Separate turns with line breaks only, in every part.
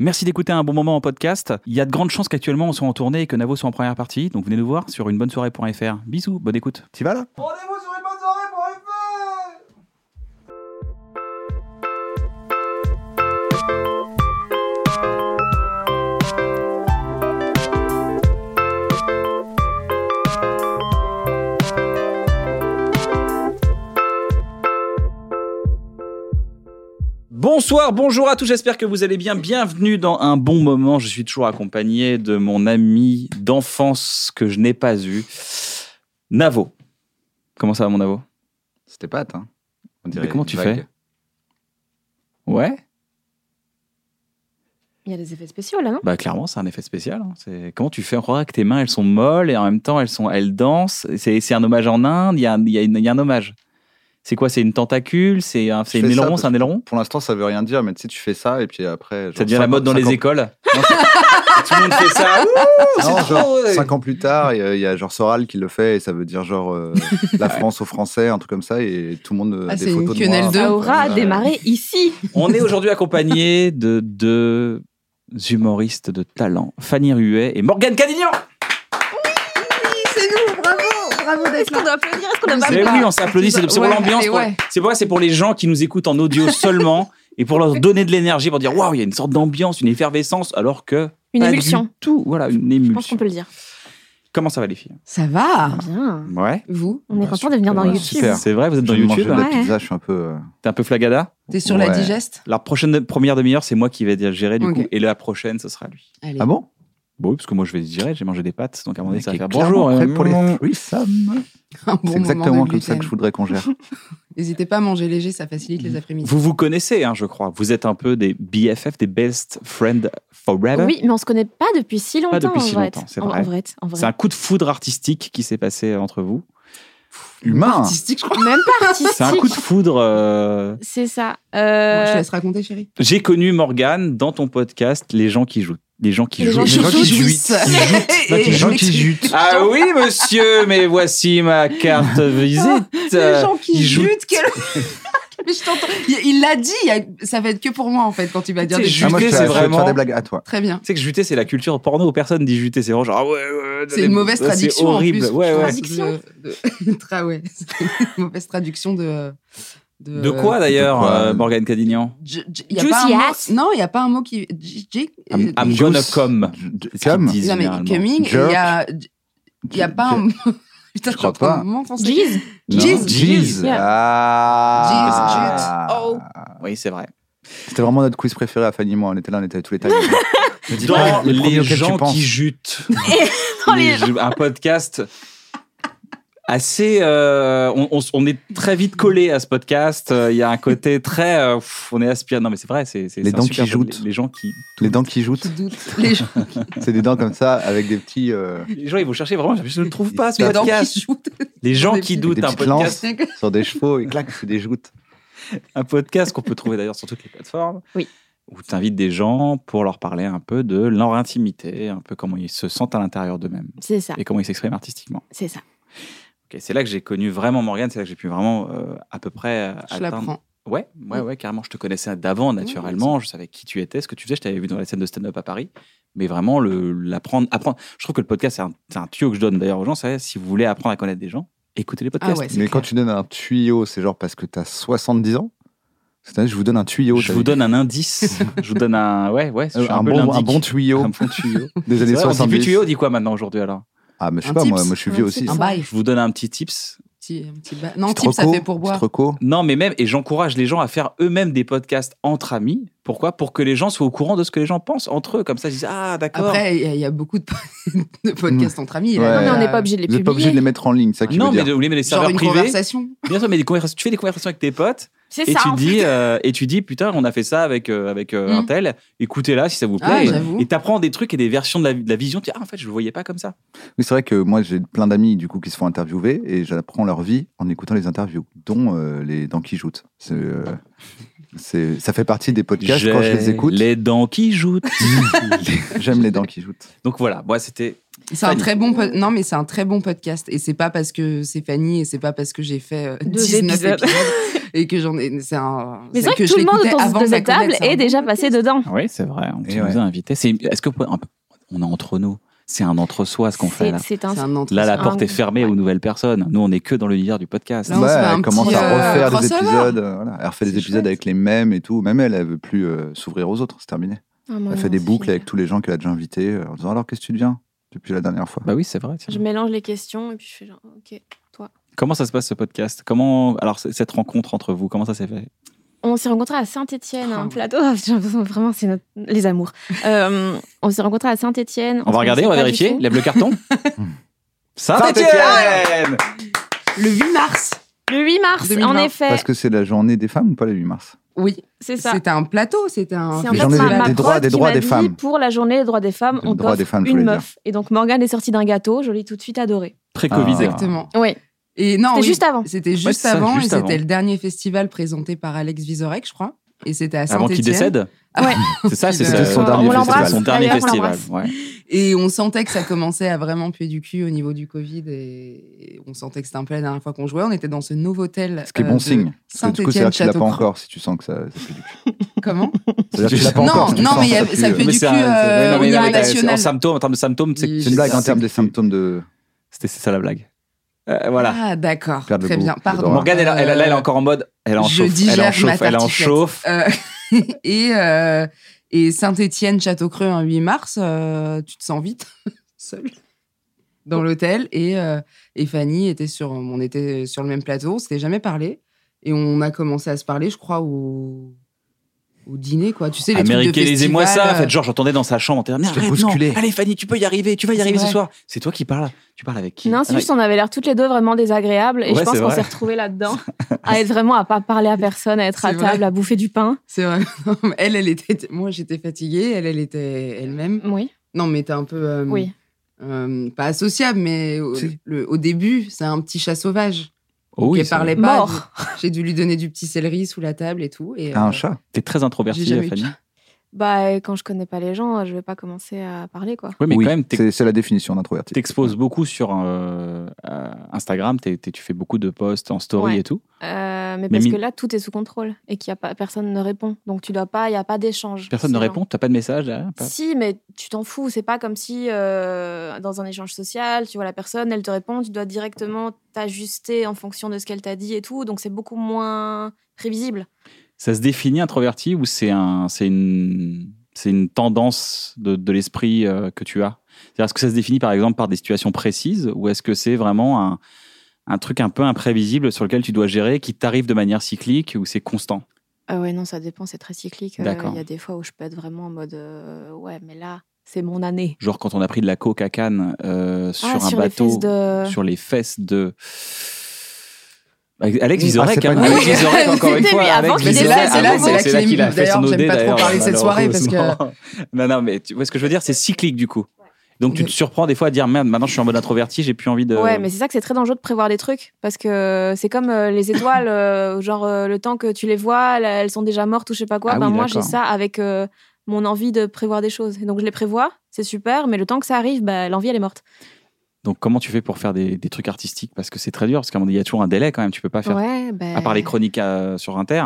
Merci d'écouter un bon moment en podcast. Il y a de grandes chances qu'actuellement on soit en tournée et que Navo soit en première partie. Donc venez nous voir sur unebonnesoirée.fr. Bisous, bonne écoute.
T'y vas là
Rendez-vous sur soirée
Bonsoir, bonjour à tous, j'espère que vous allez bien. Bienvenue dans un bon moment. Je suis toujours accompagné de mon ami d'enfance que je n'ai pas eu, Navo. Comment ça va mon Navo
C'était pas hein On
Mais comment tu fais Ouais
Il y a des effets spéciaux là, non
Bah clairement, c'est un effet spécial. hein. C'est comment tu fais On croirait que tes mains elles sont molles et en même temps elles sont elles dansent. C'est c'est un hommage en Inde. Il y a, un- il y a une- il y a un hommage. C'est quoi C'est une tentacule C'est un, c'est
Je
une
fais ça
aileron
parce
C'est un
que
aileron
Pour l'instant, ça veut rien dire, mais tu sais, tu fais ça et puis après.
Ça devient la mode dans les écoles. Tout le monde fait ça.
Non, genre,
ouais.
cinq ans plus tard, il y a- il y, a genre Soral qui le fait et ça veut dire genre euh, la France aux Français, un truc comme ça, et tout le monde euh,
Ah,
des
c'est
photos
une
de moi.
quenelle de-
Ça aura
Ah, Ouais.
démarré ici.
On est aujourd'hui accompagné de deux humoristes de talent, Fanny Ruet et Morgane Cadignan.
C'est nous, bravo, bravo d'être
Est-ce qu'on doit applaudir Est-ce qu'on doit pas
Mais oui,
applaudir
on s'applaudit. C'est c'est pour
Ouais,
l'ambiance.
allez,
pour-
ouais.
C'est pour c'est pour les gens qui nous écoutent en audio seulement et pour leur donner de l'énergie, pour dire waouh, il y a une sorte d'ambiance, une effervescence, alors que
Une
pas
émulsion.
du tout. Voilà, une
Je pense qu'on
émulsion.
peut le dire.
Comment ça va les filles
Ça va
Bien.
Ouais.
Vous
On est
Bah,
content de venir dans
super.
YouTube.
Super.
C'est vrai, vous êtes
J'ai
dans
mangé
YouTube. hein
de la
hein.
Ouais.
pizza, je suis un peu. euh,
T'es un peu flagada.
T'es sur la
Ouais.
digeste
La prochaine première demi-heure, c'est moi qui vais dire- gérer du
Ok.
coup, et la prochaine, ce sera lui.
Allez.
Ah bon
Bon, oui, parce que moi je vais gérer. J'ai mangé des pâtes, donc à un moment donné, ça va
Mec est
faire
clairement
bonjour.
prêt
euh,
pour les
mm.
threesomes.
Un bon
C'est exactement
moment de
comme ça que je
gluten.
voudrais qu'on gère.
N'hésitez pas à manger léger, ça facilite les après-midi.
Vous vous connaissez, hein, je crois. Vous êtes un peu des BFF, des best friend forever.
Oui, mais on se connaît pas depuis si longtemps.
Ah depuis
en
si
vrai.
longtemps, c'est
En-
vrai.
En vrai, en vrai.
C'est un coup de foudre artistique qui s'est passé entre vous.
Humain
Artistique, je crois.
Même pas
C'est un coup de
artistique.
foudre. euh,
C'est ça.
Bon, je te
Euh,
laisse raconter, chérie.
J'ai connu Morgane dans ton podcast Les gens qui jouent. Les gens qui
Les
jouent.
gens qui
qui
jouissent.
jouissent.
Et-
gens qui
et-
jutent.
Ah oui, monsieur, mais voici ma carte visite.
Les gens qui
Ils jouent.
jutent, quel... Mais je t'entends. Il il l'a dit, il y a- ça va être que pour moi en fait quand il va dire
C'est
des
juste-
choses.
Ah, moi, je
Juter,
vais
c'est
je vais te
vraiment-
faire des blagues à toi.
Très bien.
Tu sais que juter, c'est la culture porno. Personne dit juter. C'est vraiment genre, ah ouais, ouais,
C'est une mauvaise
c'est
traduction
horrible.
en plus.
Ouais,
je
ouais.
pense, de- de- Tra- ouais. C'est une mauvaise traduction de...
De quoi d'ailleurs,
quoi,
euh,
euh,
Morgane Cadignan
J- j- y a
Juicy
pas un mot-
ass.
Non, il n'y a pas un mot qui... j- j-
I'm, I'm
Juice.
gonna come.
J-
C'est ce qu'ils
Comme
disent
Non, mais
généralement.
coming, et il y a, il y a pas un mot. Putain,
Je
je
crois
crois
pas.
Jeez.
Non.
Jeez.
Jeez.
Yeah.
Ah.
Jeez, Oh.
Oui, c'est vrai.
C'était vraiment notre quiz préféré à Fanny et moi. On était là, on était à tous les tailles. Je dis pas
Dans
les premiers
les
auxquels tu
gens
penses.
qui jutent.
Dans les gens-
Les- Un podcast assez. euh, on, on s- on est très vite collé à ce podcast. Euh, Il y a un côté très. euh, pff, on est aspiré. Non, mais c'est vrai. c'est c'est-
Les
c'est un
dents
super
qui
jeu.
joutent.
Les, les gens qui.
Les dents qui joutent.
Qui doute. Les gens,
C'est des dents comme ça, avec des petits. euh,
Les gens, ils vont chercher vraiment. Je ne le trouve pas ce
les dents
podcast.
qui shootent.
les gens
des
qui
petites-
doutent.
des
Un
petites
podcast,
sur des chevaux et clac, c'est des joutes.
un podcast qu'on peut trouver d'ailleurs sur toutes les plateformes.
Oui.
Où tu invites des gens pour leur parler un peu de leur intimité, un peu comment ils se sentent à l'intérieur d'eux-mêmes
C'est ça.
et comment ils s'expriment artistiquement.
C'est ça.
Ok, c'est là que j'ai connu vraiment Morgane, c'est là que j'ai pu vraiment euh, à peu près euh,
Je la
atteindre.
prends.
Ouais, ouais,
Mm.
ouais, carrément. Je te connaissais d'avant, naturellement. je savais qui tu étais, ce que tu faisais. Je t'avais vu dans la scène de stand-up à Paris. Mais vraiment, le, l'apprendre, apprendre. Je trouve que le podcast, c'est un, c'est un tuyau que je donne d'ailleurs aux gens. C'est, si vous voulez apprendre à connaître des gens, écoutez les podcasts.
Ah ouais, c'est
Mais
clair.
quand tu donnes un tuyau, c'est genre parce que t'as 70 ans C'est-à-dire, je vous donne un tuyau.
je
t'as
vous
vu.
donne un indice. je vous donne un. Ouais, ouais. je
Euh,
suis
un,
peu
bon, un
l'indique.
bon tuyau
Un bon tuyau.
des
C'est
années
vrai, on dit plus
70.
tuyau, on dit quoi maintenant aujourd'hui alors
Ah, mais je sais
Un
pas, moi,
tips.
moi je suis vieux
Un
aussi.
tips.
Un bail.
Je vous donne un petit tips.
Petit, un petit bail. Non,
Petite
type, ça
reco,
fait pour
petite
boire.
reco.
Non, mais même, et j'encourage les gens à faire eux-mêmes des podcasts entre amis. Pourquoi Pour que les gens soient au courant de ce que les gens pensent entre eux. Comme ça, ils disent Ah, d'accord.
Après, il y a- il y, a beaucoup de, de podcasts entre amis.
Ouais.
là,
Non,
il y
mais
a
on n'est pas obligé de les
Vous n'êtes pas obligé
publier.
de les mettre en ligne, c'est ça qui
non,
veut
mais,
dire.
de- oui, mais les
Genre
serveurs
une
privés.
conversation.
Bien sûr, mais des conversations, tu fais des conversations avec tes potes
C'est
et
ça.
tu,
en
dis,
fait.
euh, et tu dis Putain, on a fait ça avec, euh, avec euh, un
Mm.
tel. Écoutez-la si ça vous
Ah,
plaît.
j'avoue.
et tu apprends des trucs et des versions de la, de la vision. Tu dis Ah, en fait, je le voyais pas comme ça.
Oui, c'est vrai que moi, j'ai plein d'amis du coup qui se font interviewer et j'apprends leur vie en écoutant les interviews, dont euh, les dans qui joutent. C'est, euh, c'est- ça fait partie des podcasts quand je les
J'ai
écoute.
Les dents qui joutent.
J'aime les dents qui joutent.
Donc voilà, moi, c'était.
C'est un
Fanny.
très bon pod- non mais c'est un très bon podcast et c'est pas parce que c'est Fanny et c'est pas parce que j'ai fait euh,
Deux
19
épisodes.
épisodes et que j'en ai c'est un
Mais c'est vrai
que
que,
je
tout le monde
l'écoutais
autour
avant
de
la
cette table
connaître,
est
hein.
déjà passé dedans.
Ah Oui, c'est vrai. On
Et ouais.
nous a invités. C'est- Est-ce que. on peut- On est entre nous. C'est un entre-soi ce qu'on fait là.
C'est- C'est un
C'est un
Là, la
Ah,
porte est
oui.
fermée aux nouvelles personnes. Nous, on est que dans l'univers du podcast.
Là, on se fait un
elle commence
petit,
à
euh,
refaire des
crossover.
épisodes. euh, voilà. Elle refait des
C'est
épisodes
chouette.
avec les mêmes et tout. Même elle, elle veut plus euh, s'ouvrir aux autres. C'est terminé.
Ah, moi,
Elle
non,
fait des
c'est
boucles
génial.
avec tous les gens qu'elle a déjà invités euh, en disant alors qu'est-ce que tu deviens depuis la dernière fois.
Bah oui, c'est vrai. tiens.
Je mélange les questions et puis je fais genre, ok.
Comment ça se passe ce podcast Comment alors c- cette rencontre entre vous Comment ça s'est fait
On s'est rencontrés à Saint-Etienne,
Ah
un
ouais.
plateau. J'ai l'impression que vraiment, c'est notre- les amours. Euh, on s'est rencontrés à Saint-Etienne.
On va regarder, on va vérifier. Lève le carton. Saint-Étienne
Saint-Étienne
le 8 mars.
Le 8 mars,
2020.
en effet.
Parce que c'est la journée des femmes ou pas le 8 mars
Oui,
C'est ça.
c'était un plateau, c'était un
C'est
Mais j'en ai
ma-
des-
ma
des droits-
prod
des
qui
droits
m'a
des
dit,
femmes.
Pour la journée des droits des femmes,
Des
on
droits
t'offre
des femmes, je
une
voulais
meuf. Et donc Morgane est sortie d'un gâteau, je l'ai tout de suite adoré.
Pré-Covid.
Ah.
exactement.
Oui,
Et non,
c'était
oui,
juste avant.
C'était juste
c'est ça,
avant
juste
et c'était
avant.
le dernier festival présenté par Alex Vizorek, je crois. Et c'était à
Avant
Saint-Étienne.
qu'il décède.
Ah ouais.
C'est ça, c'est
Qu'il
ça.
décède.
On
dernier festival.
l'embrasse,
Son dernier
d'ailleurs, on
festival.
l'embrasse.
ouais.
Et on sentait que ça commençait à vraiment puer du cul au niveau du Covid. Et on sentait que c'était un peu la dernière fois qu'on jouait. On était dans ce Novotel.
Ce qui est
euh,
bon
de
signe. Parce que du coup, c'est-à-dire
Saint-Étienne,
que tu l'as pas
Château.
encore si tu sens que ça, ça pue du cul.
Comment
C'est-à-dire que tu l'as pas
Non,
encore. si tu
non,
sens
mais
que
il y
ça
a-
pue,
ça
euh,
pue
Mais
du
c'est
cul,
un-
euh,
non, mais
au niveau
non, mais là,
national.
c'est En symptôme, en termes de symptômes, Ah, c'est
C'est une blague en termes des
C'était
symptômes de.
c'est ça la blague. Euh, Voilà.
Ah, d'accord.
Perdre le
Très
goût,
bien.
le
Pardon.
droit.
Morgane, elle, elle- là, elle est
Euh,
encore en mode. Elle est en chauffe. Elle
je
est en
digère ma
chauffe. Elle est en
tartiflette.
chauffe.
Euh, et euh, et Saint-Étienne, Château-Creux, un 8 mars, euh, tu te sens vite seul dans l'hôtel. Et, euh, et Fanny était sur, on était sur le même plateau, on s'était jamais parlé. Et on a commencé à se parler, je crois, au, au dîner, quoi. Tu sais, les trucs de
Américanisez-moi
festival,
ça. En
euh,
fait, genre, j'entendais dans sa chambre. en disant,
Je t'ai
Arrête, non.
bousculé.
Allez, Fanny, tu peux y arriver. Tu vas y
C'est
arriver ce
vrai.
soir. C'est toi qui parles. Tu parles avec qui
Non, c'est
Ah,
juste, on avait l'air toutes les deux vraiment désagréables. Et
Ouais,
je pense
c'est
qu'on
vrai.
s'est retrouvés là-dedans, à être vraiment à pas parler à personne, à être à
C'est vrai.
table, à bouffer du pain.
C'est vrai. Non, mais elle, elle était. Moi, j'étais fatiguée. Elle, elle était elle-même.
Oui,
Non, mais t'es un peu. euh,
oui.
euh, pas associable, mais au,
Si.
le- au début, c'est un petit chat sauvage.
Oh
qui
oui,
elle
c'est vrai.
parlait pas.
Mort.
J'ai dû lui donner du petit céleri sous la table et tout. Et,
Ah,
euh,
Un chat.
T'es très introvertie,
J'ai jamais eu
Fanny.
de
Bah, quand je connais pas les gens, je vais pas commencer à parler, quoi.
Oui, mais
Oui,
quand même, t'es-
c'est- c'est la définition d'introverti.
t'exposes beaucoup sur euh, euh, Instagram. t'es- t'es- tu fais beaucoup de posts en story
Ouais.
et tout.
Euh, mais parce
mi-
que là, tout est sous contrôle et qu'il y a pas, personne ne répond. Donc, tu dois pas, il y a pas d'échange.
Personne ne
C'est
répond. T'as pas de message. hein, pas-
Si, mais tu t'en fous. C'est pas comme si euh, dans un échange social, tu vois la personne, elle te répond, tu dois directement t'ajuster en fonction de ce qu'elle t'a dit et tout. Donc c'est beaucoup moins prévisible.
Ça se définit introverti ou c'est un, c'est une, c'est une tendance de, de l'esprit euh, que tu as. C'est-à-dire, Est-ce que ça se définit par exemple par des situations précises ou est-ce que c'est vraiment un, un truc un peu imprévisible sur lequel tu dois gérer, qui t'arrive de manière cyclique ou c'est constant
Ah ouais, non, ça dépend, c'est très cyclique. Euh,
D'accord.
Il y a des fois où je peux être vraiment en mode euh, ouais, mais là, c'est mon année.
Genre quand on a pris de la coke à Cannes euh, sur
Ah,
un
sur les
bateau,
fesses de-
sur les fesses de Alex
Ah,
Vizorek,
c'est
hein,
pas
Alex
lui.
Vizorek, encore une
C'était
fois.
lui, avant
Alex
qu'il
Vizorek,
décède,
avant
c'est là-
qu'il
c'est là
décède,
qu'il
qu'il a
mime.
fait son
D'ailleurs, j'aime
OD,
pas trop
d'ailleurs,
parler de cette soirée parce que-
malheureusement. non, non, mais tu vois ce que je veux dire, c'est cyclique du coup. Donc tu te surprends des fois à dire merde, maintenant je suis en mode introverti, j'ai plus envie de.
Ouais, mais c'est ça que c'est très dangereux de prévoir des trucs parce que c'est comme euh, les étoiles, euh, genre euh, le temps que tu les vois, là, elles sont déjà mortes ou je sais pas quoi.
Ah
ben,
oui,
moi, j'ai
d'accord.
ça avec euh, mon envie de prévoir des choses. Et donc je les prévois, c'est super, mais le temps que ça arrive, bah, l'envie elle est morte.
Donc comment tu fais pour faire des, des trucs artistiques Parce que c'est très dur, parce qu'à un moment il y a toujours un délai quand même, tu peux pas faire.
Ouais, ben.
À part les chroniques euh, sur Inter,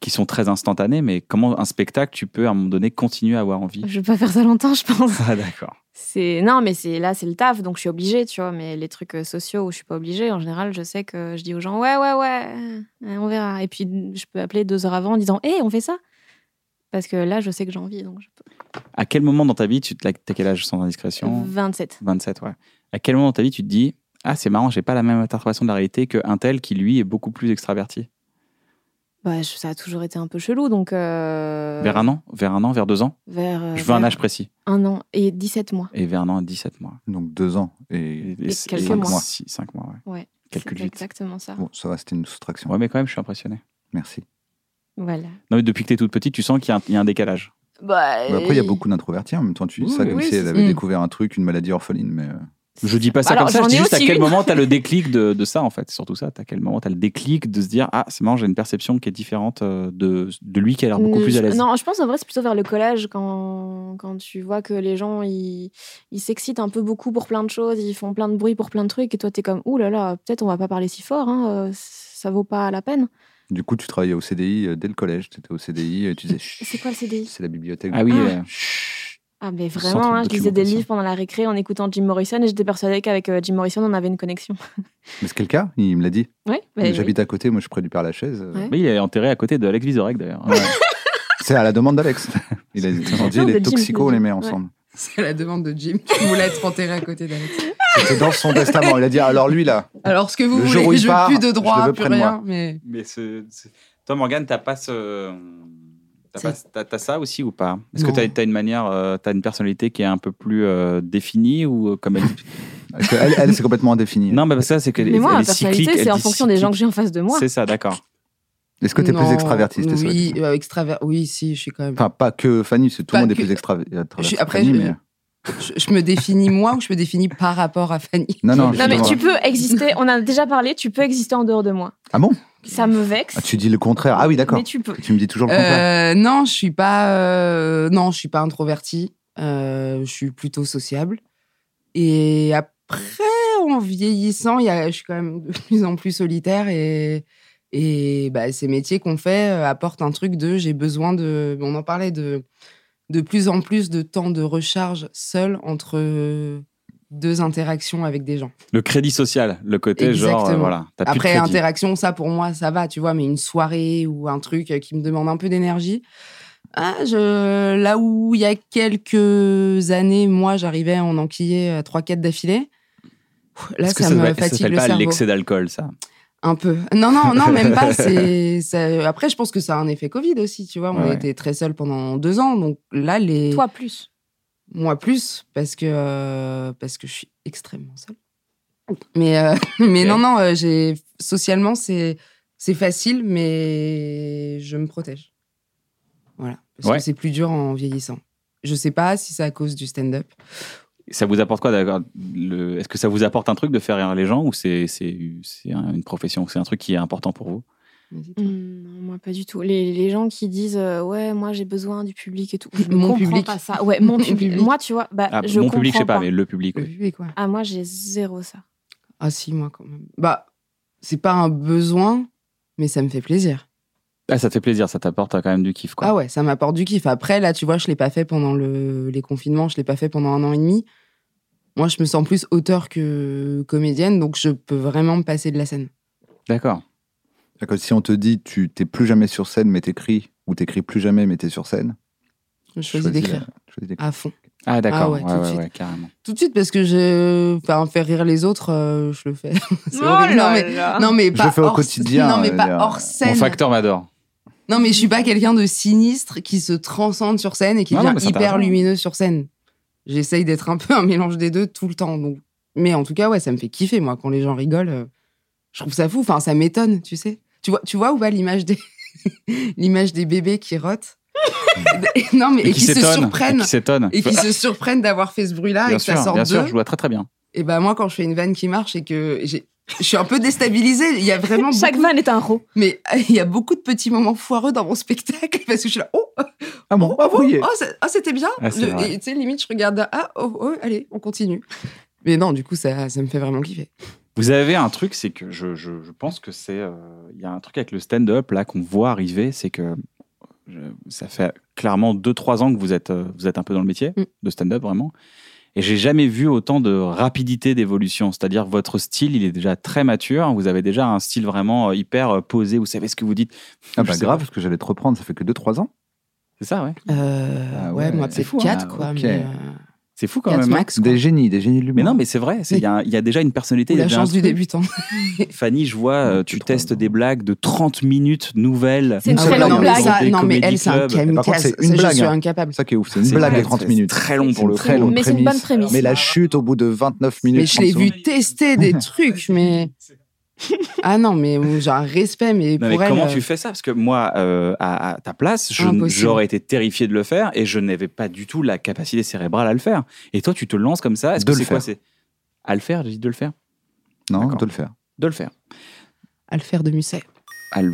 qui sont très instantanées, mais comment un spectacle, tu peux à un moment donné continuer à avoir envie
Je vais pas faire ça longtemps, je pense.
Ah d'accord.
C'est non, mais c'est là, c'est le taf, donc je suis obligée, tu vois. Mais les trucs euh, sociaux où je suis pas obligée, en général, je sais que je dis aux gens ouais, ouais, ouais, euh, on verra. Et puis je peux appeler deux heures avant en disant hé, on fait ça. Parce que là, je sais que j'ai envie, donc je peux.
À quel moment dans ta vie, tu te la- t'as quel âge sans indiscrétion
27.
27, ouais. À quel moment dans ta vie tu te dis Ah, c'est marrant, j'ai pas la même interprétation de la réalité qu'un tel qui, lui, est beaucoup plus extraverti
bah, je- ça a toujours été un peu chelou, donc. euh,
Vers un an Vers un an Vers deux ans
vers, euh,
Je veux un
vers
âge précis.
un an et 17 mois.
Et vers un an, 17 mois.
Donc deux ans. Et
Et quelques
cinq
mois.
six- cinq mois, ouais.
Ouais.
Calcul
C'est
vite.
exactement ça.
bon, ça va, c'était une soustraction.
Ouais, mais quand même, je suis impressionné.
Merci.
Voilà.
Non, mais depuis que t'es toute petite, tu sens qu'il y a un- il y, a un décalage.
Bah,
Bah, après, il y a beaucoup d'introvertis en même temps. Tu dis ça
Oui,
comme
oui,
si elle
c'est-
avait
Mm.
découvert un truc, une maladie orpheline. Mais euh,
Je dis pas ça
Bah Alors,
comme ça,
j'en
je dis
ai
juste à
aussi
quel
une.
moment t'as le déclic de, de ça, en fait. C'est surtout ça. T'as quel moment t'as le déclic de se dire Ah, c'est marrant, j'ai une perception qui est différente euh, de, de lui qui a l'air beaucoup
Euh,
plus à
je-
l'aise.
Non, je pense en vrai, c'est plutôt vers le collège quand, quand tu vois que les gens ils ils s'excitent un peu beaucoup pour plein de choses, ils font plein de bruit pour plein de trucs, et toi t'es comme ouh là là, peut-être on va pas parler si fort, hein, euh, ça vaut pas la peine.
du coup, tu travaillais au CDI euh, dès le collège. Tu étais au CDI et tu disais Chut,
C'est quoi le CDI
c'est la bibliothèque.
Ah oui,
Ah.
euh,
Chut.
Ah, mais
Centre
vraiment, hein,
de
je lisais des
documentation.
livres pendant la récré en écoutant Jim Morrison et j'étais persuadée qu'avec euh, Jim Morrison on avait une connexion.
Mais c'est le cas, il me l'a dit.
Ouais, mais-
J'habite à côté, moi je suis près du Père Lachaise. euh,
Bah, Ouais.
mais il est enterré à côté de Alex Vizorek, d'ailleurs.
C'est à la demande d'Alex. Il a ils ont dit
Non, de
les
Jim,
toxicos,
de
on les
Jim.
met ensemble.
C'est la demande de Jim qui voulait être enterré à côté d'Alex.
C'était dans son testament. Il a dit alors lui là,
Alors, ce que vous
Le jour où
voulez,
il
je
part,
veux plus de
je le
droit,
veux
plus
près de moi.
rien. Mais
Mais ce, ce- toi, Morgane, t'as pas ce. T'as,
C'est-
pas- t'as- t'as ça aussi ou pas Est-ce que
Non.
t'as, t'as une manière, euh, t'as une personnalité qui est un peu plus euh, définie ou euh, comme elle dit
Parce que elle, elle, c'est complètement indéfini.
Non, mais ça, c'est qu'elle
Mais moi,
elle
ma
est cyclique.
personnalité,
elle
c'est en
dit
fonction des gens que
cyclique.
j'ai en face de moi.
C'est ça, d'accord.
Est-ce que t'es plus
non,
extraverti c'était ça la
Oui,
question
euh, extraver- oui, si, je suis quand même.
Enfin, pas que Fanny, c'est tout le
Pas
monde est
que-
plus extraverti.
Je suis-
que
après,
Fanny,
je-
mais- euh,
Je, je me définis moi ou je me définis par rapport à Fanny
Non, non,
Non, mais
justement.
tu peux exister, on a déjà parlé, tu peux exister en dehors de moi.
Ah bon
Ça me vexe.
Ah, Tu dis le contraire. Ah oui, d'accord.
Mais tu peux.
Tu me dis toujours le contraire.
Euh, non, je suis pas. euh, non, je suis pas introvertie. Euh, je suis plutôt sociable. Et après, en vieillissant, il y a, je suis quand même de plus en plus solitaire et et bah, ces métiers qu'on fait euh, apportent un truc de j'ai besoin de. On en parlait de de plus en plus de temps de recharge seul entre deux interactions avec des gens.
Le crédit social, le côté genre, euh,
Exactement.
voilà. T'as plus de
Après,
crédit.
interaction, ça pour moi, ça va, tu vois, mais une soirée ou un truc euh, qui me demande un peu d'énergie. Ah, je... Là où il y a quelques années, moi, j'arrivais à en enquiller euh, trois, quatre d'affilée. Ouh, Là,
Est-ce que
ça, me
s'appelle-
fatigue
s'appelle
le
pas
cerveau.
l'excès d'alcool, ça.
Un peu. Non, non, non, même pas. C'est... ça- Après, je pense que ça a un effet Covid aussi, tu vois. On
Ouais, ouais.
était très seuls pendant deux ans. Donc là, les...
Toi plus.
Moi plus, parce que, euh, parce que je suis extrêmement seule. Mais, euh, mais non, non, euh, j'ai socialement, c'est c'est facile, mais je me protège. Voilà. Parce
Ouais.
que c'est plus dur en vieillissant. Je sais pas si c'est à cause du stand-up.
Ça vous apporte quoi, d'accord Le- Est-ce que ça vous apporte un truc de faire rire les gens ou c'est, c'est, c'est un- une profession, c'est un truc qui est important pour vous
Hmm, non, moi pas du tout. Les, les gens qui disent euh, ouais, moi j'ai besoin du public et tout. Je
Mon
comprends
public.
pas ça. Ouais, mon
Mon
public.
public.
Moi, tu vois, bah,
Ah,
je
Mon public, je sais
comprends
pas, mais le public, oui.
quoi.
Ah, moi j'ai zéro ça.
Ah si, moi quand même. Bah, c'est pas un besoin, mais ça me fait plaisir.
Ah, ça te fait plaisir, ça t'apporte quand même du kiff, quoi.
Ah ouais, ça m'apporte du kiff. Après, là, tu vois, je l'ai pas fait pendant le- les confinements, je l'ai pas fait pendant un an et demi. Moi, je me sens plus auteur que comédienne, donc je peux vraiment me passer de la scène.
D'accord.
D'accord, Si on te dit tu t'es plus jamais sur scène mais t'écris, ou t'écris plus jamais mais t'es sur scène,
Je choisis d'écrire
la- choisis d'écrire.
à fond.
Ah, d'accord.
Ah ouais,
ouais,
tout de
ouais,
suite.
ouais, carrément.
Tout de suite, parce que je. Enfin, faire rire les autres, euh, je le fais. C'est horrible. Non, mais...
Oh là.
non, mais
Je
pas
fais au
hors...
quotidien,
Non, mais
euh,
pas
d'ailleurs.
hors
Mon
scène.
facteur m'adore.
Non, mais je suis pas quelqu'un de sinistre qui se transcende sur scène et qui
Non, non,
devient
mais c'est
hyper
intéressant.
lumineux sur scène. J'essaye d'être un peu un mélange des deux tout le temps. Donc... Mais en tout cas, ouais, ça me fait kiffer, moi, quand les gens rigolent. euh, Je trouve ça fou. Enfin, ça m'étonne, tu sais. Tu vois, tu vois ou pas l'image des... l'image des bébés qui rotent Non, mais et, qui, se
s'étonne,
surprennent.
Et qui s'étonnent.
Et qui se surprennent d'avoir fait ce bruit-là et
bien
que ça
sûr,
sort
bien sûr,
d'eux.
je vois très très bien.
Et ben moi, quand je fais une vanne qui marche et que j'ai- je suis un peu déstabilisée, il y a vraiment
Chaque
beaucoup-
van est un row.
mais il y a beaucoup de petits moments foireux dans mon spectacle parce que je suis là, oh,
Ah bon,
oh,
ah
oh,
oui.
oh, ça- ah, c'était bien.
Ah, c'est
Le-
vrai.
et tu sais, limite, je regarde, ah, oh, oh, allez, on continue. Mais non, du coup, ça, ça me fait vraiment kiffer.
Vous avez un truc, c'est que je, je, je pense que c'est. euh, Il y a un truc avec le stand-up là qu'on voit arriver, c'est que je- ça fait clairement 2-3 ans que vous êtes, euh, vous êtes un peu dans le métier
Mm.
de stand-up vraiment. Et j'ai jamais vu autant de rapidité d'évolution. C'est-à-dire votre style, il est déjà très mature. Vous avez déjà un style vraiment euh, hyper euh, posé. Vous savez ce que vous dites.
Ah
Je
bah
sais
grave,
pas.
parce que j'allais te reprendre, ça fait que 2-3 ans.
C'est ça, ouais.
Euh,
Ah ouais,
ouais, moi,
c'est
peut-être
fou, hein.
4, quoi.
Ok.
mais, euh,
C'est fou quand
Quatre
même. hein.
max, quoi.
Des génies, des génies de l'humour.
Mais non, mais c'est vrai, c'est- il y, a un- il y a déjà une personnalité.
Ou
il y a
la
déjà un
chance du
truc.
débutant.
Fanny, je vois, euh, tu
Tu trouves,
testes
non.
des blagues de 30 minutes nouvelles.
C'est une
Ah
très
ouais,
longue
non, mais
blague.
ça-
Des
non, mais elle,
comédie
c'est un
club.
Par contre,
kamikaze.
c'est une
Ça,
blague,
Je suis
hein.
incapable.
ça qui est ouf, c'est une
C'est
blague
vrai,
de 30
c'est
minutes.
Très long pour le
Très
coup.
long.
Mais c'est une bonne prémisse.
Mais la chute au bout de 29 minutes.
Mais je l'ai
30
vu tester des trucs, mais. Ah non, mais j'ai un respect, mais
Non,
pour
mais
elle.
comment
euh,
tu fais ça Parce que moi, euh, à, à ta place, je-
Impossible.
j'aurais été terrifié de le faire et je n'avais pas du tout la capacité cérébrale à le faire. Et toi, tu te lances comme ça. Est-ce
De
que
le
c'est quoi
faire.
c'est- À le faire, j'ai dit de le faire.
Non,
D'accord.
de le faire.
De le faire.
À le faire de Musset.
À le-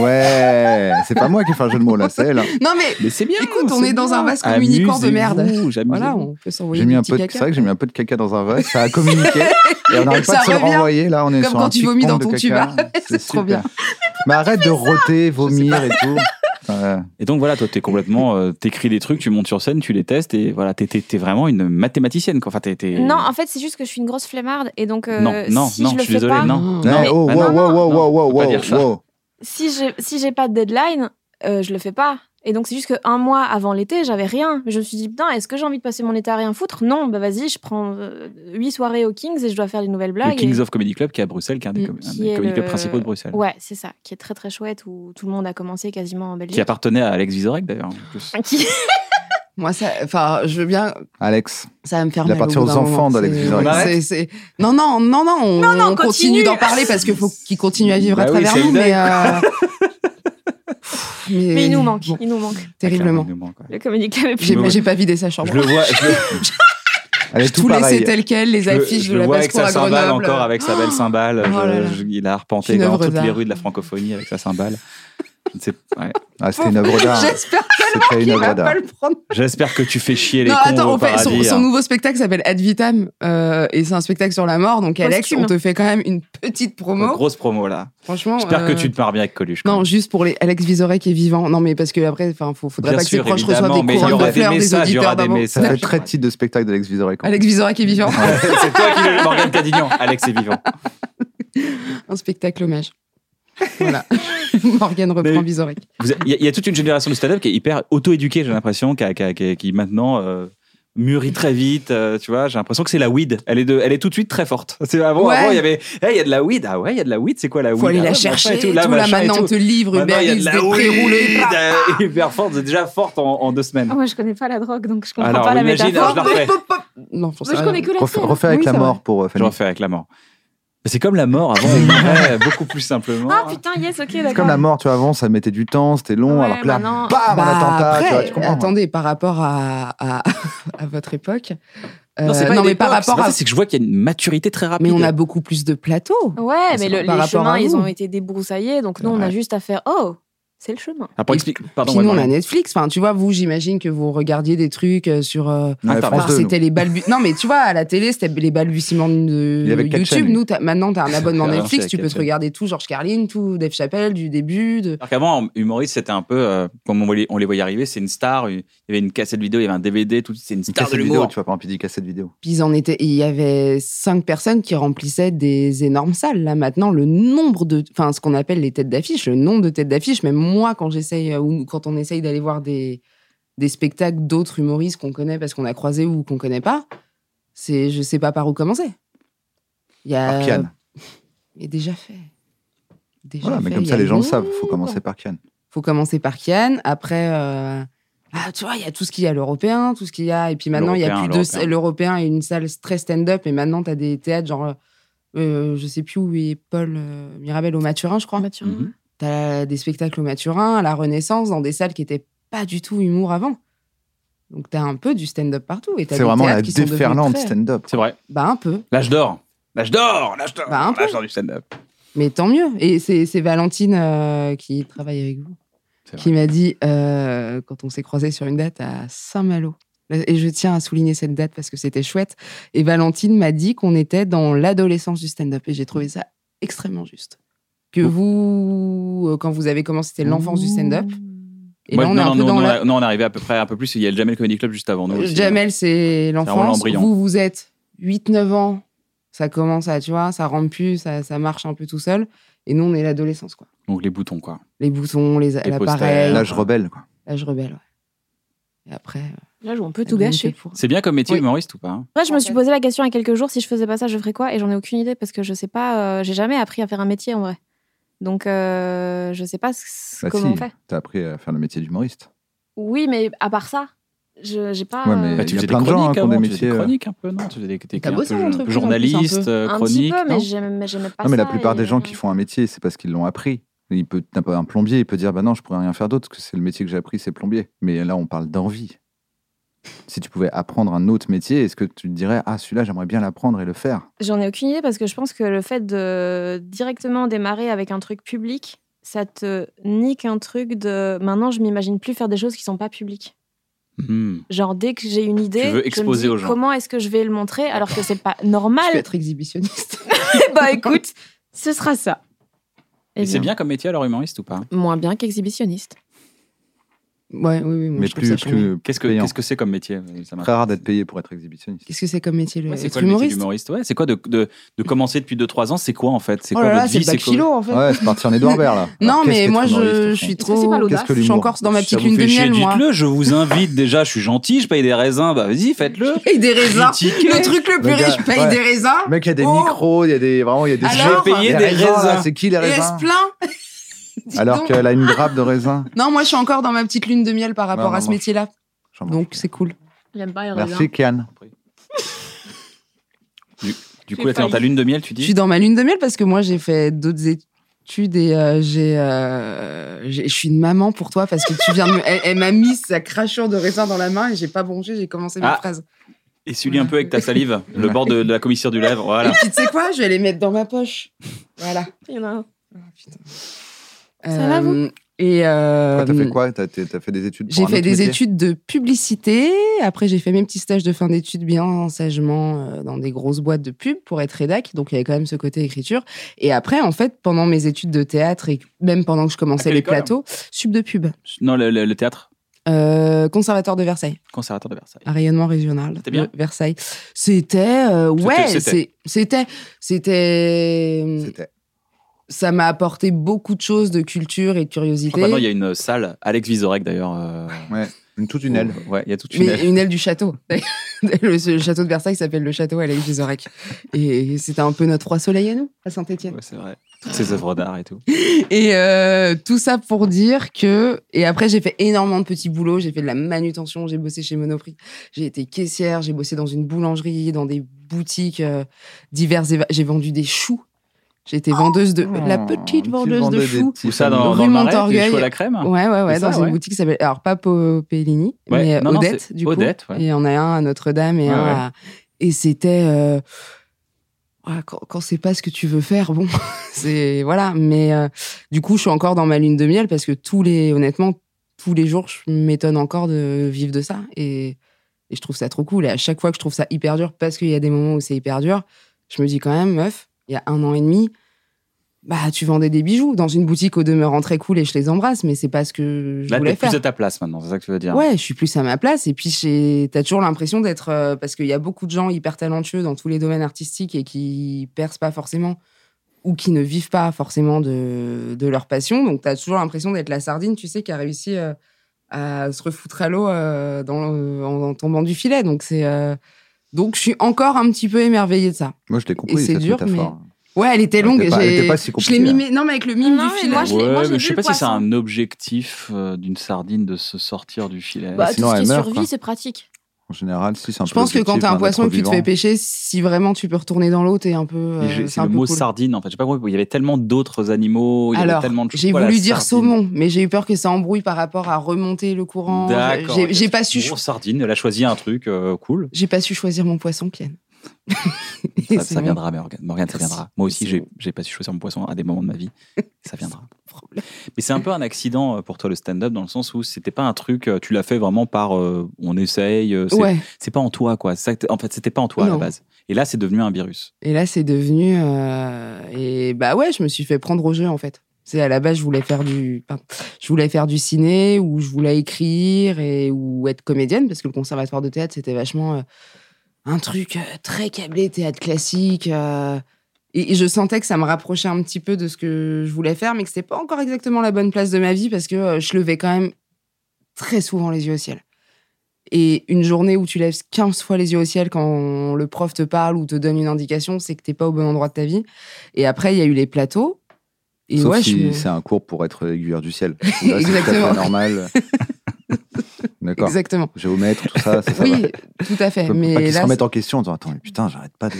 Ouais, c'est pas moi qui fais un jeu de mots là, c'est elle. hein.
Non, mais
Mais c'est bien.
écoute, on
c'est
est dans
bien.
un vase communicant de merde.
Amusez-vous, j'amuse-
Voilà, on peut s'envoyer
J'ai mis
des
un
petits
peu de,
cacas.
c'est vrai que j'ai mis un peu de caca dans un vase, ça a communiqué et on n'arrive
Ça
pas de se le
revient.
renvoyer là, on est
Comme
sur
quand
un
tu
petit
vomis dans
compte de
ton
caca.
tuba. C'est trop
super.
bien.
Mais arrête de roter, vomir et tout. Ouais.
Et donc voilà, toi, t'es complètement. euh, T'écris des trucs, tu montes sur scène, tu les testes et voilà, t'es- t'es t'es vraiment une mathématicienne. Quoi. Enfin, t'es- t'es-
Non, en fait, c'est juste que je suis une grosse flemmarde et donc euh,
euh, non, non,
si
non,
je
je,
le
suis
fais
désolé,
pas,
non.
Ouais, oh,
bah
wow,
non,
wow,
non,
wow, wow,
on peut
wow,
pas dire ça.
wow.
si j'ai si j'ai pas de deadline, euh, je le fais pas. Et donc c'est juste qu'un mois avant l'été, j'avais rien. Mais je me suis dit putain, est-ce que j'ai envie de passer mon été à rien foutre Non, bah vas-y, je prends euh, huit soirées au Kings et je dois faire des nouvelles blagues.
Le Kings
et-
of Comedy Club qui est à Bruxelles, qui est un des,
Mm,
com- un
qui
des
est
comedy clubs
le-
principaux de Bruxelles.
Ouais, c'est ça, qui est très très chouette où tout le monde a commencé quasiment en Belgique.
Qui appartenait à Alex Vizorek d'ailleurs. en plus.
Qui-
Moi, ça, enfin, je veux bien,
Alex,
ça va me faire
Il
mal.
appartient
au bout
aux
d'un
enfants
moment,
d'Alex
c'est-
Vizorek.
On arrête
c'est- c'est- Non, non, non, non, on,
Non, non,
on
continue.
continue d'en parler parce qu'il faut qu'il continue à vivre à
Bah oui,
travers
c'est
nous,
une
mais. euh, pff,
Mais il nous manque,
bon,
il nous manque.
terriblement.
quoi.
Le Comedy Club est plus-
J'ai
Ah, me-
j'ai pas vidé sa chambre.
Je le vois, je le,
elle est
tout
tout
laissé
pareille.
tel quel, les
je le-
affiches
je
de
le
la
vois
passe
avec
pour
sa
à
cymbale
Grenoble.
encore, avec sa belle cymbale.
Oh là là.
Je- je- il a arpenté
Une
dans
œuvre
toutes les
d'art.
rues de la francophonie avec sa cymbale. Je ne sais pas, ouais.
Ah, c'était une œuvre d'art.
J'espère
C'était une
qu'il
œuvre
va pas
d'art.
le prendre.
J'espère que tu fais chier les
Non,
cons
attends,
au
on fait,
paradis.
son, son
hein.
nouveau spectacle s'appelle Ad Vitam euh, et c'est un spectacle sur la mort. Donc, Alex,
Posthume.
on te fait quand même une petite promo.
Grosse promo là.
Franchement.
J'espère que
euh,
tu te pars bien avec Coluche. quand
Non,
même.
juste pour les Alex Vizorek est vivant. Non, mais parce que après, enfin, faut- faudrait
Bien
pas que ses
sûr,
proches
évidemment,
reçoivent
mais
des
il y
couronnes
aura
de
des
fleurs des
messages, il y aura des
auditeurs d'avant.
Ça fait
messages.
très titre de spectacle d'Alex Vizorek.
Alex Vizorek est vivant.
C'est toi qui le Morgan Cadignan. Alex est vivant.
Un spectacle hommage. Voilà. Morgane reprend
Mais-
Vizorek.
Vous avez- Il y, a- il y a toute une génération de stand-up qui est hyper auto-éduquée, j'ai l'impression, qui, a- qui a- qui a- qui maintenant euh, mûrit très vite. euh, tu vois, j'ai l'impression que c'est la weed. Elle est, de, elle est tout de suite très forte. C'est avant,
Ouais.
avant, il y avait, Eh, il y a de la weed. Ah ouais, il y a de la weed. C'est quoi la weed
Faut aller
Ah ouais,
la
machin
chercher.
et tout,
là,
là, machin et
maintenant, on
tout.
te livre
Maintenant,
Uber
il y a
Eats,
de
des
la
pré-roulés.
weed euh, hyper forte. C'est déjà forte en, en deux semaines.
Ah, Moi, je connais pas la drogue, donc je comprends
Alors,
pas la
imagine,
métaphore.
je la refais.
Non, faut
Moi, je
ça.
connais que la
Refais
scène.
refais avec
Oui,
la
ça va.
mort pour euh,
Je
Fanny.
refais avec la mort. C'est comme la mort. Avant, on vivait beaucoup plus simplement.
Ah putain, yes, ok, d'accord.
C'est comme la mort, tu vois, avant ça mettait du temps, c'était long,
Ouais,
alors que là,
maintenant-
bam, un
Bah,
attentat,
après,
tu vois, tu comprends.
attendez, par rapport à, à, à votre époque.
Non, c'est
euh,
pas une
mais
époque,
par
c'est pas
rapport à.
ça, c'est que je vois qu'il y a une maturité très rapide.
Mais on a beaucoup plus de plateaux.
Ouais,
Mais
mais
c'est
le-
par
les
rapport
chemins,
à
ils
vous.
ont été débroussaillés, donc nous, on a
Ouais.
juste à faire oh, c'est le chemin.
Ah, pour expliquer- Pardon,
Puis nous,
ouais,
on a
pardon.
Netflix. Enfin, tu vois, vous, j'imagine que vous regardiez des trucs euh, sur. euh,
Ouais,
Attends,
France
enfin,
2, nous.
c'était les balbu... Non, mais tu vois, à la télé, c'était les balbutiements de
Il y avait quatre
YouTube.
chaînes.
Nous, t'as- maintenant, t'as un abonnement
Ah,
Netflix,
c'est
tu
quatre
peux te
chaînes.
regarder tout, Georges Carlin, tout Dave Chappelle, du début. De...
Alors qu'avant, humoriste, c'était un peu, euh, comme on, voyait- on les voyait arriver, c'est une star. Il y avait une cassette vidéo, il y avait un DVD, tout, c'est une
Une
star de
cassette vidéo,
l'humour.
tu vois, par exemple, il dit cassette vidéo.
Puis ils en étaient. Il y avait cinq personnes qui remplissaient des énormes salles. Là, maintenant, le nombre de. Enfin, ce qu'on appelle les têtes d'affiche, le nombre de têtes d'affiche, même moi, quand j'essaye, euh, ou quand on essaye d'aller voir des, des spectacles d'autres humoristes qu'on connaît parce qu'on a croisé ou qu'on connaît pas, c'est. Je sais pas par où commencer. Il y a.
Par Kian.
Mais déjà fait. Déjà
Voilà, mais
fait,
comme
il
ça,
y a
les gens le savent,
longtemps.
faut commencer par Kian.
faut commencer par Kian. Après, euh, ah, tu vois, il y a tout ce qu'il y a, l'européen, tout ce qu'il y a. Et puis maintenant, il y a plus
L'Européen,
deux.
l'Européen.
L'européen et une salle très stand-up. Et maintenant, tu as des théâtres, genre, euh, je sais plus où est Paul euh, Mirabel au Maturin, je crois.
Mathurin,
Mhm.
Tu as des spectacles au Maturin, à la Renaissance, dans des salles qui étaient pas du tout humour avant. Donc, tu as un peu du stand-up partout. Et t'as
C'est
des
vraiment
théâtres
la
qui sont devenus
déferlante
très-
stand-up.
C'est vrai.
Bah, un peu.
L'âge d'or. L'âge d'or. L'âge d'or.
Bah, un peu.
l'âge d'or du stand-up.
Mais tant mieux. Et c'est c'est Valentine euh, qui travaille avec vous,
C'est
qui m'a dit, euh, quand on s'est croisés sur une date à Saint-Malo, et je tiens à souligner cette date parce que c'était chouette, et Valentine m'a dit qu'on était dans l'adolescence du stand-up, et j'ai trouvé ça extrêmement juste. Que vous, euh, quand vous avez commencé, c'était l'enfance du stand-up, et
Moi,
là on
non,
est un
non,
peu
non,
dans
non,
la-
non, on est arrivé à peu près un peu plus. Il y a le Jamel Comedy Club juste avant nous. aussi. euh,
Jamel, c'est
Roland
l'enfance.
Briand.
Vous, vous êtes 8-9 ans. Ça commence à, tu vois, ça rampe plus, ça, ça marche un peu tout seul. Et nous, on est l'adolescence, quoi.
Donc les boutons, quoi.
Les boutons, les,
Les
l'appareil.
posters.
Là,
L'âge rebelle, quoi.
je rebelle, ouais. Et après, euh,
Là, où on peut
la
tout gâcher.
BNP pour-
C'est bien comme métier
Oui.
humoriste ou pas hein
Après, je me
En
suis
fait.
posé la question il y a quelques jours si je faisais pas ça, je ferais quoi Et j'en ai aucune idée parce que je sais pas, euh, j'ai jamais appris à faire un métier en vrai. Donc, euh, je sais pas ce-
Bah
comment
si,
on fait.
T'as appris à faire le métier d'humoriste.
Oui, mais à part ça, je j'ai pas.
Ouais, mais-
euh,
Bah,
tu
y a
faisais
plein
des
de gens,
chroniques
hein, qui ont
avant,
des
tu faisais des
métiers, euh,
chroniques un peu, non Tu faisais des, des-
T'as
un
bossé en
peu
entreprise, en plus, un
journaliste,
peu.
euh,
un petit
chronique.
peu,
non
mais j'aimais mais j'aimais
Ah,
pas
non, mais la
ça,
plupart
et-
des
euh,
gens qui font un métier, c'est parce qu'ils l'ont appris. Il peut, t'as pas un plombier, il peut dire bah non, je pourrais rien faire d'autre, parce que c'est le métier que j'ai appris, c'est plombier. Mais là, on parle d'envie. Si tu pouvais apprendre un autre métier, est-ce que tu te dirais ah celui-là, j'aimerais bien l'apprendre et le faire
J'en ai aucune idée parce que je pense que le fait de directement démarrer avec un truc public, ça te nique un truc de. Maintenant, je m'imagine plus faire des choses qui sont pas publiques.
Hmm.
Genre, dès que j'ai une idée,
veux
je me
exposer
dis,
aux gens.
comment est-ce que je vais le montrer alors que c'est pas
Je peux
normal
être exhibitionniste.
Bah écoute, ce sera ça. Eh
Et c'est bien comme métier alors humoriste ou pas
Moins bien qu'exhibitionniste.
ouais, oui, oui, moi,
Mais
je trouve ça
plus,
charmant.
plus
Qu'est-ce que
payant.
qu'est-ce que c'est comme métier euh, ça marche
Très rare d'être payé pour être exhibitionniste.
Qu'est-ce que c'est comme métier, le
Ouais, c'est
être
quoi le métier
humoriste
d'humoriste ouais, C'est quoi de, de, de commencer depuis 2-3 ans C'est quoi en fait C'est
Oh
quoi
là là,
votre
c'est
vie
le bac
quoi-
philo, en fait.
Ouais, c'est parti en Édouard Baird là.
Non,
Alors, qu'est-ce
mais
qu'être
moi,
humoriste,
je,
au
je
fond
Est-ce
suis
que c'est
trop.
pas l'audace
Qu'est-ce
Je
que
suis
l'humour
encore dans ma
Ça
petite
vous
lune de
fait chier,
miel, moi.
dites-le. Je vous invite déjà. Je suis gentil, je paye des raisins. Bah vas-y, faites-le.
Et des raisins.
Critiquez.
Le truc le plus
Le gars,
riche, paye
ouais.
des raisins.
Mec, il y a des
Oh.
micros, il y a des vraiment, il y a des.
Alors,
J'ai
jeux.
payé
Les
des
raisins, là,
raisins.
C'est qui les
Et elle
raisins
se plaint. Dis
Alors
donc.
qu'elle a une grappe de raisin.
Non, moi, je suis encore dans ma petite lune de miel par rapport
Non,
à
non,
ce
moi,
métier-là.
j'en mange.
Donc, c'est cool.
J'aime pas les raisins.
Merci, Kian.
Du coup,
J'ai
là, t'es dans ta
failli.
lune de miel, tu
Je suis
dis
dans ma lune de miel parce que moi, j'ai fait d'autres études et euh, j'ai, euh, j'ai- je suis une maman pour toi parce que tu viens de. me- Elle, elle m'a mis sa crachure de raisin dans la main et j'ai pas bronché, j'ai commencé mes
Ah.
phrases.
Essuie-lui un peu avec ta salive, le bord de, de la commissure du lèvre. Voilà.
Et puis, tu sais quoi Je vais les mettre dans ma poche. Voilà.
Il y en a un.
Euh,
Ah, putain.
Ça va, vous
Et.
Toi,
euh,
T'as fait quoi T'as t'as- t'as fait des études pour
J'ai
un
fait
autre
des
métier
études de publicité. Après, j'ai fait mes petits stages de fin d'études bien sagement euh, dans des grosses boîtes de pub pour être rédac. Donc, il y avait quand même ce côté écriture. Et après, en fait, pendant mes études de théâtre et même pendant que
À
je commençais
quelle
les
école
plateaux, sub de pub,
Non, le, le- le théâtre,
euh, conservatoire de Versailles,
conservateur de Versailles.
à rayonnement régional.
C'était bien
de Versailles. C'était, euh, ouais,
C'était-
c'est- c'était, c'était,
C'était.
ça m'a apporté beaucoup de choses de culture et de
Je
curiosité.
crois que maintenant, il y a une euh, salle. Alex Vizorek, d'ailleurs. euh,
Ouais, une, toute une aile.
Ouais, il y a toute une aile.
Mais une aile du château. le, le château de Versailles s'appelle le château Alex Vizorek. Et c'était un peu notre roi soleil à nous, à Saint-Étienne.
Ouais, c'est vrai. Toutes ces œuvres d'art et tout.
Et euh, tout ça pour dire que. Et après, j'ai fait énormément de petits boulots. J'ai fait de la manutention, j'ai bossé chez Monoprix, j'ai été caissière, j'ai bossé dans une boulangerie, dans des boutiques euh, diverses. et va- J'ai vendu des choux. J'ai été vendeuse de. Euh, la
Oh,
petite
tu
vendeuse
vendais
de
des
choux.
petits
Tout ça
sacs
dans,
Rue
dans le marais,
Montorgueil.
les choux à la crème.
Ouais, ouais, ouais,
C'est ça,
dans une
ouais.
boutique qui s'appelle. Alors, pas Popellini,
Ouais,
mais
non, non,
Odette,
c'est
du coup.
Odette, ouais.
Et on a un à Notre-Dame et
Ouais,
un
ouais.
à. Et c'était. euh, ah, Quand, quand c'est pas ce que tu veux faire, bon, c'est. Voilà. Mais euh, du coup, je suis encore dans ma lune de miel parce que tous les. Honnêtement, tous les jours, je m'étonne encore de vivre de ça. Et, et je trouve ça trop cool. Et à chaque fois que je trouve ça hyper dur, parce qu'il y a des moments où c'est hyper dur, je me dis quand même, meuf, il y a un an et demi, bah, tu vendais des bijoux dans une boutique au demeurant très cool et je les embrasse, mais c'est pas ce que je
Là,
voulais
t'es
faire.
plus à ta place maintenant, c'est ça que tu veux dire.
Ouais, je suis plus à ma place. Et puis, j'ai- t'as toujours l'impression d'être. euh, parce qu'il y a beaucoup de gens hyper talentueux dans tous les domaines artistiques et qui percent pas forcément ou qui ne vivent pas forcément de, de leur passion. Donc, t'as toujours l'impression d'être la sardine, tu sais, qui a réussi euh, à se refoutre à l'eau euh, dans le- en, en tombant du filet. Donc, c'est. euh, donc, je suis encore un petit peu émerveillée de ça.
Moi, je l'ai compris,
Et c'est
cette
dur,
métaphore.
Ouais, elle était
Elle
longue.
était pas- elle
j'ai-
était pas si
je
compliquée,
l'ai mimée. Non, mais avec le mime
Non,
du
mais
filet.
moi, je l'ai-
Ouais,
j'ai
mais
vu
je sais
le
pas si c'est
poisson.
un objectif euh, d'une sardine de se sortir du filet.
Bah,
sinon,
tout ce
elle
qui est
meurt, quoi.
survie, c'est pratique.
En général, si, c'est un
Je
peu
pense que quand
l'objectif
t'es un
d'un
poisson
être
et que tu te
vivant.
fais pêcher, si vraiment tu peux retourner dans l'eau, t'es un peu.
Mais
euh,
j'ai-
c'est
c'est
un
le
peu
mot
cool.
sardine en fait. J'ai pas compris. Il y avait tellement d'autres animaux. Il y avait
Alors,
tellement de choses.
j'ai
Pourquoi
voulu
la
dire
sardine
saumon, mais j'ai eu peur que ça embrouille par rapport à remonter le courant.
D'accord.
J'ai-
ok.
J'ai pas su.
Bon, sardine, elle a choisi un truc euh, cool.
J'ai pas su choisir mon poisson, Kian. Et
Ça, ça
c'est mon
viendra, Morgane, Morgane, ça
Merci.
viendra. Moi aussi,
C'est
j'ai
bon.
j'ai pas su choisir mon poisson à des moments de ma vie. Ça viendra.
problème.
Mais c'est un peu un accident euh, pour toi le stand-up dans le sens où c'était pas un truc. euh, Tu l'as fait vraiment par euh, on essaye. euh, c'est-
Ouais.
C'est pas en toi quoi. Ça, En fait, c'était pas en toi à la
Non.
base. Et là, c'est devenu un virus.
Et là, c'est devenu. euh, et bah ouais, je me suis fait prendre au jeu en fait. C'est à la base, je voulais faire du, pardon. je voulais faire du ciné ou je voulais écrire et ou être comédienne parce que le conservatoire de théâtre c'était vachement euh, un truc euh, très câblé théâtre classique. euh, et, et je sentais que ça me rapprochait un petit peu de ce que je voulais faire, mais que c'était pas encore exactement la bonne place de ma vie parce que euh, je levais quand même très souvent les yeux au ciel. Et une journée où tu lèves 15 fois les yeux au ciel quand le prof te parle ou te donne une indication, c'est que t'es pas au bon endroit de ta vie. Et après, il y a eu les plateaux. Et
Sauf
ouais, je
si
me-
c'est un cours pour être aiguilleur du ciel. Là, c'est tout à fait
Exactement.
normal. D'accord.
Exactement.
Géomètre, tout ça, ça, ça va.
oui, tout à fait.
Faut pas
Mais
qu'ils se
là,
remettent en question en disant Attends, mais putain, j'arrête pas de.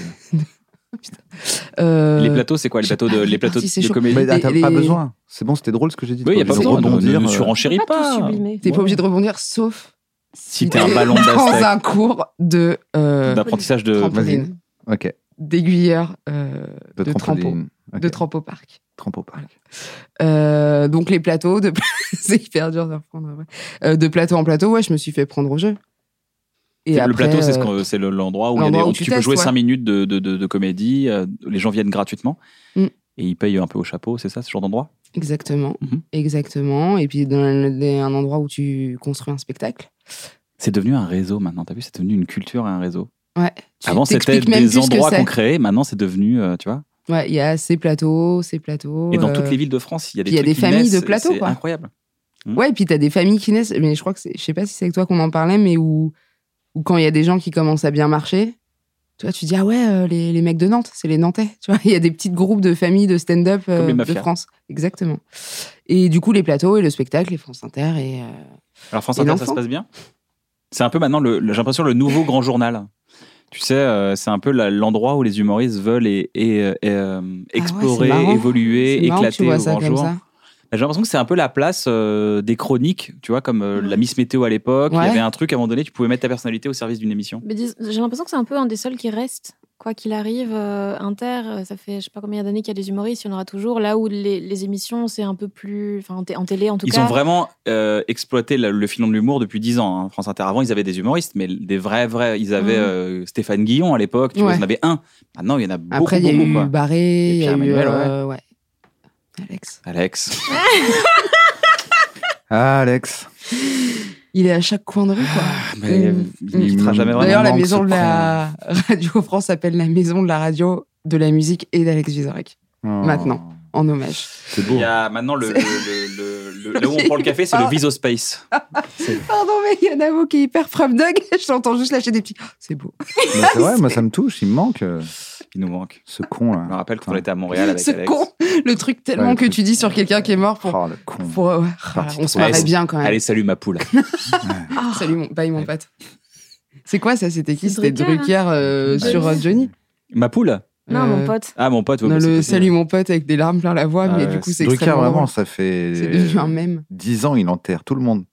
euh,
Les plateaux, c'est quoi Les
j'ai
plateaux de,
pas
les plateaux
parti, c'est
de
chaud.
comédie
Mais
les-
t'as
les-
pas besoin. C'est bon, c'était drôle ce que j'ai dit.
Oui, il n'y a pas
T'es
besoin de
obligé
rebondir. Ne
euh,
surenchéris
Pas tout
pas.
sublimé.
T'es pas obligé de rebondir, sauf
Si t'es un
t'es
ballon
dans
d'Aztec
un cours de euh,
d'apprentissage de.
trampoline,
euh, Ok,
d'aiguilleur euh,
de,
de trampo,
trampoline. Ok,
de trampo parc.
trampo parc.
Euh, donc les plateaux, de... c'est hyper dur de reprendre. ouais. Euh, de plateau en plateau, ouais, je me suis fait prendre au jeu. Et
le
après,
plateau, c'est ce
euh,
qu'on- c'est le- l'endroit où, il y a des-
l'endroit où
où
tu
tu peux
testes,
jouer
ouais.
5 minutes de, de- de- de comédie. euh, les gens viennent gratuitement
Mm.
et ils payent un peu au chapeau, c'est ça, ce genre d'endroit
Exactement,
Mhm.
exactement. Et puis dans un, des- un endroit où tu construis un spectacle.
C'est devenu un réseau maintenant, t'as vu C'est devenu une culture et un réseau.
Tu
Avant, c'était
t'expliques même
des
plus ce que
endroits
c'est.
qu'on créait, maintenant, c'est devenu, euh, tu vois.
Ouais, il y a ces plateaux, ces plateaux.
Et dans
euh,
toutes les villes de France, il y a des,
puis il y a
trucs
des
qui
familles de
naissent,
plateaux,
C'est
quoi.
incroyable.
Ouais, et puis t'as des familles qui naissent, mais je crois que c'est, je sais pas si c'est avec toi qu'on en parlait, mais où, où quand il y a des gens qui commencent à bien marcher, tu vois, tu dis ah ouais, euh, les, les mecs de Nantes, c'est les Nantais, tu vois, il y a des petites groupes de familles de stand-up euh,
Comme les
de
mafias.
France, exactement. Et du coup, les plateaux et le spectacle, les France Inter et euh,
Alors France
Et
Inter, ça
l'enfant
se passe bien C'est un peu maintenant, le, le- j'ai l'impression, le nouveau grand journal. Tu sais, euh, c'est un peu la- l'endroit où les humoristes veulent et, et, euh, et, euh, explorer,
Ah marrant.
évoluer,
c'est marrant que tu
éclater
vois
au
ça
grand
comme
jour.
ça.
J'ai l'impression que c'est un peu la place euh, des chroniques, tu vois, comme euh, la Miss Météo à l'époque. Il
Ouais.
y avait un truc, à un moment donné, tu pouvais mettre ta personnalité au service d'une émission.
Mais dis- j'ai l'impression que c'est un peu un des seuls qui reste. Quoi qu'il arrive, euh, Inter, euh, ça fait je sais pas combien d'années qu'il y a des humoristes, il y en aura toujours. Là où les, les émissions, c'est un peu plus. Enfin, en, té- en télé en tout
Ils
cas.
ont vraiment euh, exploité la- le filon de l'humour depuis 10 ans. hein. France Inter, avant, ils avaient des humoristes, mais des vrais, vrais. Ils avaient
Mhm.
euh, Stéphane Guillon à l'époque, tu vois,
Mmh. Ouais.
ils en avaient un. Maintenant, il y en a beaucoup,
Après, il y a
beaucoup,
eu
quoi.
Barré,
Et
il y a eu
Pierre-Emmanuel,
euh, ouais. Alex.
Alex.
Ah, Alex.
Il est à chaque coin de rue, quoi.
Ah, Mais
Mm.
il ne quittera
Mm.
jamais vraiment.
D'ailleurs, la
manque ce
maison de la Radio France s'appelle la maison de la radio, de la musique et d'Alex Vizorek,
Oh,
Maintenant. en hommage.
C'est
Il
beau.
y a maintenant le, le, le- le- le- là où on prend le café, c'est
Ah.
le Viso Space.
Pardon, mais il y en a un qui est hyper preuve dog. Je l'entends juste lâcher des petits. oh, C'est beau.
Bah, c'est vrai, moi, ça me touche. Il me manque euh,
Il nous manque.
ce con
Je
là.
me
Ah,
rappelle quand on
Putain.
était à Montréal avec
Ce
Alex.
con. Le truc tellement
Ouais, le
que
truc.
tu dis sur quelqu'un qui est mort pour.
Oh, le con.
pour- ouais, ah,
Parti
on se
trop
marrait
loin.
bien quand même.
Allez, salut ma poule.
Ah,
Salut, mon, bye, mon pote. C'est quoi ça C'était qui
C'est
C'était
Drucker, hein.
Drucker euh,
Bah,
sur euh, Johnny
Ma poule
non,
Euh,
mon pote.
Ah, mon pote. oui,
non,
bah, c'est
le
possible.
salut mon pote avec des larmes plein la voix,
Ah
mais
ouais,
du coup c'est
Drucker,
extrêmement
vraiment,
drôle.
ça fait.
C'est devenu un mème.
10 ans, il enterre tout le monde.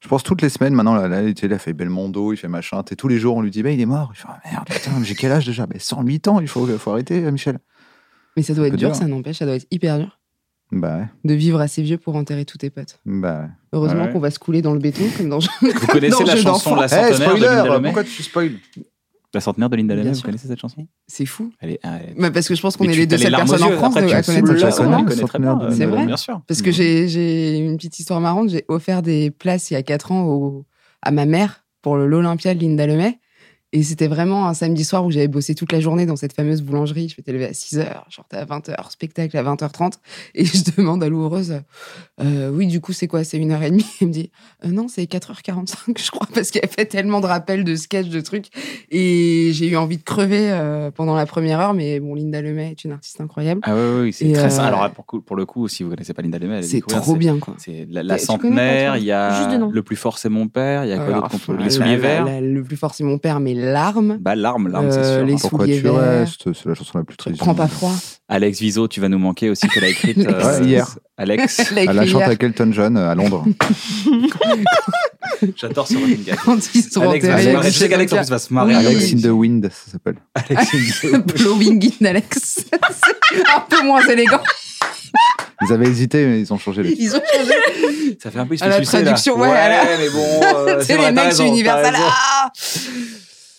Je pense toutes les semaines maintenant, là, là, il a fait Belmondo, il fait machin. Et tous les jours, on lui dit, bah, il est mort. Il fait, Ah, merde, putain, mais j'ai quel âge déjà bah, 108 ans, il faut, faut arrêter, euh, Michel.
Mais ça doit être
peu
dur,
dur.
ça n'empêche, ça doit être hyper dur
Bah ouais,
de vivre assez vieux pour enterrer tous tes potes.
bah ouais.
Heureusement
Ouais.
qu'on va se couler dans le béton comme dans
Vous connaissez
Non,
la
jeu
chanson
d'enfant.
La centenaire de Linda Lemay
Eh, tu spoil
La centenaire de Linda
Bien
Lemay, vous
sûr.
connaissez cette chanson
C'est fou.
Allez, arrête.
Bah, parce que je pense qu'on
Mais
est
tu-
les deux
t'as
seules
larmes aux
personnes en
yeux,
France
après,
de-
tu-
à
tu
connaître
la
cette
la
chanson.
connais,
non
je connais très
Centenaire
bien,
de
euh,
Linda Lemay.
Bien sûr.
Parce que j'ai- j'ai une petite histoire marrante. J'ai offert des places il y a 4 ans au- à ma mère pour le- l'Olympia de Linda Lemay. Et c'était vraiment un samedi soir où j'avais bossé toute la journée dans cette fameuse boulangerie. Je m'étais levée à 6h, je sortais à 20h, spectacle à 20h30. Et je demande à l'ouvreuse euh, Oui, du coup, c'est quoi C'est 1h30 Elle me dit Euh, Non, c'est 4h45, je crois, parce qu'elle fait tellement de rappels, de sketchs, de trucs. Et j'ai eu envie de crever euh, pendant la première heure. Mais bon, Linda Lemay est une artiste incroyable.
Ah oui, oui, c'est
Et,
très
euh,
simple. Alors, pour, cou- pour le coup, si vous connaissez pas Linda Lemay, allez
C'est
découvrir,
trop
c'est-
bien, quoi.
C'est la, la
Tu connais pas,
centenaire,
toi
il y a
Juste de nom.
Le plus fort, c'est mon père. Il y a quoi
Alors,
d'autre qu'on peut.
Euh, enfin,
Les souliers
la- la-
verts.
la- Le plus fort, c'est mon père, mais l'arme.
Bah, l'arme, l'arme,
Euh,
c'est sûr.
les-
Pourquoi
Souliers
tu
verts.
restes C'est la chanson la plus triste.
Prends pas froid.
Alex Viso, tu vas nous manquer aussi, qu'elle a écrite euh,
Ouais, hier.
Alex,
La
Elle la
cuillère,
chante avec Elton John euh, à Londres.
j'adore ce running gag.
quand ils sont
Alex va se
enterrés,
marrer. Je sais qu'Alex en plus va se marrer.
Oui.
Alex in the Wind, ça s'appelle.
Alex in the-
Blowing in Alex. C'est un peu moins élégant.
Ils avaient hésité, mais ils ont changé. le titre.
Ils ont changé.
Oh, Ça fait un peu il se
À
fait
la
sucer, là.
traduction, ouais, à la-
mais bon. euh,
C'est
vrai,
les
t'as
mecs
raison,
chez
t'as
Universal.
raison.
Ah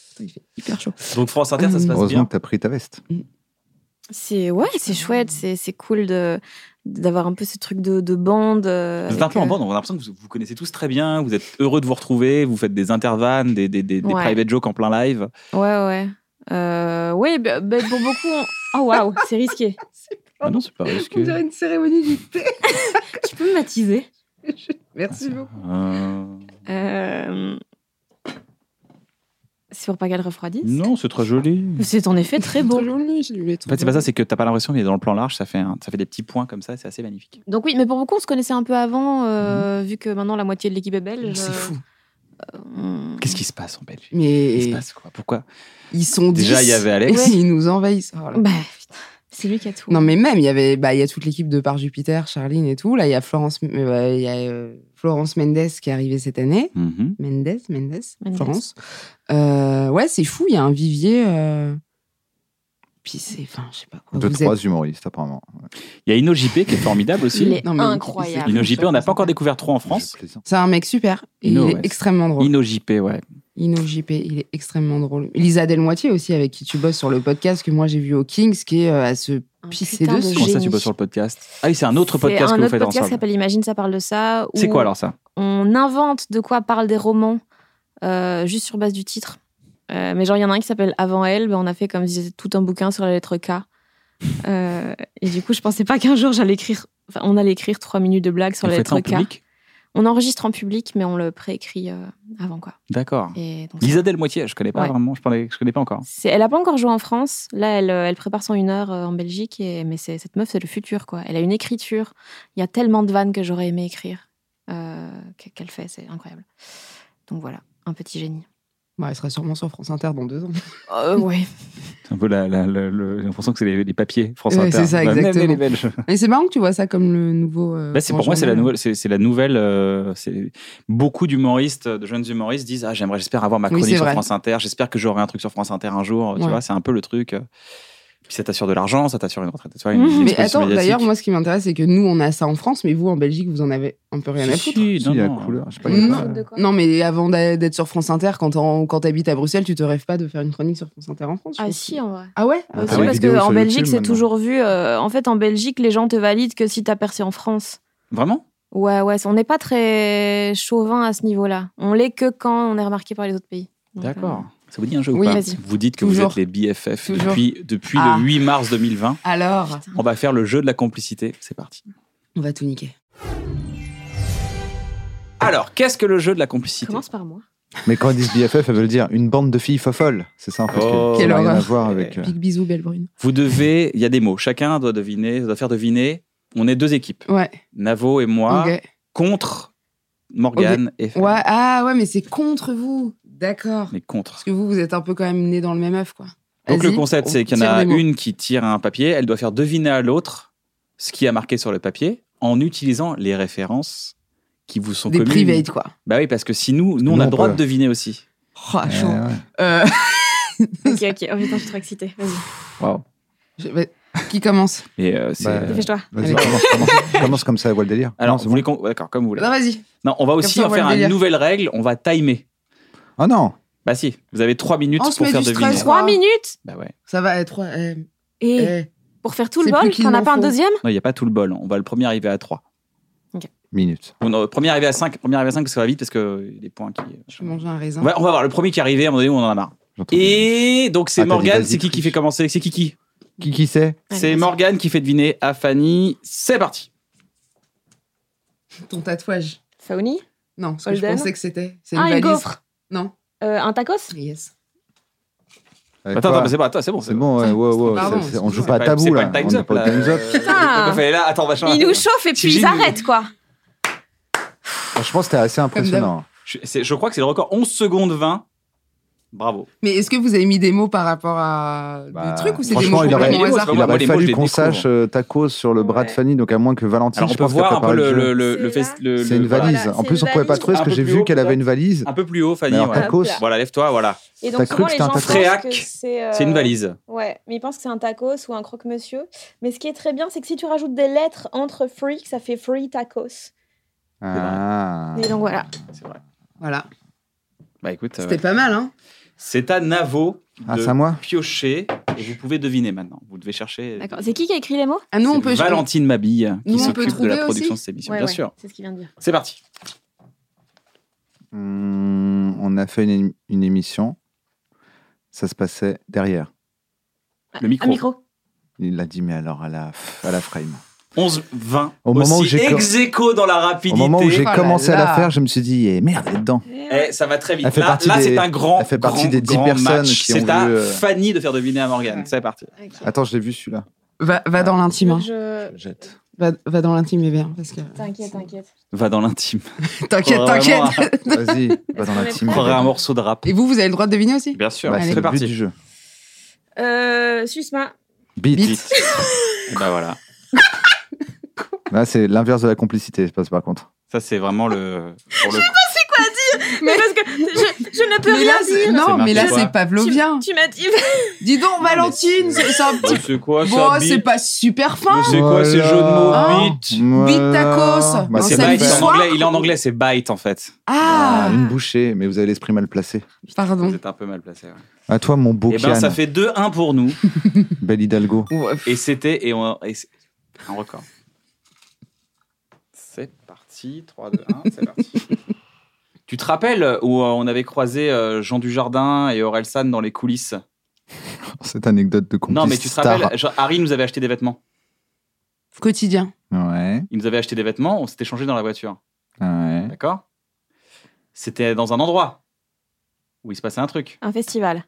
Putain, il fait hyper chaud.
Donc France Inter, ça se passe
Heureusement
bien.
que t'as pris ta veste.
C'est ouais, c'est chouette, c'est c'est cool de d'avoir un peu ce truc de, de bande. euh,
Vous êtes un
avec,
peu en
euh,
bande, on a l'impression que vous vous connaissez tous très bien, vous êtes heureux de vous retrouver, vous faites des intervannes, des, des, des, des
Ouais.
private jokes en plein live.
Oh.
Ouais, ouais. Euh, ouais, bah, bah, pour beaucoup. on- Oh waouh, c'est risqué.
Ah non, c'est pas
On
risqué.
dirait une cérémonie du thé.
tu peux me matiser
Merci beaucoup.
Euh,
Euh, C'est pour pas qu'elle refroidisse
Non, c'est très joli.
C'est en effet très beau.
En fait, c'est pas ça, c'est que t'as pas l'impression qu'il est dans le plan large, ça fait, un- ça fait des petits points comme ça, c'est assez magnifique.
Donc oui, mais pour beaucoup, on se connaissait un peu avant,
Mhm.
euh, vu que maintenant la moitié de l'équipe est belge.
C'est fou.
Euh, on-
Qu'est-ce qui se passe en Belgique Qu'est-ce qui
Mais
se passe quoi Pourquoi
ils sont
Déjà,
dix,
il y avait
et
Alex.
ils nous envahissent. Oh là là.
Bah, putain, c'est lui qui a tout.
Non, mais même, il y avait, bah, il y a toute l'équipe de Par Jupiter, Charline et tout. Là, il y a Florence, euh, bah, il y a euh, Florence Mendes qui est arrivée cette année.
Mhm.
Mendes, Mendes,
Mendes.
Florence. Euh, ouais, c'est fou, il y a un vivier. euh, Puis c'est, enfin, je sais pas quoi.
Deux,
vous
trois
êtes-
humoristes, apparemment. Ouais,
Il y a Inojip qui est formidable aussi.
Il est
Non, mais-
incroyable.
Inojip, on n'a pas encore découvert trop en
je
France.
plaisante.
C'est un mec super. Et
Ino,
il est
ouais.
extrêmement drôle.
Inojip, ouais.
Ino JP, il est extrêmement drôle. Lisa Delmoitier aussi, avec qui tu bosses sur le podcast que moi j'ai vu au Kings, qui est euh, à se
Un
pisser
putain de
dessus.
Comment ça,
génie.
tu bosses sur le podcast Ah oui, c'est un autre podcast
C'est
que
un
vous
autre
faites
podcast qui
ensemble.
s'appelle Imagine, ça parle de ça. où
C'est quoi alors ça
On invente de quoi parlent des romans, euh, juste sur base du titre. Euh, mais genre, il y en a un qui s'appelle Avant elle, ben, on a fait comme si c'était tout un bouquin sur la lettre K. Euh, et du coup, je pensais pas qu'un jour j'allais écrire. Enfin, on allait écrire trois minutes de blague sur
Vous
la
faites
lettre
ça en
K.
public
On enregistre en public, mais on le préécrit euh, avant quoi.
D'accord.
Et donc,
Lisa Delmoitier, je connais pas
Ouais.
vraiment, je ne connais pas encore.
c'est- elle a pas encore joué en France. Là, elle, euh, elle prépare son une heure euh, en Belgique. Et, mais c'est- cette meuf, c'est le futur, quoi. Elle a une écriture. Il y a tellement de vannes que j'aurais aimé écrire euh, qu'- qu'elle fait. C'est incroyable. Donc voilà, un petit génie.
Ouais, il sera sûrement sur France Inter dans deux ans.
oui.
C'est un peu la, la- la- le- j'ai l'impression que c'est les, les papiers France
Ouais,
Inter.
c'est ça,
Bah, même
exactement.
les Belges.
Et c'est marrant que tu vois ça comme le nouveau. euh,
Là, Bah, c'est pour moi, c'est la
journal.
nouvelle. C'est, c'est la nouvelle. euh, c'est beaucoup d'humoristes, de jeunes humoristes disent ah j'aimerais, j'espère avoir ma
Oui,
chronique
c'est
sur
vrai.
France Inter. J'espère que j'aurai un truc sur France Inter un jour. Tu
Ouais.
vois, c'est un peu le truc. euh. Puis ça t'assure de l'argent, ça t'assure une retraite. Tu vois, une,
Mhm.
une
Mais
exposition
attends,
Mmh. médiatique.
d'ailleurs, moi, ce qui m'intéresse, c'est que nous, on a ça en France, mais vous, en Belgique, vous en avez un peu rien à
Si,
foutre.
si,
Si,
non,
il y a
non.
couleur. Je sais pas,
Non.
il y a pas-
Non, mais avant d'a- d'être sur France Inter, quand t'en- quand t'habites à Bruxelles, tu te rêves pas de faire une chronique sur France Inter en France je
Ah
pense.
si, en vrai.
Ah ouais
Ah
Aussi,
oui,
parce
vidéo
qu'en
sur
Belgique,
YouTube,
c'est
maintenant.
toujours vu. euh, en fait, en Belgique, les gens te valident que si t'as percé en France.
Vraiment
Ouais, ouais, on n'est pas très chauvin à ce niveau-là. On l'est que quand on est remarqué par les autres pays. Donc, euh,
D'accord. Ça vous dit un jeu
Oui,
ou pas
vas-y.
Vous dites que
Toujours.
vous êtes les BFF
Toujours.
depuis depuis
Ah.
le 8 mars 2020.
Alors,
On va faire le jeu de la complicité. C'est parti.
on va tout niquer.
Alors, qu'est-ce que le jeu de la complicité
Commence par moi.
Mais quand ils disent BFF, elles veulent dire une bande de filles fofolles. C'est ça, en fait.
Oh.
que-
Quelle
ça n'a rien à
horreur.
voir avec. euh,
Big bisous, belle brune.
Vous devez, il y a des mots. Chacun doit deviner, doit faire deviner. On est deux équipes,
Ouais,
Navo et moi,
ok.
contre Morgane et Fanny.
Ouais, ah ouais, mais c'est contre vous. D'accord.
On est contre.
Parce que vous, vous êtes un peu quand même nés dans le même œuf, quoi.
Donc
Vas-y,
le concept,
on
c'est qu'il y en
tire
a
des mots.
une qui tire un papier, elle doit faire deviner à l'autre ce qui a marqué sur le papier en utilisant les références qui vous sont
Des
communes.
privates, quoi.
Bah oui, parce que si nous, nous on
Nous,
a
on
le droit
peut.
de deviner aussi.
Oh,
ouais,
chaud.
ouais.
Euh,
ok, ok. Oh putain, je suis trop excitée. Vas-y,
je- bah, qui commence
Et euh, c'est-
Bah,
euh,
dépêche-toi.
Vas-y,
Allez.
commence, commence, commence comme ça, voit le délire.
alors,
Non, c'est
vous
bon.
voulez qu'on- D'accord, comme vous voulez.
Non, vas-y.
Non, on va aussi
ça, on
en
va
faire
le
une
délire.
nouvelle règle. On va timer.
Ah non
Bah si, vous avez trois minutes
On se
pour
met
faire
du
deviner.
stress,
Trois
Ah.
minutes
Bah ouais.
Ça va, eh, trois. eh,
Et
eh.
pour faire tout le
C'est plus
bol,
qu'il
t'en as
m'en
pas un
faut.
deuxième
Non, il n'y a pas tout le bol. On va le premier arriver à 3.
Minute.
On, euh, premier arrivé à 5, premier arrivé à 5 parce que ça va vite parce que euh, les points qui.
Je vais manger un raisin.
On va, on va voir le premier qui est arrivé, à un moment donné, on en a marre.
J'entends
Et donc c'est
Ah, t'as dit
Morgane,
vas-y,
c'est qui qui
triche.
fait commencer C'est qui qui
bien. Qui, qui c'est
Allez,
C'est
vas-y.
Morgane qui fait deviner à Fanny. C'est parti
Ton tatouage.
Fauni
Non, ce que je
Holden.
pensais que c'était. C'est une
Ah, une
valise.
gaufre
Non.
Euh, Un tacos
Yes.
Avec
Attends,
quoi
attends, mais c'est pas, attends, c'est bon.
C'est bon, ouais, wow, wow,
Pardon,
c'est- c'est- on joue
excuse-moi.
pas à
C'est pas- c'est
tabou,
pas
là.
le
On
Time's
n'est
Up.
pas au
là.
Time's Up.
Putain.
Donc, on fait là, attends, machin.
Ils nous chauffent et puis
Gigi
ils
nous-
arrêtent, quoi.
Franchement, c'était assez impressionnant.
Je, c'est- je crois que c'est le record 11 secondes 20. Bravo.
Mais est-ce que vous avez mis des mots par rapport à
Bah,
des trucs ou c'est des mots
franchement, il
complètement
aurait,
au
mots,
hasard
c'est
il
Moi,
aurait
les mots, je
fallu
les
qu'on
découvre.
sache euh, tacos sur le bras de
Ouais.
Fanny, donc à moins que Valentine,
Alors, on
je
peut
pense qu'elle
voir un peu
prépare
le,
le
le,
jeu.
le, le
C'est
fest-
là.
le-
C'est
le-
une valise.
Voilà,
en
c'est
plus,
une
on pouvait pas
valise.
trouver
Un
parce que
peu
j'ai
plus haut,
vu qu'elle avait
peut-être.
une valise.
Un peu plus haut, Fanny.
Mais alors,
voilà.
tacos,
Hop là.
Voilà, lève-toi, voilà.
Et
T'as cru que c'était un tacos
Tréac,
c'est. euh,
C'est une valise.
Ouais, mais ils pensent que c'est un tacos ou un croque-monsieur. Mais ce qui est très bien, c'est que si tu rajoutes des lettres entre freak, ça fait free tacos.
Ah.
Et donc voilà.
C'est vrai.
Voilà,
Bah écoute, euh,
c'était pas mal, hein
c'est à Navo
Ah,
de
c'est à moi
piocher et vous pouvez deviner maintenant. Vous devez chercher. euh,
D'accord. C'est qui qui a écrit les mots
Ah, nous, on
C'est
peut.
Valentine Mabille
Nous,
qui
on peut
s'occupe de
trouver
la production
aussi
de cette émission.
Ouais,
Bien
ouais,
sûr.
C'est ce qu'il vient de dire.
C'est parti.
Hum, on a fait une, une émission. Ça se passait derrière.
Le micro.
Un micro.
Il l'a dit, mais alors à la, f- à la frame.
11, 20.
Au moment
Aussi
où j'ai com-
ex aequo dans la
Au
rapidité.
moment où j'ai
Oh là
commencé à la
là.
faire, je me suis dit, eh, merde, elle est dedans.
Eh, ça va très vite.
Elle fait
là,
partie
là,
des-
c'est un grand.
elle fait partie
grand,
des dix
grand
personnes
match.
qui ont
C'est à
vu, euh,
Fanny de faire deviner à Morgane. C'est parti.
Attends, je l'ai vu celui-là.
Va, va dans l'intime. hein.
Jette.
Va, va dans l'intime, et bien. Parce que...
T'inquiète, t'inquiète.
Va dans l'intime.
T'inquiète,
Vraiment,
t'inquiète.
Vas-y, va dans la team.
Prendrai un morceau de rap.
Et vous, vous avez le droit de deviner aussi
Bien sûr.
Bah,
Allez.
c'est
c'est
le but
parti.
du jeu.
Euh, Susma.
Beat.
Vite.
Et bah voilà.
Là, Bah, c'est l'inverse de la complicité, je passe par contre.
Ça, c'est vraiment le. Pour le
Mais parce que je, je ne peux
Mais là,
rien
c'est-
dire.
non,
C'est
mais là,
marqué
c'est pavlovien.
Tu, tu m'as dit.
Dis donc, Valentine, c'est c'est un petit.
Bah, c'est quoi
Bon, c'est pas super fin.
C'est quoi ces
Voilà.
jeux de mots
Ah.
Bitch.
Voilà.
Big tacos.
Bah,
Un
C'est
c'est
samedi
bite
parfait.
en
soir.
anglais. Il est en anglais, c'est bite en fait.
Ah,
Ah, Une bouchée, mais vous avez l'esprit mal placé.
Vous
pardon.
êtes un peu mal placé. ouais.
À toi, mon beau
Eh ben,
Kian,
ça fait 2-1 pour nous.
bel Hidalgo.
Ouais.
Et c'était. Et on- et c'est- un record. C'est parti. 3, 2, 1. C'est parti. Tu te rappelles où euh, on avait croisé euh, Jean Dujardin et Aurel San dans les coulisses
Cette anecdote de complicité.
Non, mais tu te rappelles, Jean- Harry nous avait acheté des vêtements.
Quotidien.
Ouais,
Il nous avait acheté des vêtements, on s'était changé dans la voiture.
ouais.
D'accord C'était dans un endroit où il se passait un truc.
Un festival.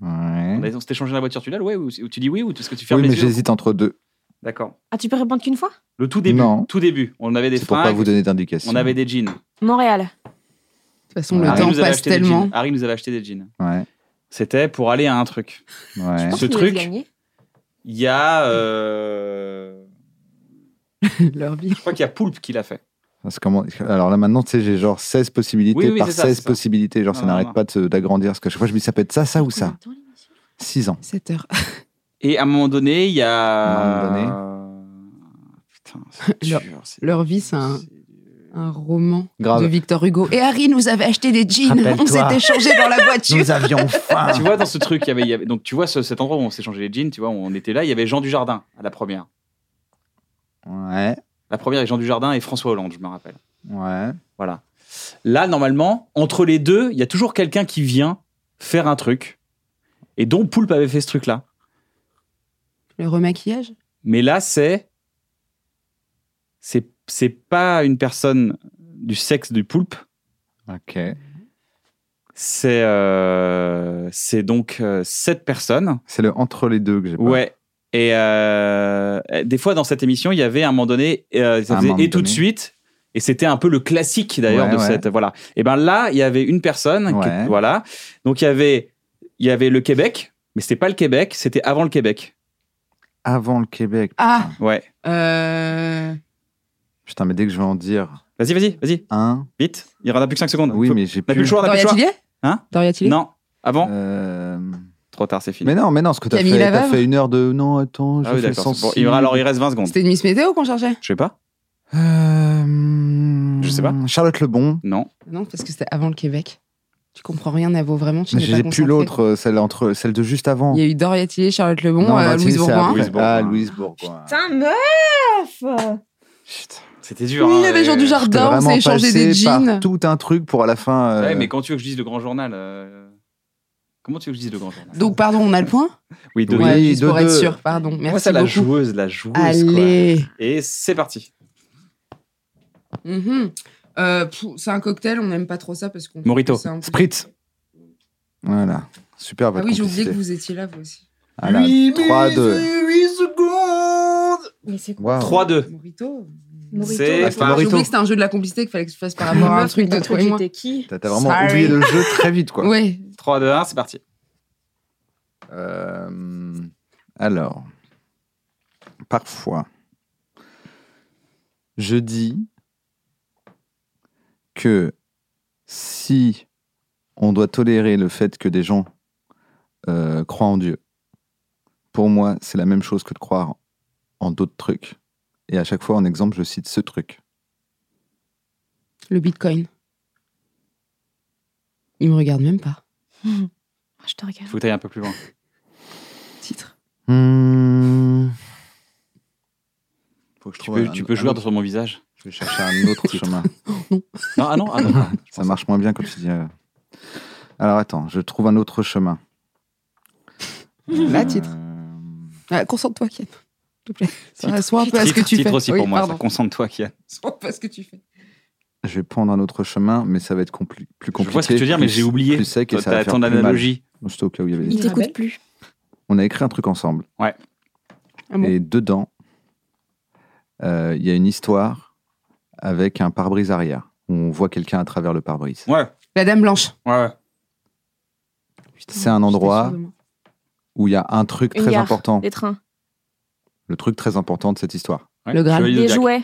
Ouais.
On a- on s'était changé dans la voiture, tu l'as ouais, ou, ou tu dis oui ou est-ce que tu fermes
Oui, mais
les yeux
j'hésite entre deux.
D'accord.
Ah, tu peux répondre qu'une fois
Le tout début.
Non.
Tout début. On avait des
C'est pour pas
fringues,
vous donner d'indications.
on avait des jeans.
Montréal.
De toute façon,
Ouais.
le
Ah,
Harry
temps
nous, avait
passe
acheté des
tellement.
jeans. Harry nous avait acheté des jeans.
Ouais,
C'était pour aller à un truc.
ouais.
Je pense
Ce
qu'il
truc-
va gagner.
Il y a. euh,
Leur vie.
Je crois qu'il y a Poulpe qui l'a fait.
Parce que comment- Alors là, maintenant, tu sais, j'ai genre 16 possibilités
Oui, oui,
par
c'est ça,
16
c'est ça.
possibilités. Genre,
Non,
ça
non,
n'arrête
non.
pas de se- d'agrandir. Parce que chaque fois, je me dis, ça peut être ça, ça ou ça. 6 ans.
7 heures.
Et à un moment donné, il y a.
À un
Putain, c'est dur.
Leur-
c'est-
Leur vie, c'est un,
c'est-
un roman
Grave.
de Victor Hugo. Et Harry nous avait acheté des jeans.
Rappelle-toi.
On s'était changé dans la voiture.
Nous avions faim.
Tu vois, dans ce truc, il y avait, il y avait- donc tu vois ce- cet endroit où on s'est changé les jeans, tu vois, on était là, il y avait Jean Dujardin à la première.
Ouais,
La première est Jean Dujardin et François Hollande, je me rappelle.
ouais.
Voilà. Là, normalement, entre les deux, il y a toujours quelqu'un qui vient faire un truc. Et dont Poulpe avait fait ce truc-là.
Le remaquillage
Mais là, c'est. C'est c'est pas une personne du sexe du Poulpe.
Ok.
C'est euh, c'est donc euh, cette personne.
C'est le entre les deux que j'ai pas.
Ouais. Et euh, des fois, dans cette émission, il y avait à un moment donné, euh, ça
À un
faisait
moment
et tout de
donné.
suite. Et c'était un peu le classique d'ailleurs
Ouais,
de
ouais.
cette voilà. Et ben là, il y avait une personne, qui-
Ouais.
voilà. Donc il y avait il y avait le Québec, mais c'était pas le Québec, c'était avant le Québec.
Avant le Québec.
Ah
Ouais.
euh,
Putain, mais dès que je vais en dire
Vas-y, vas-y, vas-y,
un.
vite. Il y en a plus que 5 secondes.
Oui,
Faut-
mais j'ai
On a
plus.
plus le choix, on a plus
Doria
le choix.
Tillier
Hein
Doria Tillier
Non, avant.
Euh,
Trop tard, c'est fini.
Mais non, mais non, ce que t'as
Camille
fait, t'as
Lavave
fait une heure de. Non, attends, j'ai
Ah oui,
fait
d'accord.
100.
c'est Bon, il y aura- alors il reste 20 secondes.
C'était une Miss Météo qu'on cherchait
Je sais pas. Je
Je
sais pas.
Euh, Charlotte Lebon.
Non.
Non, parce que c'était avant le Québec. Tu comprends rien, Navo, vraiment. Tu n'es
J'ai
pas
plus
concentrée.
l'autre, euh, celle entre celle de juste avant.
Il y a eu Doria Tillier, Charlotte Lebon,
Non,
euh,
Martini,
Louise
c'est
Bourgoin.
après.
Louise
Ah,
Bourgoin.
Louise Bourgoin.
Putain, meuf
Putain.
C'était dur.
Oui, il y
hein,
avait Jean
euh,
du
J'étais
Jardin, on
vraiment
s'est échangé
passé
des jeans.
Par tout un truc pour à la fin. euh,
Ouais, mais quand tu veux que je dise le grand journal. euh, Comment tu veux que je dise le grand journal
Donc, pardon, on a le point
oui, deux.
Oui,
Ouais, juste
deux,
pour être
deux.
sûr, pardon.
Moi,
Merci
ça, la
beaucoup.
joueuse, la joueuse. quoi.
Allez
Et c'est parti.
Mhm. Euh, pou- c'est un cocktail, on n'aime pas trop ça parce qu'on.
Morito.
c'est un peu-
Spritz. Voilà. Super,
Ah
votre
oui, j'ai oublié que
complicité. Ah
vous étiez là, vous aussi.
Voilà, 3, 2.
8 secondes
Mais c'est
Waouh.
3-2.
Morito.
Morito.
C'est
Ah,
parti.
J'ai
Morito.
oublié que c'était un jeu de la complicité qu'il fallait que je fasse par rapport à un
Meuf,
truc
mais
de
t'as
toi
cru
et
que
moi.
j'étais qui
T'as t'as vraiment
Sorry.
oublié le jeu très vite, quoi.
Ouais.
3, 2, 1, c'est parti.
Euh, alors, parfois, je dis que si on doit tolérer le fait que des gens euh, croient en Dieu, pour moi, c'est la même chose que de croire en d'autres trucs. Et à chaque fois, en exemple, je cite ce truc.
Le bitcoin. Il me regarde même pas.
Je te regarde.
Faut que t'ailles un peu plus loin.
Titre.
Hmm. Faut que je
Tu
trouve
peux,
un-
tu peux
un
jouer
autre-
sur mon visage.
Je vais chercher un autre chemin.
Non, ah non, ah non. ah, je
Ça
pense-
marche moins bien quand tu dis. euh. Alors attends, je trouve un autre chemin.
La Ah, titre.
Euh,
Ah, Concentre-toi, Ken. te plaît.
Titre.
Sois un peu à ce que
Titre-
tu
titre
fais.
aussi
Oui,
pour moi, ça
pardon.
concentre-toi, Kian.
Sois un peu à ce que tu fais.
Je vais prendre un autre chemin, mais ça va être compli- plus
Je
compliqué.
vois ce que tu veux dire, mais
plus-
j'ai oublié.
Plus sec et
Toi,
ça va
T'attends
faire plus mal.
l'analogie.
C'était au cas où il y avait des-
Il
Il te
t'écoute
rappelle
plus.
On a écrit un truc ensemble.
Ouais.
Ah bon
et dedans, euh, il y a une histoire avec un pare-brise arrière. où On voit quelqu'un à travers le pare-brise.
Ouais,
La dame blanche.
ouais, ouais.
C'est un endroit où il y a un truc
Une
très
gare.
important.
Des trains.
Le truc très important de cette histoire.
Ouais,
Le Graal.
Chevalier de
Des
Dac.
jouets.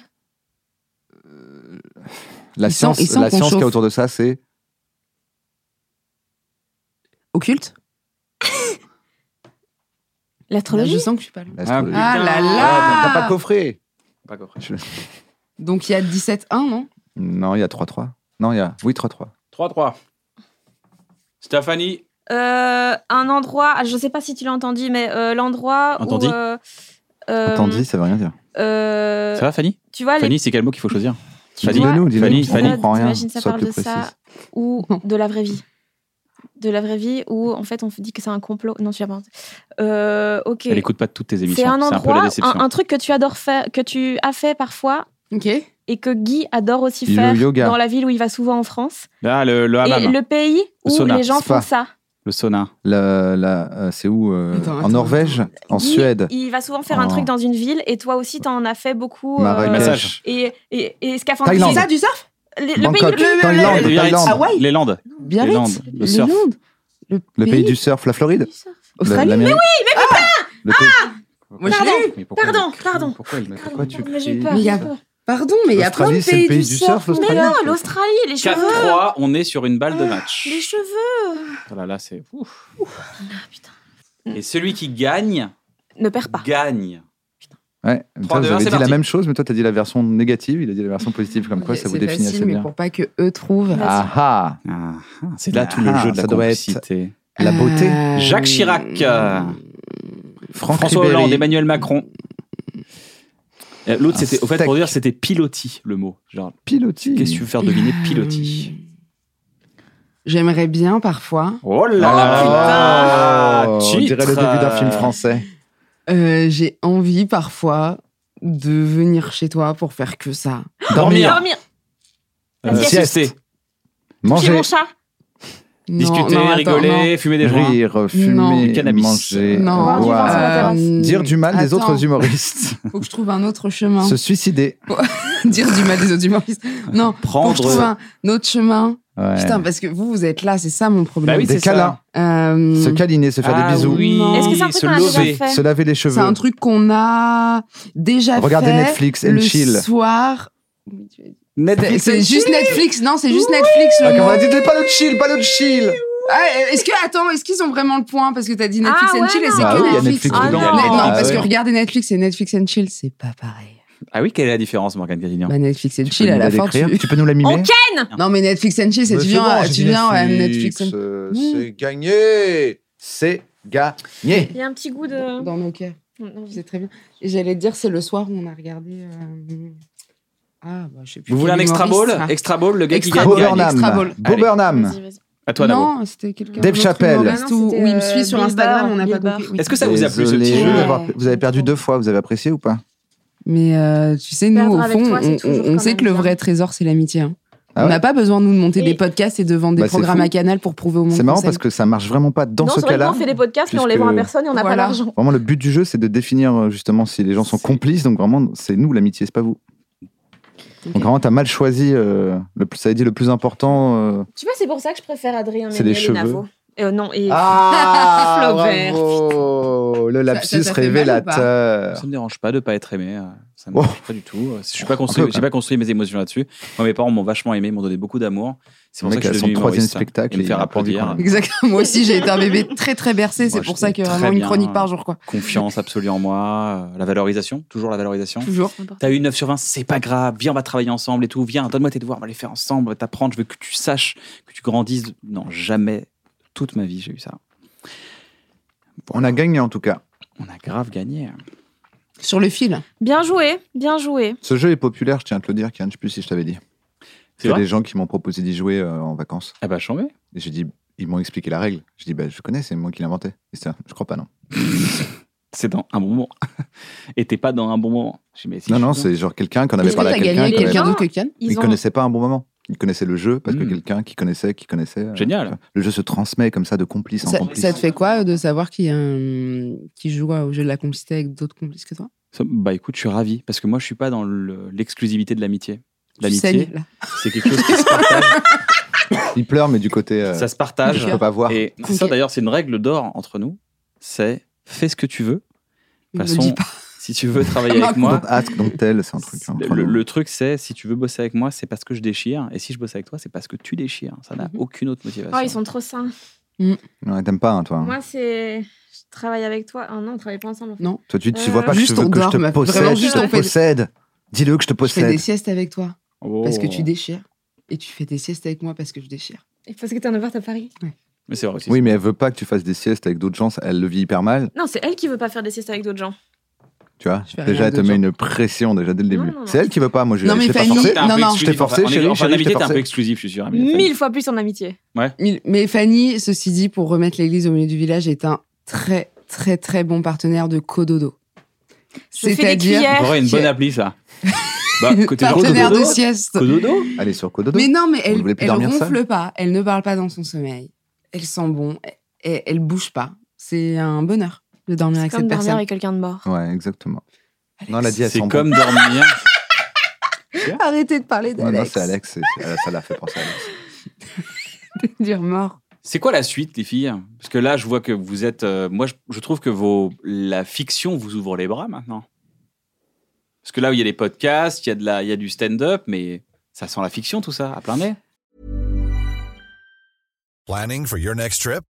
La
Il sent-
science,
il sent
la
qu'on
science qu'il y a
chauffe. Ah.
autour de ça, c'est
Occulte
L'astrologie.
Je sens que je suis pas loin.
l'astrologie.
Ah,
Ah là
Ah, T'as pas
là
coffré
Pas compris.
Donc il y a 17-1, non
Non, il y a 3-3. Non, il y a. Oui, 3-3.
3-3. Stéphanie.
Euh, un endroit, ah, je sais pas si tu l'as entendu, mais euh, l'endroit où.
Entendu.
euh, euh,
Attendez, ça veut rien dire.
euh,
Ça va, Fanny
tu vois, les,
Fanny, c'est quel mot qu'il faut choisir
tu
Fanny,
vois
Dis-le-nous, dis-le-nous,
Fanny,
on
Fanny.
comprend rien.
T'imagines, ça
Sois
parle
plus
de ça.
précise.
ou de la vraie vie. De la vraie vie où en fait on dit que c'est un complot. Non, tu as pas. Euh, ok.
Elle écoute pas toutes tes émissions.
C'est un
C'est un peu la
endroit, un,
déception.
un truc que tu adores faire, que tu as fait parfois
Ok.
et que Guy adore aussi
Le
faire
yoga.
dans la ville où il va souvent en France.
Là, Ah, le, le
et
hammam, le...
le pays où
sauna,
les gens
spa.
font ça.
sauna.
La- la- euh, c'est où euh,
Attends,
En
attends,
Norvège En
Guy,
Suède
Il va souvent faire un
Oh.
truc dans une ville et toi aussi t'en as fait beaucoup. euh,
Massage.
Marrakech.
et, et, et scaphandrier.
Thaïlande.
C'est ça, du surf
Le, le
Bangkok.
pays le- le-
Thaïlande.
le-
Les
Thaïlande.
Biarritz.
Hawaï
Les Landes.
Biarritz
Landes, le surf.
Landes, Le,
Le pays du surf, la Floride
Australie
Mais oui, mais putain
Moi, je l'ai eu.
Pardon, pardon.
Pourquoi, mais
Pardon,
pourquoi tu
pardon, mais j'ai
cries
peur,
Mais il y
j'ai
a-
peur.
Pardon, mais il y a plein de
L'Australie, c'est le
pays,
pays
du
du
surf.
surf, l'Australie.
Mais
Australie.
non, l'Australie, les cheveux.
4-3, on est sur une balle de match.
Les cheveux.
Oh là là, c'est ouf.
Ah, putain.
Et celui qui gagne,
Ne perds pas.
gagne.
Ouais, putain,
Trois, deux,
vous
un,
avez
c'est
dit la
parti.
même chose, mais toi, t'as dit la version négative, il a dit la version positive, comme quoi ça vous
C'est
définit
facile,
assez
mais
bien.
pour pas que eux trouvent.
Vas-y.
Ah ah
Ah, c'est là tout le
Ah,
jeu de la
ça doit être-
complicité.
La beauté
Euh,
Jacques Chirac. euh,
Franck
François
Ribéry.
Hollande, Emmanuel Macron. Euh, L'autre,
Un
c'était, au fait,
Ah, steak.
pour dire, c'était piloti, le mot. Genre,
Piloti.
qu'est-ce que tu veux faire deviner piloti
J'aimerais bien parfois.
Oh là
Ah,
là
oh, On dirait le
Titre.
début d'un film français.
Euh, J'ai envie parfois de venir chez toi pour faire que ça.
Dormir.
Dormir.
Euh,
Sieste.
siester,
Chez
Manger,
mon chat.
Non,
discuter,
non, attends,
rigoler, fumer des joints.
rire,
Non.
fumer,
Le cannabis.
manger,
Non,
Boire du vin sur la
boire,
terrasse.
Euh,
dire du mal des
attends,
autres humoristes,
Faut que je trouve un autre chemin.
se suicider.
dire du mal des autres humoristes. Non, faut que je trouve
Prendre.
un autre chemin.
Ouais.
Putain, parce que vous, vous êtes là, c'est ça mon
Bah
problème.
oui,
Des
c'est
câlins,
ça.
Euh,
se câliner, se faire
Ah
des bisous,
Oui,
Non.
Est-ce que c'est un truc
se
qu'on a
lever.
déjà
se
fait
laver les
c'est
cheveux,
un truc qu'on a déjà
regarder
fait
Netflix and
le
chill.
soir. C'est-
Netflix.
C'est juste Netflix, non, c'est juste Netflix. le
Ah,
mot.
comment on a dit, pas le chill, pas le chill
Ah, est-ce que attends, est-ce qu'ils ont vraiment le point parce que t'as dit Netflix
Ah
and
ouais,
chill et
non.
c'est
Bah
que
oui, il y a
Netflix.
Netflix
Ah
dedans.
non.
Mais non,
Ah
parce
ouais.
que regarder Netflix et Netflix and chill, c'est pas pareil.
Ah oui, quelle est la différence, Morgane Cadignan
Bah, Netflix and
Tu
chill
peux
à
nous
la
la
fin,
décrire
tu...
Tu peux nous Bah, la mimer
On
Non, mais Netflix and chill, c'est
Mais
tu viens,
bon,
tu
j'ai
viens ouais,
Netflix,
Netflix. and-
euh,
Mm.
C'est gagné C'est gagné
Il y a un petit goût de.
Dans nos cœurs. C'est très bien. Et j'allais te dire, c'est le soir où on a regardé. euh, Ah, bah, je sais plus.
Vous voulez un
quel
extra ball
humoriste, hein. là.
Extra ball, le gars qui
Extra
gagne.
Bo
ball.
gagne.
Extra
Burnham
ball.
Bo
Allez.
Burnham
Vas-y, vas-y.
À toi, Nabo.
Non, c'était quelqu'un.
Dave
d'autre
Chappelle.
humoriste
Non, non,
où-
c'était,
où il me
euh,
suit sur
Bill
Instagram,
Burr,
on n'a
Bill
pas
Burr.
compris. Oui.
Est-ce que ça vous a plu ce
Désolé,
petit
je
jeu
vais
Ouais.
avoir- Vous avez perdu deux fois, vous avez apprécié ou pas
Mais euh, tu sais, nous,
Perdre
au
avec
fond,
toi, c'est
on-
toujours
on,
quand
on sait
même
que le
bien.
vrai trésor, c'est l'amitié. hein.
Ah
on
ouais
n'a pas besoin, nous, de monter
Et-
des podcasts et de vendre
Bah,
des
c'est
programmes
fou.
à Canal pour prouver au monde.
C'est marrant parce que ça marche vraiment pas dans
non,
ce
sur les
cas-là.
on fait des podcasts, mais on les
puisque-
vend à personne et on n'a
Voilà.
pas l'argent.
Vraiment, le but du jeu, c'est de définir euh, justement si les gens sont
C'est-
complices. Donc vraiment, c'est nous l'amitié, c'est pas vous. Donc vraiment, t'as mal choisi. euh, le plus, ça a dit le plus important. euh,
Tu vois, c'est pour ça que je préfère Adrien
C'est les
Méniel et
cheveux.
Navo. Euh, non, et.
Ah,
Flaubert.
bravo Le
Ça-
lapsus
ça t'a fait mal ou pas
révélateur.
Ça me dérange pas de pas être aimé. euh, Ça me
Oh.
dérange pas du tout. Je suis pas construit,
Un peu,
j'ai
quand
pas construit mes émotions là-dessus. Moi, mes parents m'ont vachement aimé, m'ont donné beaucoup d'amour. C'est pour
Le
ça
mec
que je
a
suis
son
devenu
troisième
humoriste hein,
spectacle
et me
et
faire
il a pas envie
applaudir.
qu'on l'aime.
Exactement. Moi aussi, j'ai été un bébé très, très bercé.
Moi,
C'est pour
j'étais
ça que
très
vraiment une
bien.
chronique par jour, quoi.
Confiance absolue en moi, euh, la valorisation, toujours la valorisation.
Toujours.
T'as eu 9 sur 20, c'est pas grave, viens, on va travailler ensemble et tout, viens, donne-moi tes devoirs, on va les faire ensemble, on va t'apprendre, je veux que tu saches, que tu grandisses. Non, jamais, toute ma vie, j'ai eu ça.
On a gagné en tout cas.
On a grave gagné.
Sur le fil.
Bien joué, bien joué.
Ce jeu est populaire, je tiens à te le dire, Kian, je sais plus si je t'avais dit.
C'est
Il y a
vrai
des gens qui m'ont proposé d'y jouer euh, en vacances.
Ah bah, chambé.
Et j'ai dit, ils m'ont expliqué la règle. J'ai dit, bah, je connais, c'est moi qui l'ai inventé. Et c'est un, je crois pas, non.
c'est dans un bon moment. Et t'es pas dans un bon moment. J'ai dit, mais si,
Non,
je
non,
suis bien.
c'est genre quelqu'un qu'on avait
Est-ce que
parlé à
t'as gagné
quelqu'un.
avec
qu'on avait-
quelqu'un
connaît.
d'autre que Kian
Ils
Il
ont-
connaissait pas un bon moment. Il connaissait le jeu parce que
Mm.
quelqu'un qui connaissait, qui connaissait. euh,
Génial.
tu vois. Le jeu se transmet comme ça de complice en
ça,
complice.
ça te fait quoi de savoir qui, euh, qui joue euh, au jeu de la complicité avec d'autres complices que toi
Ça- Bah écoute, je suis ravi parce que moi, je suis pas dans le- l'exclusivité de l'amitié.
Tu
L'amitié,
saignes, là.
c'est quelque chose qui se partage.
Il pleure, mais du côté. euh,
ça se
je
partage.
peux pas voir.
Et c'est ça d'ailleurs, c'est une règle d'or entre nous. C'est fais ce que tu veux.
Il
De
me
toute
le
façon,
dit pas.
si tu veux travailler avec moi,
Donc, ask, donc tel, c'est un truc. hein,
le,
entre
le-
nous.
le truc c'est si tu veux bosser avec moi, c'est parce que je déchire, et si je bosse avec toi, c'est parce que tu déchires. Ça n'a
Mhm.
aucune autre motivation.
Oh, ils sont trop sains.
Ouais, T'aimes pas, hein, toi. hein.
Moi, c'est. Je travaille avec toi. Ah non, on travaille pas ensemble. en fait.
Non.
Toi, tu, tu
Euh,
vois pas que
juste
je veux
on
que je
dort,
te
meuf.
possède.
Vraiment,
juste
je
on
te
fait-
possède. Dis-le que je te
Je fais
possède.
des siestes avec toi
Oh.
parce que tu déchires. Et tu fais des siestes avec moi parce que je déchire.
Et parce que t'es un overt à Paris.
Mais c'est vrai aussi.
Oui, mais elle veut pas que tu fasses des siestes avec d'autres gens. ça- Elle le vit hyper mal.
Non, c'est elle qui veut pas faire des siestes avec d'autres gens.
Tu vois,
Je fais rien
déjà, elle te
d'autre,
met
genre.
une pression déjà dès le
Non,
début.
non, non.
C'est elle qui veut pas. Moi, je
Non, mais
je t'ai pas
Fanny,
forcé.
T'es un peu
Non, non.
exclusif,
Je t'ai forcé,
enfin, on est-
chérie,
Enfin,
chérie,
l'amitié,
je t'ai
t'es un peu
forcé.
exclusif, je suis
Ah,
sûr. Amélie,
Mille fois plus en amitié.
Mille- Mais Fanny, ceci dit, pour remettre l'église au milieu du village, est un très, très, très bon partenaire de Cododo.
Je fais des
On
cuillères.
pourrait une bonne
Tiens.
appli, ça.
Ah,
bah, côté
partenaire
Cododo,
de sieste.
Cododo
Allez sur Cododo.
Mais non, mais
Vous
elle,
voulez plus
elle
dormir
ronfle
seule
pas, elle ne parle pas dans son sommeil, elle sent bon, elle, elle bouge pas. C'est un bonheur de dormir
C'est
avec
comme
cette
dormir
personne.
avec quelqu'un de mort.
Ouais, exactement. Non, elle a
Alex.
dit, elle sent
C'est
bon.
comme dormir.
Arrêtez de parler
Non, non,
d'Alex.
c'est Alex. c'est- c'est- Ça l'a fait penser à Alex.
dire mort.
C'est quoi la suite, les filles Parce que là, je vois que vous êtes. euh, moi, je, je trouve que vos, la fiction vous ouvre les bras maintenant. Parce que là, il y a des podcasts, il y a, de la, il y a du stand-up, mais ça sent la fiction, tout ça, à plein nez.
Planning for your next trip?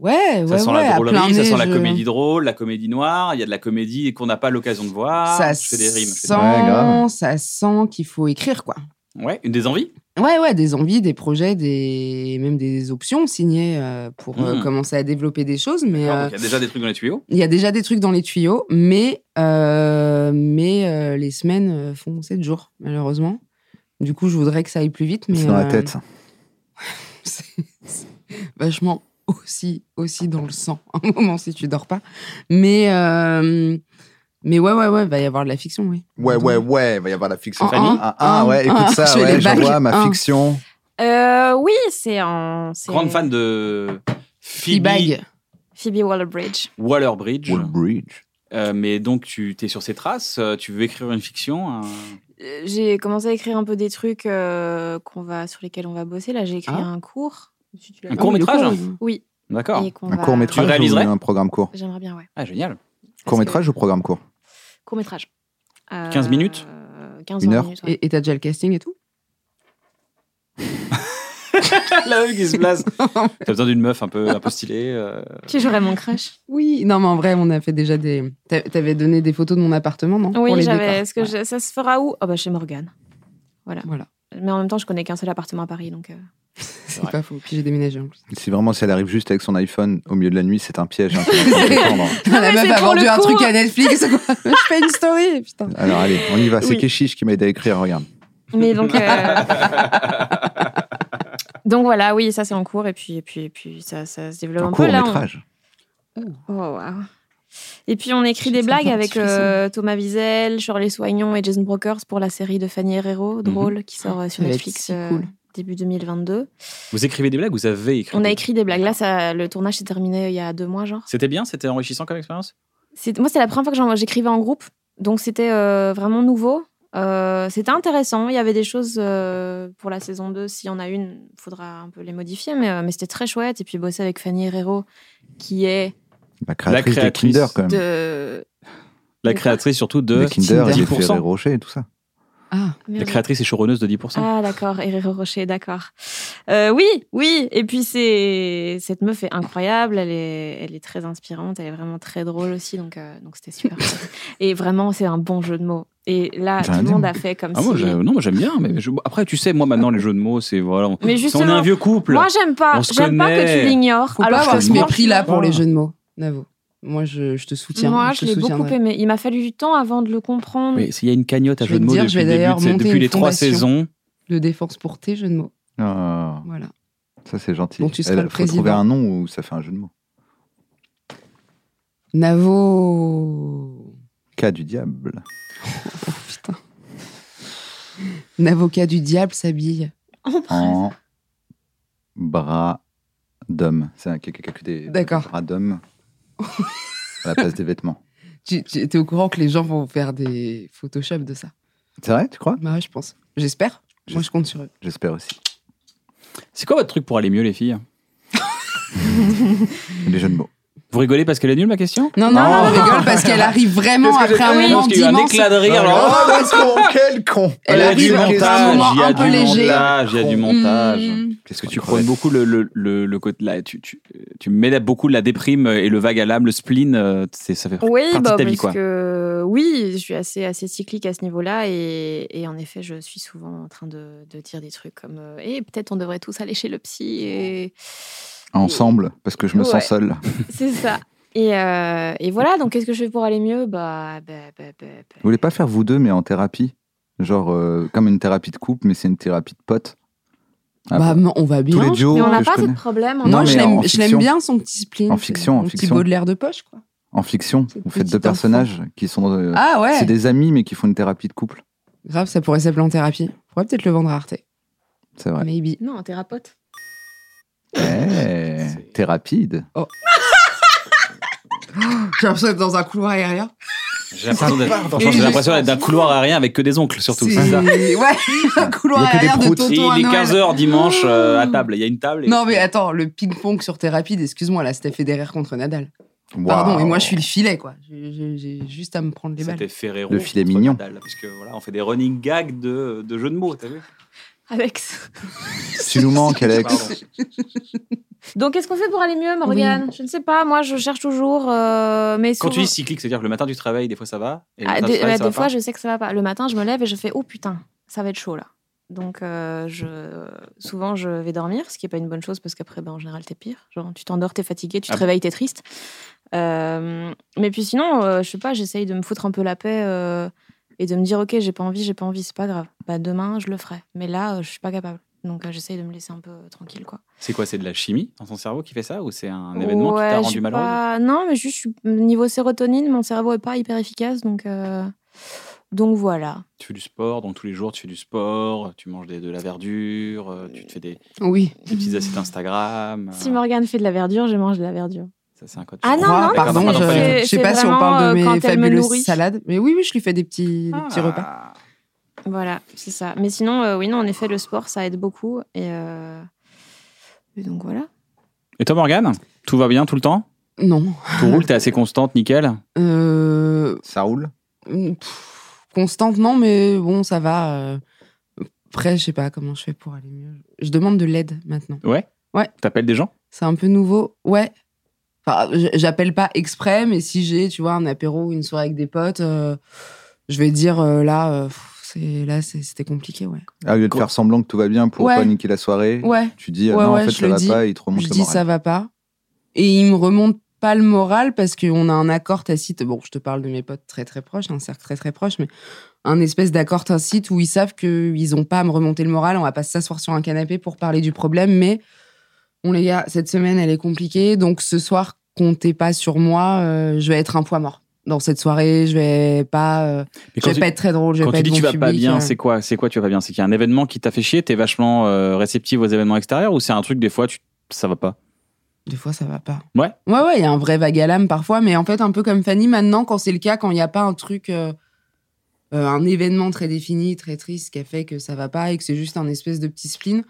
Ouais,
Ça
ouais,
sent
ouais.
la
à plein
drôlerie, ça
nez,
sent la
je-
comédie drôle, la comédie noire, il y a de la comédie qu'on n'a pas l'occasion de voir.
Ça
je fais des rimes. je fais des-
sent,
Ouais, grave.
ça sent qu'il faut écrire quoi.
Ouais, une des envies
Ouais, ouais, des envies, des projets, des même des options signées euh, pour euh,
Mhm.
commencer à développer des choses, mais.
Alors,
euh,
donc, Il y a déjà des trucs dans les tuyaux.
Il y a déjà des trucs dans les tuyaux, mais, euh, mais euh, les semaines euh, font 7 jours, malheureusement. Du coup, je voudrais que ça aille plus vite. mais
C'est dans la
euh,
tête. ça.
c'est c'est vachement aussi, aussi dans le sang, un moment si tu dors pas. Mais, euh, mais ouais, ouais, ouais, va y avoir de la fiction, oui.
Ouais, ouais, ouais, il va y avoir la fiction.
Un, un,
Ah, ah,
un,
ouais, écoute
un.
ça,
Je fais
ouais,
les
j'en
bacs.
vois ma
Un.
fiction.
Euh, oui, c'est en. c'est
Grande fan de Phoebe
Fleabag.
Phoebe Waller-Bridge.
Waller-Bridge.
Woolbridge.
Euh, mais donc, tu es sur ses traces, euh, tu veux écrire une fiction. un-
Euh, J'ai commencé à écrire un peu des trucs euh, qu'on va, sur lesquels on va bosser. Là, j'ai écrit
Ah.
un cours. Si tu l'as
Un
vu.
court métrage
hein.
Oui.
D'accord.
et qu'on
Un
va-
court métrage
Tu réaliserais
ou un programme court
J'aimerais bien, ouais.
Ah, génial.
Court métrage ou programme court
Court métrage.
15 minutes
15
Une
Euh, vingt
heure
minutes. ouais.
Et et t'as déjà le casting et tout
La meuf qui se place. T'as besoin d'une meuf un peu, un peu stylée. euh.
Tu jouerais mon crush
Oui, non, mais en vrai, on a fait déjà des. t'a- T'avais donné des photos de mon appartement, non Pour
Oui,
les
j'avais.
décors.
Est-ce que
Ouais.
je- ça se fera où Ah bah chez Morgane.
Voilà,
Mais en même temps, je connais qu'un seul appartement à Paris, donc. euh,
c'est
vrai.
pas faux. Puis j'ai déménagé en plus.
Si vraiment, si elle arrive juste avec son iPhone au milieu de la nuit, c'est un piège. hein, c'est un truc de prendre.
la
mais
meuf
c'est
a
pour
vendu
le
un
cours.
truc à Netflix. quoi. Je fais une story, putain.
Alors allez, on y va. C'est
Oui.
Keshish qui m'a aidé à écrire, regarde.
Mais donc. euh, donc voilà, oui, ça c'est en cours et puis, et puis, et puis ça, ça se développe un,
Un
peu.
court
là, hein. on-
métrage.
Oh, waouh. Et puis on écrit des
Ça me fait
blagues
un
avec
petit frisson.
euh, Thomas Wiesel, Shirley Soignon et Jason Brokers pour la série de Fanny Herrero, drôle, qui sort euh, sur
Mhm. Ça va être
Netflix
si
euh,
cool.
début 2022.
Vous écrivez des blagues Vous avez écrit
On a
des-
écrit des blagues. Là, ça, le tournage s'est terminé euh, il y a deux mois, genre.
C'était bien C'était enrichissant comme expérience
C'est- Moi, c'est la première fois que j'en- j'écrivais en groupe, donc c'était euh, vraiment nouveau. Euh, c'était intéressant. Il y avait des choses euh, pour la saison 2, s'il y en a une, il faudra un peu les modifier, mais, euh, mais c'était très chouette. Et puis bosser avec Fanny Herrero, qui est
La créatrice,
La créatrice
des Kinder, quand même.
de.
La créatrice surtout de.
Des Kinder, et des
10%.
Ferrero Rocher et tout ça.
Ah,
La
Merde.
créatrice est showrunneuse de 10%.
Ah, d'accord, Herrero Rocher, d'accord. Euh, oui, oui, et puis c'est cette meuf est incroyable, elle est, elle est très inspirante, elle est vraiment très drôle aussi, donc euh, donc c'était super. et vraiment, c'est un bon jeu de mots. Et là,
J'ai
tout
rien
le
dit,
monde
moi.
a fait comme
Ah,
si.
moi, j'aime- non, moi j'aime bien. Mais je- Après, tu sais, moi maintenant, les jeux de mots, c'est voilà. on-
Mais
si
justement,
on est un vieux couple.
Moi, j'aime pas,
On se
j'aime pas que
connaît.
tu l'ignores.
faut
Alors
pas avoir
que
ce mépris là pour
franchement,
les jeux de mots, Navo. Moi, je, je te soutiens.
Moi, je
je, te
l'ai beaucoup
soutiendrai.
aimé. Il m'a fallu du temps avant de le comprendre.
Mais s'il y a une cagnotte à
Je
jeux
vais
de
te
mots
dire,
depuis,
je vais
le début
d'ailleurs
de cette-
monter
depuis
une
les trois
fondation.
saisons,
de défense pour tes jeux de mots.
Ah,
Voilà.
ça, c'est gentil.
Donc, tu seras
Elle-
le
faut trouver
président.
un nom où ça fait un jeu de mots.
Navo.
Cas du diable.
Oh, putain. N'avocat du diable s'habille.
En bras d'homme. C'est un- quelqu'un qui a que des
D'accord.
des bras d'homme à la place des vêtements.
Tu, tu es au courant que les gens vont faire des Photoshop de ça
C'est vrai, tu crois
Bah, je pense. J'espère. Moi, je compte sur eux.
J'espère aussi.
c'est quoi votre truc pour aller mieux, les filles
Les jeux de mots.
Vous rigolez parce qu'elle est nulle, ma question
Non, non,
Non.
non, on rigole parce qu'elle arrive vraiment
Qu'est-ce que
après un
j'ai fait
moment
Parce qu'il y a eu un
d'immense.
éclat de rire. alors,
Oh, let's go, quel con
Elle
il y a
arrive
du
avec un
montage,
moment
il y
un
a
peu
du
léger.
montage, il y a du
Mmh.
montage.
Mmh.
Qu'est-ce
Parce que tu prônes beaucoup le, le, le, le côté là, tu, tu, tu mets là beaucoup la déprime et le vague à l'âme, le spleen, euh, c'est, ça fait
Oui,
partie
bah,
de ta vie,
parce
quoi.
que oui, je suis assez, assez cyclique à ce niveau-là et, et en effet, je suis souvent en train de, de dire des trucs comme euh, Eh, peut-être on devrait tous aller chez le psy et
Ensemble, parce que je me
Ouais.
sens seul.
Oh.
c'est ça. Et, euh, et voilà, donc qu'est-ce que je fais pour aller mieux bah, bah, bah, bah, bah.
Vous voulez pas faire vous deux, mais en thérapie Genre, euh, comme une thérapie de couple, mais c'est une thérapie de potes. Ah
Bah,
bon.
non, on va bien.
Tous les duos
Mais on n'a
que je
pas de
connais.
problème.
Non,
Moi,
en-
mais
je l'aime-
en
je l'aime
fiction.
bien son petit spleen.
En
c'est
fiction, en
mon
fiction.
petit l'air de poche, quoi.
En fiction,
Cette
vous faites deux
petite
personnages qui sont. euh,
Ah ouais.
C'est des amis, mais qui font une thérapie de couple.
Grave, ça pourrait s'appeler en thérapie. On pourrait peut-être le vendre à Arte.
C'est vrai.
Maybe.
Non, un thérapeute.
Eh, T'es rapide.
J'ai l'impression d'être dans un couloir aérien.
J'ai l'impression d'être, franchement,
Et
j'ai
je-
l'impression d'être d'un couloir aérien avec que des oncles, surtout. C'est ça.
Ouais, un couloir
Il y a que des
aérien de
proutes.
Et
tonton à
il est
Noël.
15h dimanche euh, à table, il y a une table. et-
Non mais euh, attends, le ping-pong sur tes rapides, excuse-moi, là c'était Federer contre Nadal.
Waouh.
Pardon, et moi je suis le filet quoi. J'ai- J'ai j'ai juste à me prendre les balles.
C'était Ferrero.
Le filet
contre
mignon.
Nadal, parce que voilà, on fait des running gags de, de jeux de mots,
Euh,
t'as vu
Alex.
Tu nous manques,
Pardon.
Alex.
Donc, qu'est-ce qu'on fait pour aller mieux, Morgane Je ne sais pas. Moi, je cherche toujours. euh, mais
Quand tu
souvent-
dis cyclique, c'est-à-dire que le matin du travail, des fois ça va. Et le
Ah,
matin
des
du travail,
bah,
ça
des
va
fois,
pas.
je sais que ça va pas. Le matin, je me lève et je fais Oh putain, ça va être chaud là. Donc, euh, je... souvent, je vais dormir, ce qui est pas une bonne chose parce qu'après, ben, en général, t'es pire. Genre, tu t'endors, t'es fatigué, tu
Ah
te
bon
réveilles, t'es triste. Euh, Mais puis sinon, euh, je sais pas, j'essaye de me foutre un peu la paix euh, et de me dire Ok, j'ai pas envie, j'ai pas envie, c'est pas grave. Bah, demain, je le ferai. Mais là, euh, je suis pas capable. Donc, euh, j'essaye de me laisser un peu euh, tranquille, quoi.
C'est quoi C'est de la chimie dans ton cerveau qui fait ça Ou c'est un événement qui t'a
je
rendu
suis
malheureux
pas- Non, mais juste, je suis- niveau sérotonine, mon cerveau est pas hyper efficace, donc, euh, donc voilà.
Tu fais du sport, donc tous les jours tu fais du sport, tu manges des- de la verdure, euh, tu te fais des,
Oui.
des petits assiettes Instagram. euh,
Si Morgane fait de la verdure, je mange de la verdure.
ça, c'est un code
Ah
sur-
non,
Croix,
non,
pardon,
mais
pardon, pardon.
je, je sais
c'est
pas si on
vraiment,
parle de
euh,
mes
quand elle me
fabuleuses
nourrit.
salades, mais oui oui, je lui fais des petits des petits
Ah.
repas.
Voilà, c'est ça. Mais sinon, euh, oui, non, en effet, le sport, ça aide beaucoup. Et, euh, et donc voilà.
Et toi, Morgane Tout va bien tout le temps
Non.
Tout roule, t'es assez constante, nickel
Euh,
Ça roule
Pff, constante, non, mais bon, ça va. euh. Après, je sais pas comment je fais pour aller mieux. Je demande de l'aide maintenant.
T'appelles des gens
C'est un peu nouveau. Ouais. Enfin, j- j'appelle pas exprès, mais si j'ai, tu vois, un apéro ou une soirée avec des potes, euh, je vais dire euh, là, euh, pff, c'est là, c'est- c'était compliqué, ouais.
Ah, Au lieu de
Quoi
faire semblant que tout va bien pour
Ouais.
pas niquer la soirée,
Ouais.
tu dis ah
Ouais,
non,
ouais,
en fait,
je
ça
le
va
dis.
pas, il te remonte
je
le
dis
moral.
ça va pas. Et il me remonte pas le moral parce qu'on a un accord tacite. Bon, je te parle de mes potes très très proches, un cercle très très proche, mais un espèce d'accord tacite où ils savent qu'ils ont pas à me remonter le moral. On va pas s'asseoir sur un canapé pour parler du problème, mais bon, les gars, cette semaine elle est compliquée, donc ce soir, comptez pas sur moi, euh, je vais être un poids mort. Dans cette soirée, je vais pas, euh,
Mais
je vais
tu,
pas être très drôle, je vais
quand
pas
tu
être
dis
bon
tu vas pas
public,
bien,
euh.
c'est quoi C'est quoi tu vas pas bien C'est qu'il y a un événement qui t'a fait chier, t'es vachement euh, réceptive aux événements extérieurs ou c'est un truc des fois tu ça va pas
Des fois, ça va pas.
Ouais.
Ouais, ouais, il y a un vrai vague à l'âme parfois, mais en fait, un peu comme Fanny, maintenant, quand c'est le cas, quand il n'y a pas un truc, euh, euh, un événement très défini, très triste, qui a fait que ça va pas et que c'est juste un espèce de petit spleen,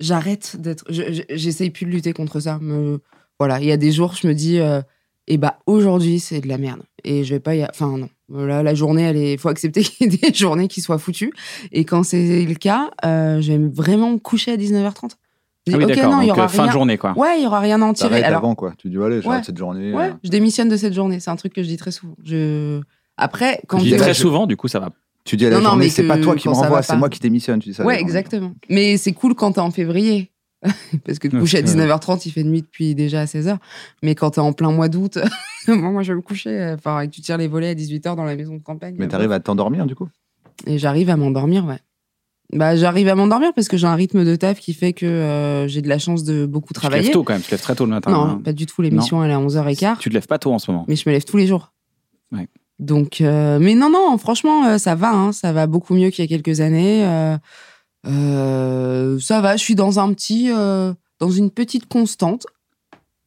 j'arrête d'être. je- je- J'essaye plus de lutter contre ça. Me- voilà, il y a des jours, je me dis, euh, Et bah aujourd'hui, c'est de la merde. Et je vais pas y. a- Enfin, non. Voilà, la journée, elle est. faut accepter qu'il y ait des journées qui soient foutues. Et quand c'est le cas, euh, je vais vraiment me coucher à 19h30. Je
Ah
dis,
oui,
ok,
d'accord.
non, il y
donc,
aura
euh, fin
rien.
de journée, quoi.
Ouais, il y aura rien à en tirer.
T'arrêtes
Alors,
avant, quoi. Tu dis, allez, j'arrête
Ouais.
cette journée.
ouais,
euh,
je démissionne de cette journée. C'est un truc que je dis très souvent. Je... Après, quand
Je
Je
dis
dis
là,
très
je-
souvent, du coup, ça va.
Tu dis à la
Non, non,
journée,
mais
c'est
que-
pas toi qui
quand
me
ça
renvoie,
va
c'est
pas.
moi qui démissionne. Tu dis ça. à la
Ouais,
journée.
exactement. Mais c'est cool quand t'es en février. Parce que te
Ouais,
coucher à
c'est vrai.
19h30, il fait nuit depuis déjà 16h. Mais quand t'es en plein mois d'août, moi, moi, je vais me coucher. euh, Enfin, et que tu tires les volets à 18h dans la maison de campagne.
Mais t'arrives à t'endormir, du coup.
Et j'arrive à m'endormir, ouais. Bah, j'arrive à m'endormir parce que j'ai un rythme de taf qui fait que euh, j'ai de la chance de beaucoup
Tu te lèves
travailler.
tôt quand même. Tu te lèves très tôt le matin.
non,
hein.
pas du tout. L'émission, elle est à 11h15.
Tu te lèves pas tôt en ce moment.
Mais je me lève tous les jours.
Ouais.
Donc, euh, mais non, non, franchement, euh, ça va, hein, ça va beaucoup mieux qu'il y a quelques années. euh, euh, ça va, je suis dans un petit, euh, dans une petite constante.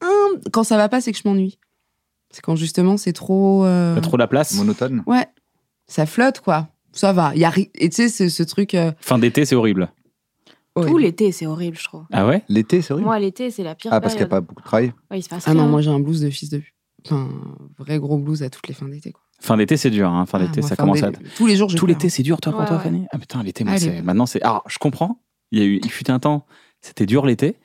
Hum, quand ça va pas, c'est que je m'ennuie. C'est quand justement c'est trop, euh,
Pas trop la place.
Monotone.
ouais, ça flotte quoi. Ça va, y a ri- et tu sais ce, ce truc. euh,
Fin d'été, c'est horrible.
Tout
horrible.
l'été, c'est horrible, je trouve.
Ah ouais
L'été, c'est horrible.
Moi, l'été, c'est la pire
Ah, parce qu'il n'y a
période.
pas beaucoup de travail.
Ouais, il se passe
Ah
rien.
non, moi j'ai un blues de fils de pute. Enfin, vrai gros blues à toutes les fins d'été. quoi.
Fin d'été, c'est dur. Hein. Fin
Ah,
d'été,
moi,
ça
fin
commence à.
d'été- Tous les jours, je
Tout
pleure. hein.
l'été, c'est dur, toi, pour
Ouais,
toi,
ouais.
Fanny Ah putain, l'été, moi,
Allez.
c'est. Maintenant, c'est. Ah, je comprends. Il, y a eu... il fut un temps, c'était dur l'été.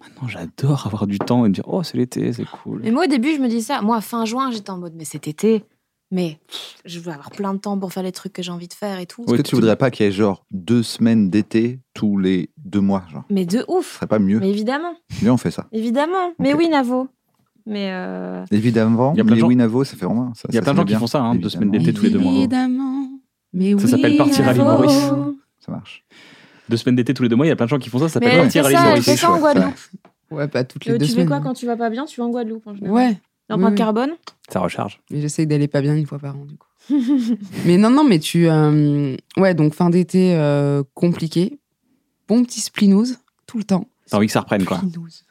Maintenant, j'adore avoir du temps et me dire, oh, c'est l'été, c'est cool.
Mais moi, au début, je me dis ça. Moi, fin juin, j'étais en mode, mais cet été, mais pff, je veux avoir plein de temps pour faire les trucs que j'ai envie de faire et tout.
Est-ce
Oui,
que tu
tout-
voudrais pas qu'il y ait genre deux semaines d'été tous les deux mois genre
Mais de
Ce
ouf.
serait pas mieux.
Mais évidemment,
Viens, on fait ça.
évidemment. Mais
Ok.
oui, Navo. Mais euh,
Évidemment,
Il y a plein de
mais
gens-
oui, Navo, ça fait vraiment. Ça,
Il y a plein
ça,
de
ça
gens
va
qui
bien.
font ça, hein, deux
Évidemment.
semaines d'été tous les deux mois.
Évidemment. Mais
Ça
oui,
s'appelle partir à
Navo.
l'île Maurice.
Mais
Ça marche.
Deux semaines d'été tous les deux mois, il y a plein de gens qui font ça, ça s'appelle
elle
partir
fait
à
ça, elle
l'île
fait
Maurice.
ça en
chouette,
Guadeloupe.
Ouais, pas toutes les
Euh,
deux
Tu fais
semaines.
quoi quand tu vas pas bien Tu vas en Guadeloupe en général.
Ouais.
L'empreinte
oui, oui.
carbone
Ça recharge.
Mais j'essaye d'aller pas bien une fois par an, du coup. mais non, non, mais tu. euh, Ouais, donc fin d'été euh, compliqué. Bon petit splinouse, tout le temps.
T'as envie que ça reprenne, quoi.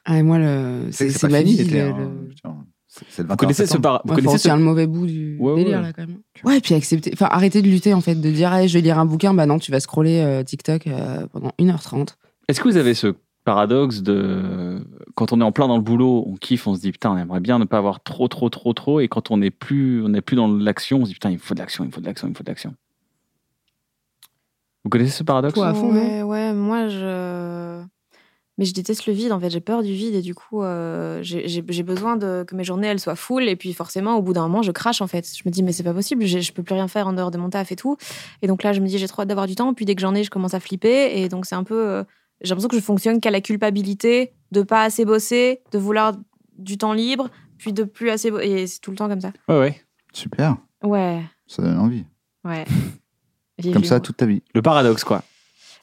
Ah, et moi, le...
Tu sais
c'est
que
c'est ma
fini,
vie.
l'été,
le-
hein.
le-
Putain, C'est c'est le
Vous
21
connaissez ce
septembre.
par- vous
Ouais, faut
connaissez
en
ce-
tirer le mauvais bout du
Ouais,
délire,
ouais.
là, quand même. Ouais, et puis accepter. Enfin, arrêter de lutter, en fait, de dire, hey, je vais lire un bouquin. Bah non, tu vas scroller euh, TikTok euh, pendant 1h30.
Est-ce que vous avez ce paradoxe de quand on est en plein dans le boulot, on kiffe, on se dit putain, on aimerait bien ne pas avoir trop, trop, trop, trop, et quand on n'est plus, on n'est plus dans l'action, on se dit putain, il me faut de l'action, il me faut de l'action, il me faut de l'action. Vous connaissez ce paradoxe
Toi, à fond,
ouais, ouais, moi je. Mais je déteste le vide, en fait, j'ai peur du vide et du coup, euh, j'ai j'ai- j'ai besoin de, que mes journées elles soient full et puis forcément, au bout d'un moment, je crache en fait. Je me dis, mais c'est pas possible, j'ai- je peux plus rien faire en dehors de mon taf et tout. Et donc là, je me dis, j'ai trop hâte d'avoir du temps, puis dès que j'en ai, je commence à flipper et donc c'est un peu. euh, j'ai l'impression que je fonctionne qu'à la culpabilité de pas assez bosser, de vouloir du temps libre, puis de plus assez. bo- Et c'est tout le temps comme ça.
Ouais, ouais.
Super,
Ouais,
ça donne envie.
ouais.
Comme ça,
Vivement.
toute ta vie.
Le paradoxe, quoi.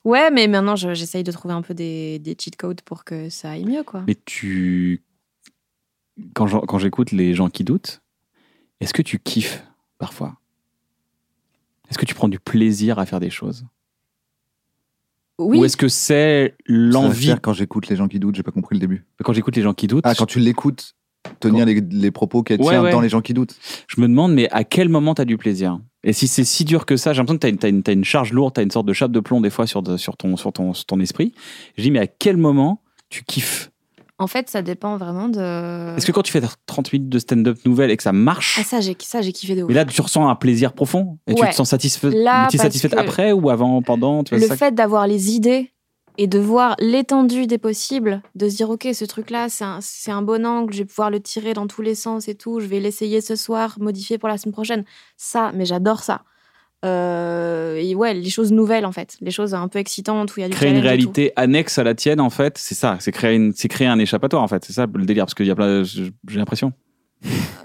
Ouais, mais maintenant, je- j'essaye de trouver un peu des, des cheat codes pour que ça aille mieux, quoi.
Mais tu. Quand j'en- quand j'écoute les gens qui doutent, est-ce que tu kiffes parfois Est-ce que tu prends du plaisir à faire des choses
Oui,
Ou est-ce que c'est
Ça
l'envie
veut dire Quand j'écoute les gens qui doutent, j'ai pas compris le début.
Quand j'écoute les gens qui doutent,
Ah, quand tu l'écoutes tenir les, les propos qu'elle
Ouais,
tient
ouais.
dans les gens qui doutent.
je me demande, mais à quel moment t'as du plaisir Et si c'est si dur que ça, j'ai l'impression que t'as une, t'as une, t'as une charge lourde, t'as une sorte de chape de plomb des fois sur, de- sur, ton, sur, ton, sur ton esprit. Je dis, mais à quel moment tu kiffes
en fait, ça dépend vraiment de.
Est-ce que quand tu fais 30 minutes de stand-up nouvelle et que ça marche,
Ah, ça, j'ai ça, j'ai kiffé de ouf.
mais là tu ressens un plaisir profond et tu
Ouais.
te sens satisfait,
Là,
t'es
parce
satisfaite
que-
après ou avant, pendant tu vois,
le
c'est ça-
fait d'avoir les idées et de voir l'étendue des possibles, de se dire ok ce truc là c'est un, c'est un bon angle, je vais pouvoir le tirer dans tous les sens et tout, je vais l'essayer ce soir, modifier pour la semaine prochaine. Ça, mais j'adore ça. Euh, et ouais, les choses nouvelles en fait, les choses un peu excitantes où il y a du
Créer une
challenge et tout.
réalité annexe à la tienne, en fait, c'est ça, c'est créer, une- c'est créer un échappatoire, en fait, c'est ça le délire, parce qu'il y a plein, de- j'ai l'impression.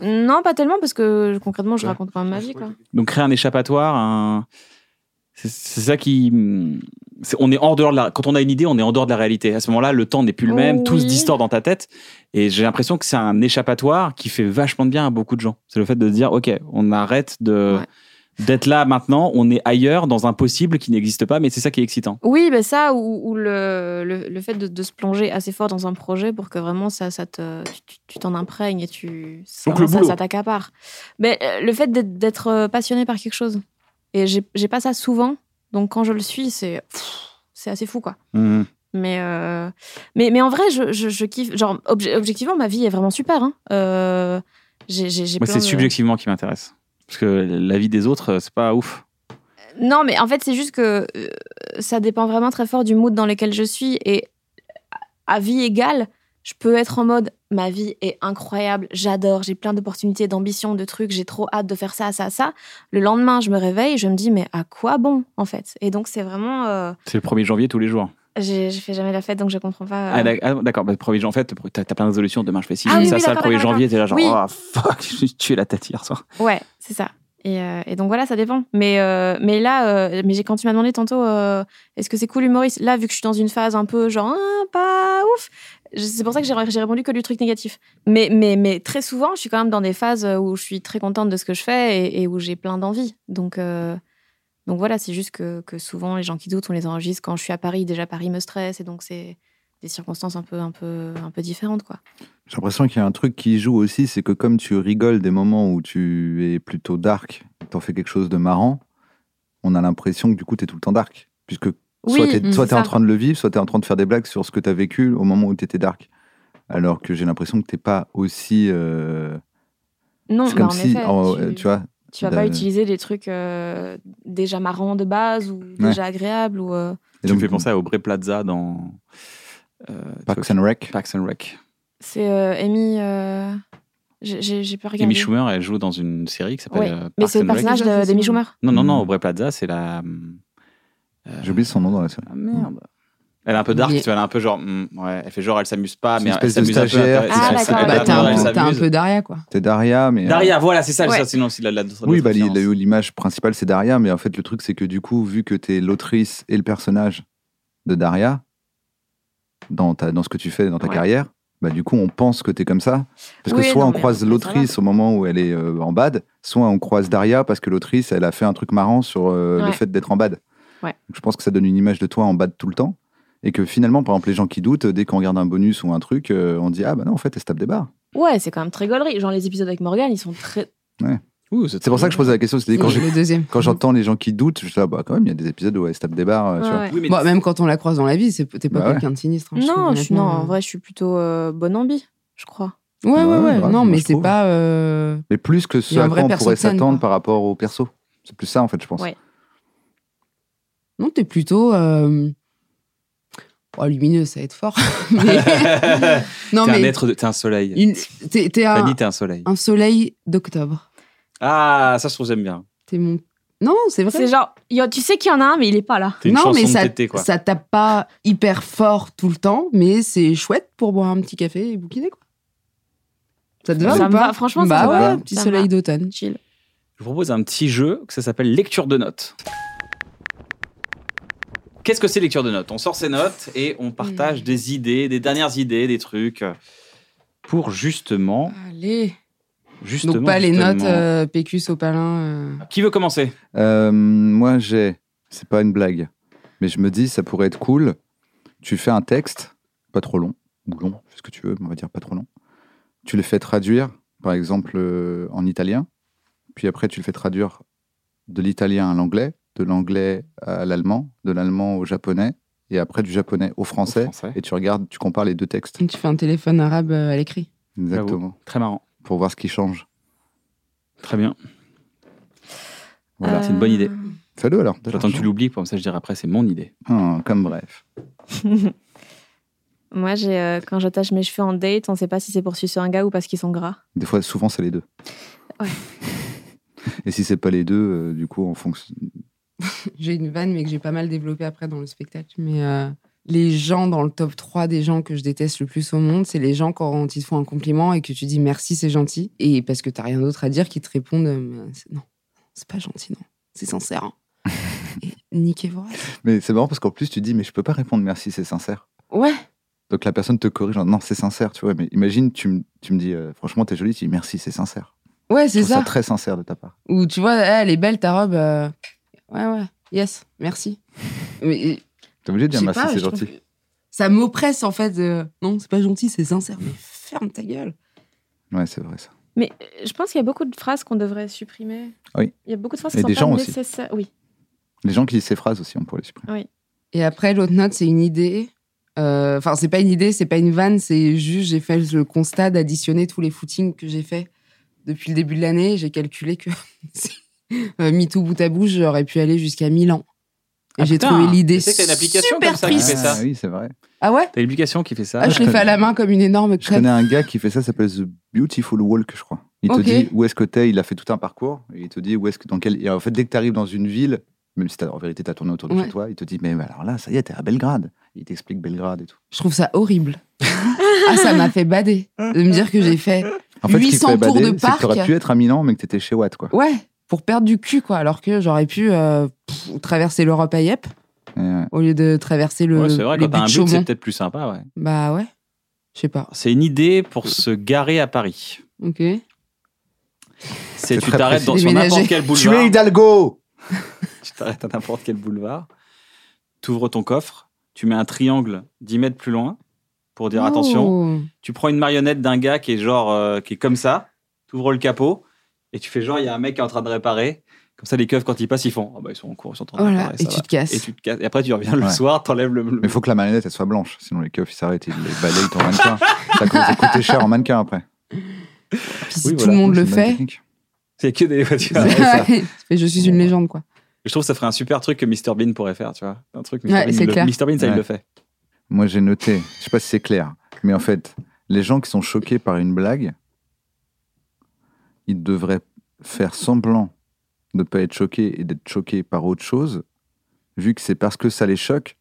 Non, pas tellement parce que concrètement je
Ouais.
raconte quand même ma vie quoi.
Donc créer un échappatoire, un- c'est c'est ça qui, c'est- on est hors dehors de la, quand on a une idée, on est en dehors de la réalité. À ce moment-là, le temps n'est plus le même, tout se
Oh Oui.
distord dans ta tête, et j'ai l'impression que c'est un échappatoire qui fait vachement de bien à beaucoup de gens. C'est le fait de se dire, ok, on arrête de d'être là maintenant, on est ailleurs dans un possible qui n'existe pas, mais c'est ça qui est excitant.
Oui, ben ça, ou, ou le, le, le fait de, de se plonger assez fort dans un projet pour que vraiment ça, ça te, tu- tu- tu t'en imprègnes et tu, ça,
Donc le
ça,
boulot.
ça t'accapare. Mais euh, le fait d'être- d'être euh, passionné par quelque chose. Et j'ai j'ai pas ça souvent, donc quand je le suis, c'est pff, c'est assez fou, quoi. Mais, euh, mais, mais en vrai, je, je, je kiffe. Genre, obje- objectivement, ma vie est vraiment super. hein. Euh, J'ai, j'ai, j'ai
Moi,
plein
c'est
de-
subjectivement qui m'intéresse. Parce que la vie des autres, euh, c'est pas ouf.
Non, mais en fait, c'est juste que euh, ça dépend vraiment très fort du mood dans lequel je suis. Et à vie égale, je peux être en mode ma vie est incroyable, j'adore, j'ai plein d'opportunités, d'ambitions, de trucs, j'ai trop hâte de faire ça, ça, ça. Le lendemain, je me réveille et je me dis mais à quoi bon en fait Et donc, c'est vraiment. euh,
C'est le 1er janvier tous les jours.
j'ai- je fais jamais la fête donc je comprends pas. euh.
Ah, d'ac- ah, d'accord, bah, 1er janvier, en fait, t'as t'as plein de résolutions. Demain, je fais ci,
Ah
je fais
oui,
ça,
oui,
ça. Le
d'accord,
1er
d'accord,
janvier, t'es là genre,
Oui.
oh fuck, j'ai tué la tête hier soir.
Ouais, c'est ça. Et, euh, et donc voilà, ça dépend. Mais, euh, mais là, euh, mais j'ai- quand tu m'as demandé tantôt, euh, est-ce que c'est cool humoriste Là, vu que je suis dans une phase un peu genre, Ah, pas ouf, je- c'est pour ça que j'ai j'ai répondu que du truc négatif. Mais, mais, mais très souvent, je suis quand même dans des phases où je suis très contente de ce que je fais et, et où j'ai plein d'envie. Donc, euh, donc voilà, c'est juste que, que souvent, les gens qui doutent, on les enregistre quand je suis à Paris. Déjà, Paris me stresse et donc c'est des circonstances un peu, un peu, un peu différentes. quoi.
J'ai l'impression qu'il y a un truc qui joue aussi, c'est que comme tu rigoles des moments où tu es plutôt dark, t'en fais quelque chose de marrant, on a l'impression que du coup t'es tout le temps dark. Puisque soit
Oui,
t'es
mm,
soit
c'est
t'es en
ça.
train de le vivre, soit t'es en train de faire des blagues sur ce que t'as vécu au moment où t'étais dark. Alors que j'ai l'impression que t'es pas aussi. euh,
Non,
c'est
bah,
comme
en
si,
effet,
en-
tu-
tu vois,
tu
Ben,
vas pas
Bah,
utiliser des trucs euh, déjà marrants de base ou déjà agréables ou euh,
Tu
Et
me
donc,
fais penser à Aubrey Plaza dans. euh,
Parks and Rec.
Parks and Rec.
c'est euh, Amy euh, j'ai- j'ai j'ai pas regardé
Amy Schumer, elle joue dans une série qui s'appelle
Ouais.
euh,
mais
Parks
c'est le
and Rec.
personnage de- d'Amy Schumer
Non, non, non,
Mm.
Aubrey Plaza, c'est la. euh,
J'oublie son nom dans la série.
Ah merde. Elle est un peu dark,
Mais-
tu vois, elle est un peu genre. hmm, ouais, elle fait genre, elle s'amuse pas,
C'est
mais
une
elle
espèce de
s'amuse un peu.
stagiaire
elle-
qui
elle-
s'amuse
elle-
pas.
elle-
Bah,
bah,
elle-
t'as
Ah, elle
un,
s'amuse.
t'as un peu Daria, quoi.
T'es Daria, mais. euh,
Daria, voilà, c'est ça,
Ouais.
c'est- sinon c'est la, la, la-
Oui,
la
bah,
référence.
il a eu l'image principale, c'est Daria, mais en fait, le truc, c'est que du coup, vu que tu es l'autrice et le personnage de Daria, dans, ta, dans ce que tu fais dans ta
Ouais.
carrière, bah, du coup, on pense que tu es comme ça. Parce que
Oui,
soit
non,
on
mais
croise
après, ça va.
l'autrice au moment où elle est euh, en bad, soit on croise Daria parce que l'autrice, elle a fait un truc marrant sur euh, le
Ouais.
fait d'être en bad.
Ouais.
Donc, je pense que ça donne une image de toi en bad tout le temps. Et que finalement, par exemple, les gens qui doutent, dès qu'on regarde un bonus ou un truc, euh, on dit Ah, bah non, en fait, elle se tape des barres.
ouais c'est quand même très gaulerie genre les épisodes avec Morgan ils sont très
Ouh,
C'est pour ça que je posais la question. C'était quand
Et
j'ai-
le deuxième.
quand j'entends les gens qui doutent, je suis là, bah, quand même, il y a des épisodes où elle se tape des barres. euh, tu
Ouais,
vois.
ouais.
Oui, mais
Bon, même quand on la croise dans la vie, c'est- t'es pas
Bah ouais.
quelqu'un de sinistre. hein, je
non
trouve,
je suis- non en
honnêtement.
vrai je suis plutôt euh, bonne ambi je crois
Ouais,
Ouais,
ouais, ouais.
grave, moi,
non, mais
je
c'est
trouve.
pas. euh,
Mais plus que
Il y
ce
a un
à
vrai
quoi on
perso
pourrait
de scène,
s'attendre
quoi.
par rapport au perso. C'est plus ça, en fait, je pense.
Ouais.
Non, t'es plutôt. euh, oh, lumineux, ça va être fort. Mais- non,
t'es un
mais.
être, de- t'es un soleil.
une- T'es t'es
Fanny,
un,
t'es un soleil.
un soleil d'octobre.
Ah, ça, je trouve, j'aime bien.
T'es mon. Non, c'est vrai.
c'est genre il y a- tu sais qu'il y en a un mais il est pas là
T'es une
non,
chanson
mais
de
ça,
tété, quoi.
ça tape pas hyper fort tout le temps, mais c'est chouette pour boire un petit café et bouquiner, quoi. Ça te va
Ça
ou
me
pas
va, franchement, ça
bah
me
va.
ouais, petit
Ça me
soleil
va.
d'automne.
chill
Je vous propose un petit jeu que ça s'appelle lecture de notes. Qu'est-ce que c'est lecture de notes On sort ses notes et on
Mm.
partage des idées, des dernières idées, des trucs pour justement,
Allez.
justement.
Donc pas les
justement-
notes euh, PQ sopalin. euh.
Qui veut commencer
Euh, moi, j'ai. C'est pas une blague. Mais je me dis, ça pourrait être cool. Tu fais un texte, pas trop long, ou long, fais ce que tu veux, mais on va dire pas trop long. Tu le fais traduire, par exemple, euh, en italien. Puis après, tu le fais traduire de l'italien à l'anglais, de l'anglais à l'allemand, de l'allemand au japonais, et après du japonais au français.
français.
Et tu regardes, tu compares les deux textes.
Tu fais un téléphone arabe euh, à l'écrit.
Exactement.
Très marrant.
Pour voir ce qui change.
Très bien. Voilà,
Euh,
c'est une bonne idée.
Fais-le alors. t'as
J'attends que tu
l'argent.
l'oublies, comme ça je dirai après, c'est mon idée.
Ah, comme bref.
moi j'ai euh, quand j'attache mes cheveux en date on sait pas si c'est pour sucer un gars ou parce qu'ils sont gras
Des fois, souvent, c'est les deux.
Ouais.
Et si c'est pas les deux, euh, du coup, en fonction.
J'ai une vanne, mais que j'ai pas mal développée après dans le spectacle. Mais euh, les gens dans le top 3 des gens que je déteste le plus au monde, c'est les gens quand ils te font un compliment et que tu dis merci, c'est gentil. Et parce que t'as rien d'autre à dire, qu'ils te répondent euh, Mais c'est- non, c'est pas gentil, non, c'est sincère. hein. et niquez-vous.
Mais c'est marrant parce qu'en plus, tu dis, mais je peux pas répondre merci, c'est sincère.
Ouais,
Donc la personne te corrige, genre, non, c'est sincère, tu vois. Mais imagine, tu, me- tu me dis, euh, franchement, t'es jolie, tu dis merci, c'est sincère.
ouais,
Je
c'est
trouve
ça.
très sincère de ta part.
Ou tu vois, Eh, elle est belle ta robe. euh, Ouais, ouais, yes, merci. Mais,
T'es obligé de dire
Je sais
merci,
pas,
c'est
je trouve
gentil.
que Ça m'oppresse en fait. de- Non, c'est pas gentil, c'est sincère. Mais ferme ta gueule.
Ouais, c'est vrai ça.
Mais euh, je pense qu'il y a beaucoup de phrases qu'on devrait supprimer.
Ah
Oui.
Il y a beaucoup de phrases
Et
qui sont
des
pas
gens aussi.
nécessaires. Oui.
Les gens qui disent ces phrases aussi, on pourrait les supprimer.
Et après, l'autre note, c'est une idée. Euh, Enfin, c'est pas une idée, c'est pas une vanne, c'est juste j'ai fait le constat d'additionner tous les footings que j'ai fait depuis le début de l'année, j'ai calculé que si, euh, mis tout bout à bout, j'aurais pu aller jusqu'à Milan. Et
Ah,
j'ai
putain,
trouvé l'idée
je sais que t'as une application
super
comme ça qui
triste.
fait ça.
Ah oui, c'est vrai.
Ah ouais
T'as une application qui fait ça.
Ah, je l'ai fait à la main comme une énorme
Je connais
crème.
un gars qui fait ça, ça s'appelle The Beautiful Walk, je crois. Il
Ok.
te dit où est-ce que t'es, il a fait tout un parcours, et il te dit où est-ce que, dans quel. et en fait, dès que t'arrives dans une ville, même si t'as- en vérité t'as tourné autour de
Ouais.
chez toi, il te dit, mais alors là, ça y est, t'es à Belgrade. Il t'explique Belgrade et tout.
Je trouve ça horrible. ah, ça m'a fait bader de me dire que j'ai fait.
En fait, ce qui
800
fait
tours
bader,
de
c'est que t'aurais
parc.
pu être à Milan, mais que t'étais chez Watt, quoi.
Ouais, pour perdre du cul, quoi. Alors que j'aurais pu euh, pff, traverser l'Europe à Yep
Et, euh,
au lieu de traverser le.
Ouais, c'est vrai,
les
quand t'as un
buts de
but, c'est
Chaumont.
peut-être plus sympa. Ouais.
Bah ouais. Je sais pas.
C'est une idée pour se garer à Paris.
Ok.
C'est tu
très
t'arrêtes dans
précis.
sur n'importe
Déménager.
quel
Tu es
boulevard.
Hidalgo
Tu t'arrêtes à n'importe quel boulevard. T'ouvres ton coffre. Tu mets un triangle 10 mètres plus loin pour
Oh.
dire attention. Tu prends une marionnette d'un gars qui est genre euh, qui est comme ça. T'ouvres le capot et tu fais genre il y a un mec qui est en train de réparer. Comme ça les keufs quand ils passent ils font ah bah ils sont en cours ils sont en train de
Voilà,
réparer.
oh et
ça
tu
va.
te casses.
Et tu te casses. Et après tu reviens le
Ouais.
soir t'enlèves le.
Mais il faut que la marionnette, elle soit blanche, sinon les keufs, ils s'arrêtent, ils les balayent ton mannequin. ça commence à coûter cher en mannequin après.
Puis si
Oui,
tout
voilà,
le monde
C'est
le
une bonne
fait.
technique.
C'est que des voitures.
Ouais,
ça.
c'est- je suis une légende, quoi.
Je trouve que ça ferait un super truc que Mr Bean pourrait faire, tu vois. Un truc Mr.
Ouais,
Bean,
c'est
le-
clair.
Mr. Bean, ça, il
Ouais.
le fait.
Moi, j'ai noté, je sais pas si c'est clair, mais en fait, les gens qui sont choqués par une blague, ils devraient faire semblant de ne pas être choqués et d'être choqués par autre chose, vu que c'est parce que ça les choque